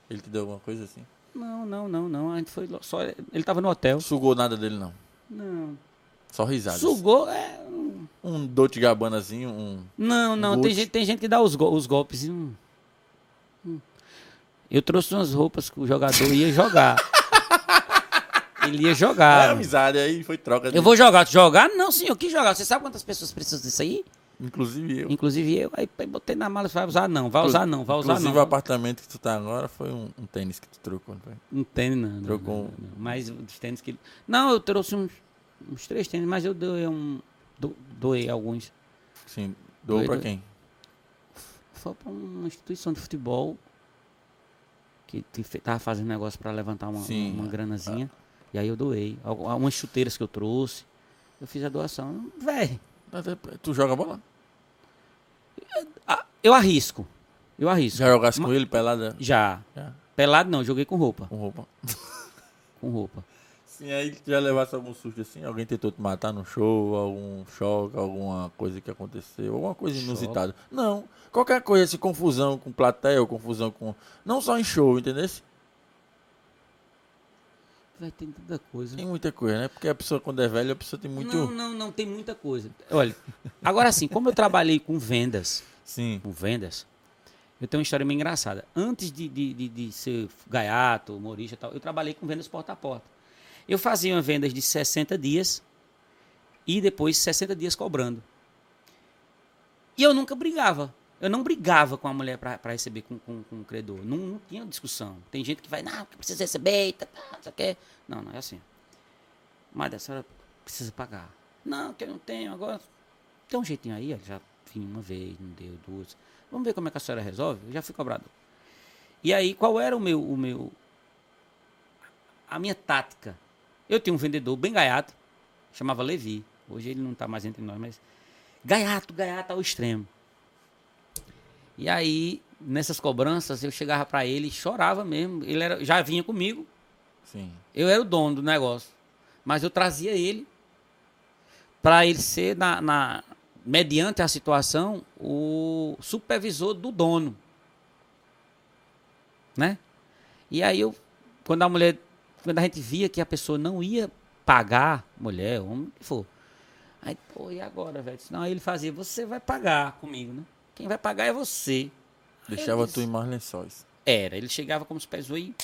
A: Ele te deu alguma coisa assim?
C: Não, não, não, não. A gente foi lo- só... Ele tava no hotel.
A: Sugou nada dele, não.
C: Não.
A: Só risadas.
C: Sugou, é... um-
A: Um Dolce Gabbanazinho, um...
C: Não, não, tem
A: Gucci.
C: gente, tem gente que dá os, go- os golpes. hum. Hum. Eu trouxe umas roupas que o jogador ia
A: <laughs>
C: jogar. Ele ia
A: Ah,
C: jogar. mano.
A: amizade, aí foi troca. de-
C: eu vou jogar. Jogar? Não, senhor, que jogar? Você sabe quantas pessoas precisam disso aí?
A: Inclusive eu.
C: Inclusive eu. Aí aí botei na mala, "Ah, vai usar não, vai usar não, vai usar
A: Inclusive
C: não.
A: o apartamento que tu tá agora foi um, um tênis que tu trocou, não foi?
C: Não tem, Um não. não,
A: Trocou um.
C: não, não. Mas os tênis que. ele- Não, eu trouxe uns, uns três tênis, mas eu doei um. do- doei alguns.
A: Sim. Doou
C: Doido.
A: pra quem?
C: Foi pra uma instituição de futebol que te fe- tava fazendo negócio pra levantar uma,
A: Sim. Ah.
C: uma granazinha. E aí eu doei. Algu- Algumas chuteiras que eu trouxe. Eu fiz a doação. Véi,
A: é Tu joga bola?
C: ah, eu arrisco. Eu arrisco.
A: Já jogasse com ele, pelada?
C: Já.
A: Já.
C: Pelado não, joguei com roupa.
A: Com roupa.
C: Com roupa.
A: Sim, aí tu já levasse algum susto assim? Alguém tentou te matar num show, algum choque, alguma coisa que aconteceu, alguma coisa inusitada. Não, qualquer coisa, assim, confusão com plateia ou confusão com. Não só em show, entendeu?
C: Véi, tem tanta coisa.
A: Tem muita coisa, né? Porque a pessoa quando é velha, a pessoa tem muito.
C: Não, não, não, tem muita coisa. Olha, agora sim, como eu trabalhei com vendas,
A: Sim.
C: com vendas, eu tenho uma história meio engraçada. Antes de, de, de, de ser gaiato, humorista e tal, eu trabalhei com vendas porta a porta. Eu fazia uma vendas de 60 dias e depois 60 dias cobrando. E eu nunca brigava. Eu não brigava com a mulher para receber com, com, com o credor. Não, não tinha discussão. Tem gente que vai, não, que precisa receber, tá, tá, não sei o quê. Não, não é assim. Mas a senhora precisa pagar. Não, que eu não tenho agora. Tem um jeitinho aí, ó, já vim uma vez, não deu duas. Vamos ver como é que a senhora resolve. Eu já fui cobrado. E aí, qual era o meu, o meu, a minha tática? Eu tinha um vendedor bem gaiato, chamava Levi. Hoje ele não está mais entre nós, mas gaiato, gaiato ao extremo. E aí, nessas cobranças, eu chegava para ele, e chorava mesmo. Ele era, já vinha comigo,
A: Sim.
C: eu era o dono do negócio. Mas eu trazia ele para ele ser, na, na- mediante a situação, o supervisor do dono. Né? E aí eu, quando a mulher, quando a gente via que a pessoa não ia pagar, mulher, homem, o que for. Aí, pô, e agora, velho? Senão aí ele fazia, você vai pagar comigo, né? Quem vai pagar é você.
A: Deixava
C: Eles-
A: tu em mais lençóis.
C: Era, ele chegava como supervisor e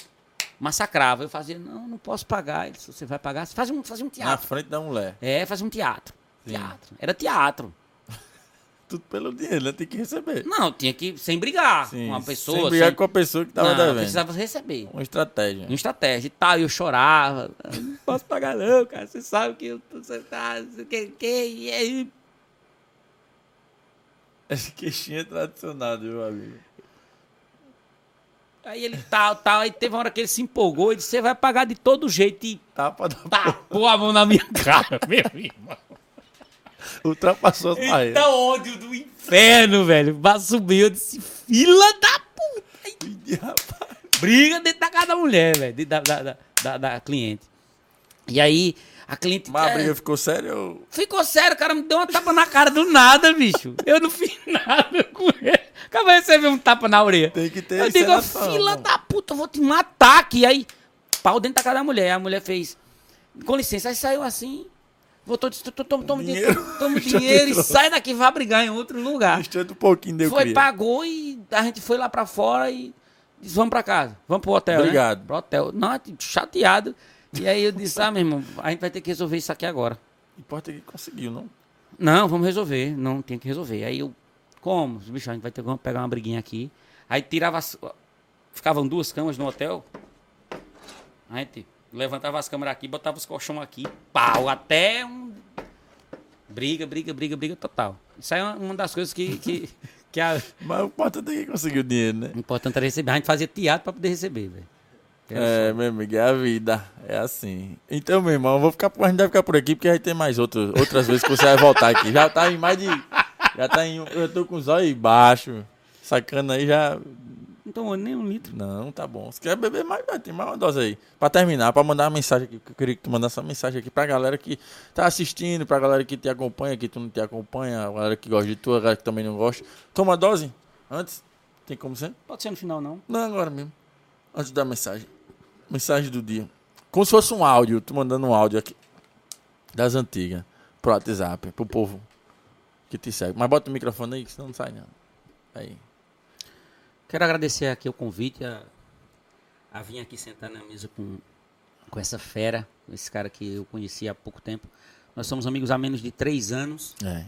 C: massacrava. Eu fazia, não, não posso pagar. Ele disse, você vai pagar? Você Faz um, faz um
A: Na
C: teatro.
A: frente da mulher.
C: É, faz um teatro.
A: Sim.
C: Teatro. Era teatro.
A: Tudo pelo dinheiro, né? Tem que receber.
C: Não, tinha que, sem brigar
A: Sim.
C: com a pessoa.
A: Sem brigar
C: sem-
A: com a pessoa tá que tava
C: não,
A: devendo.
C: precisava receber.
A: Uma estratégia.
C: Uma estratégia e tal, eu chorava. "Eu Não posso pagar não, cara. Você tá, sabe que eu tô sentado, não sei o que, que, e aí...
A: Essa queixinha é tradicional, viu, amigo?
C: Aí ele tal, tal, aí teve uma hora que ele se empolgou e disse, você vai pagar de todo jeito e
A: Tapa da
C: tapou a mão na minha cara, meu irmão.
A: Ultrapassou as barreiras.
C: Então, ódio do inferno, velho. Ba- Subiu, eu disse, fila da puta. Ai,
A: Ih, rapaz.
C: Briga dentro da casa da mulher, velho. dentro Da, da, da, da- da cliente. E aí, a cliente.
A: Mas a
C: é,
A: briga ficou séria ou...
C: Ficou sério, o cara me deu uma tapa na cara do nada, bicho. Eu não fiz <laughs> nada com ele. Acabou de receber um tapa na orelha.
A: Tem que ter
C: Eu digo, "Ô,
A: encenação,
C: fila
A: mano."
C: da puta, eu vou te matar aqui. Aí, pau dentro da cara da mulher. A mulher fez, com licença. Aí saiu assim, voltou, disse, "Tu- tu- toma toma dinheiro,
A: Dinheiro. <laughs>
C: toma
A: Já
C: dinheiro e
A: entrou.
C: sai daqui, vai brigar em outro lugar.
A: Bastante um pouquinho deu
C: foi,
A: cria.
C: pagou e a gente foi lá pra fora e disse, vamos pra casa, vamos pro hotel,
A: Obrigado.
C: Né? Pro hotel. Não, a gente chateado. E aí eu disse, ah, meu irmão, a gente vai ter que resolver isso aqui agora.
A: O importante é que conseguiu, não?
C: Não, vamos resolver. Não, tem que resolver. Aí eu, como? Bicho, a gente vai ter que pegar uma briguinha aqui. Aí tirava as... Ficavam duas camas no hotel. A gente levantava as câmeras aqui, botava os colchão aqui. Pau, até um... Briga, briga, briga, briga total. Isso aí é uma- uma das coisas que... que, que a...
A: Mas o importante é que conseguiu o dinheiro, né?
C: O importante era receber. A gente fazia teatro pra poder receber, velho.
A: É, meu amigo, é a vida. É assim. Então, meu irmão, eu vou ficar, por- a gente vai ficar por aqui porque aí tem mais outros, outras vezes que você vai voltar aqui. Já tá em mais de. Já tá em. Eu tô com os olhos baixos. Sacana aí já.
C: Então, nem um litro.
A: Não, tá bom. Se quer beber mais, vai, tem mais uma dose aí. Pra terminar, pra mandar uma mensagem aqui, que eu queria que tu mandasse uma mensagem aqui pra galera que tá assistindo, pra galera que te acompanha, que tu não te acompanha, a galera que gosta de tu, a galera que também não gosta. Toma a dose antes. Tem como ser?
C: Pode ser no final, não.
A: Não, agora mesmo. Antes da mensagem. Mensagem do dia. Como se fosse um áudio, tu mandando um áudio aqui. Das antigas. Pro WhatsApp, pro povo que te segue. Mas bota o microfone aí, que senão não sai não. Aí.
C: Quero agradecer aqui o convite a, a vir aqui sentar na mesa com, com essa fera, com esse cara que eu conheci há pouco tempo. Nós somos amigos há menos de três anos. É,
A: É.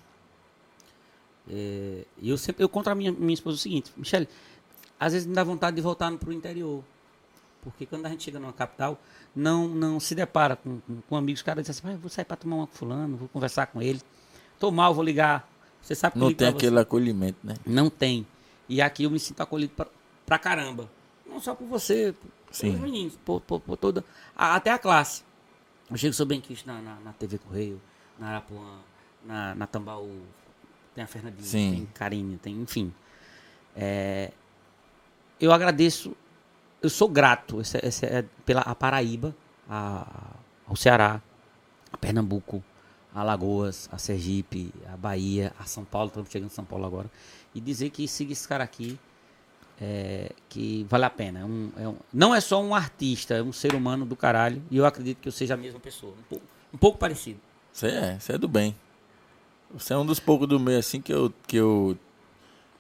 C: E eu sempre eu conto a minha, minha esposa o seguinte, Michele, às vezes me dá vontade de voltar para o interior. Porque quando a gente chega numa capital, não não se depara com, com, com amigos, cara diz assim, "Ah, eu vou sair para tomar uma com fulano, vou conversar com ele. Tô mal, vou ligar. Você sabe que eu
A: Não
C: ligo
A: tem
C: pra você.
A: aquele acolhimento, né?
C: Não tem. E aqui eu me sinto acolhido pra, pra caramba. Não só por você, por
A: Sim.
C: os meninos, por, por- por toda. a- até a classe. Eu chego sou benquista na, na, na TV Correio, na Arapuã, na, na Tambaú, tem a Fernandinha,
A: Sim.
C: tem Carinho, tem, enfim. É, eu agradeço, eu sou grato esse- esse é pela a Paraíba, a- ao Ceará, a Pernambuco, a Alagoas, a Sergipe, a Bahia, a São Paulo, estamos chegando em São Paulo agora, e dizer que siga esse cara aqui, é, que vale a pena. É um- é um- não é só um artista, é um ser humano do caralho, e eu acredito que eu seja a mesma pessoa, um pouco, um pouco parecido.
A: Você é, você é do bem. Você é um dos poucos do meio, assim, que eu. Que eu,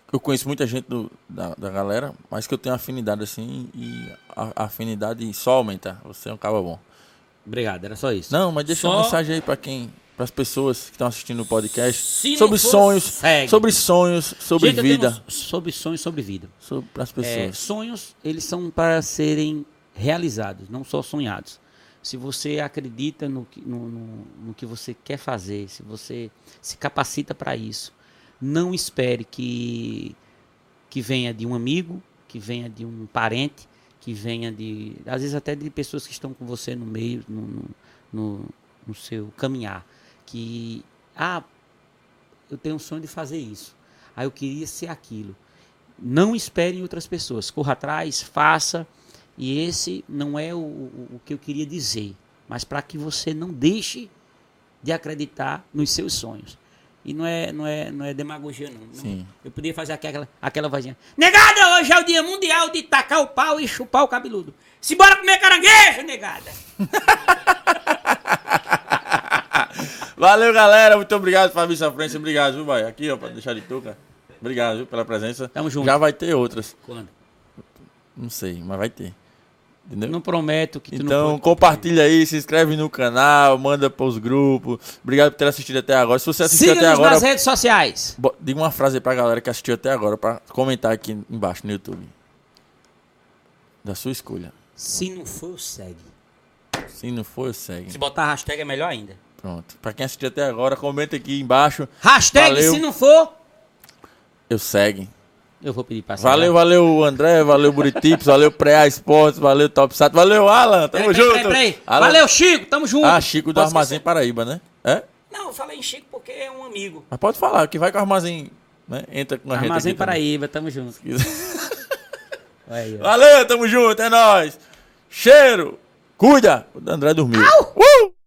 A: que eu conheço muita gente do- da, da galera, mas que eu tenho afinidade, assim, e a, a afinidade só aumenta. Você é um cara bom.
C: Obrigado, era só isso.
A: Não, mas deixa uma
C: Só-
A: mensagem aí pra quem. Para as pessoas que estão assistindo o podcast.
C: Se não
A: sobre
C: for,
A: sonhos.
C: segue.
A: Sobre sonhos, sobre
C: Gente, eu tenho
A: vida.
C: uns- sobre sonhos, sobre vida.
A: Sobre as
C: É,
A: pessoas.
C: sonhos, eles são para serem realizados, não só sonhados. Se você acredita no que, no, no- no que você quer fazer, se você se capacita para isso, não espere que, que venha de um amigo, que venha de um parente, que venha de. às vezes até de pessoas que estão com você no meio, no, no- no, no seu caminhar. Que. Ah, eu tenho um sonho de fazer isso. Ah, eu queria ser aquilo não espere em outras pessoas. Corra atrás, faça. E esse não é o, o- o que eu queria dizer, mas para que você não deixe de acreditar nos seus sonhos. E não é, não é, não é demagogia, não. Não-
A: Sim.
C: Eu poderia fazer aquela, aquela vozinha. Negada, hoje é o dia mundial de tacar o pau e chupar o cabeludo. Se bora comer caranguejo, negada!
A: Valeu, galera. Muito obrigado, Fabio Safrense. Obrigado, viu, vai? Aqui, ó, pra deixar de toca. Obrigado, viu, pela presença.
C: Tamo junto.
A: Já vai ter outras.
C: Quando?
A: Não sei, mas vai ter. Entendeu?
C: Não prometo que tu
A: Então,
C: não pode-
A: compartilha aí, se inscreve no canal, manda pros grupos. Obrigado por ter assistido até agora. Se você assistiu até
C: Siga-nos
A: agora,
C: nas redes sociais.
A: bo- diga uma frase aí pra galera que assistiu até agora pra comentar aqui embaixo no YouTube. Da sua escolha.
C: Se não for, segue.
A: Se não for, segue.
C: Se botar hashtag é melhor ainda.
A: Pronto. Pra quem assistiu até agora, comenta aqui embaixo.
C: Hashtag
A: Valeu.
C: se não for,
A: Eu segue.
C: eu vou pedir pra
A: Valeu, valeu, André, valeu, Buritips, valeu, Preá Esportes, valeu, Topsat, valeu, Alan, tamo
C: Peraí, peraí,
A: junto.
C: peraí, peraí.
A: Alan-
C: Valeu, Chico, tamo junto.
A: Ah, Chico do
C: Posso
A: Armazém Paraíba, né? É?
C: esquecer? Não, eu falei em Chico porque é um amigo.
A: Mas pode falar, que vai com o Armazém, né? Entra com a gente
C: Armazém
A: aqui também.
C: Paraíba, tamo junto.
A: <laughs>
C: Olha aí, ó.
A: Valeu, tamo junto, é nóis. Cheiro, cuida. O André dormiu. Uh!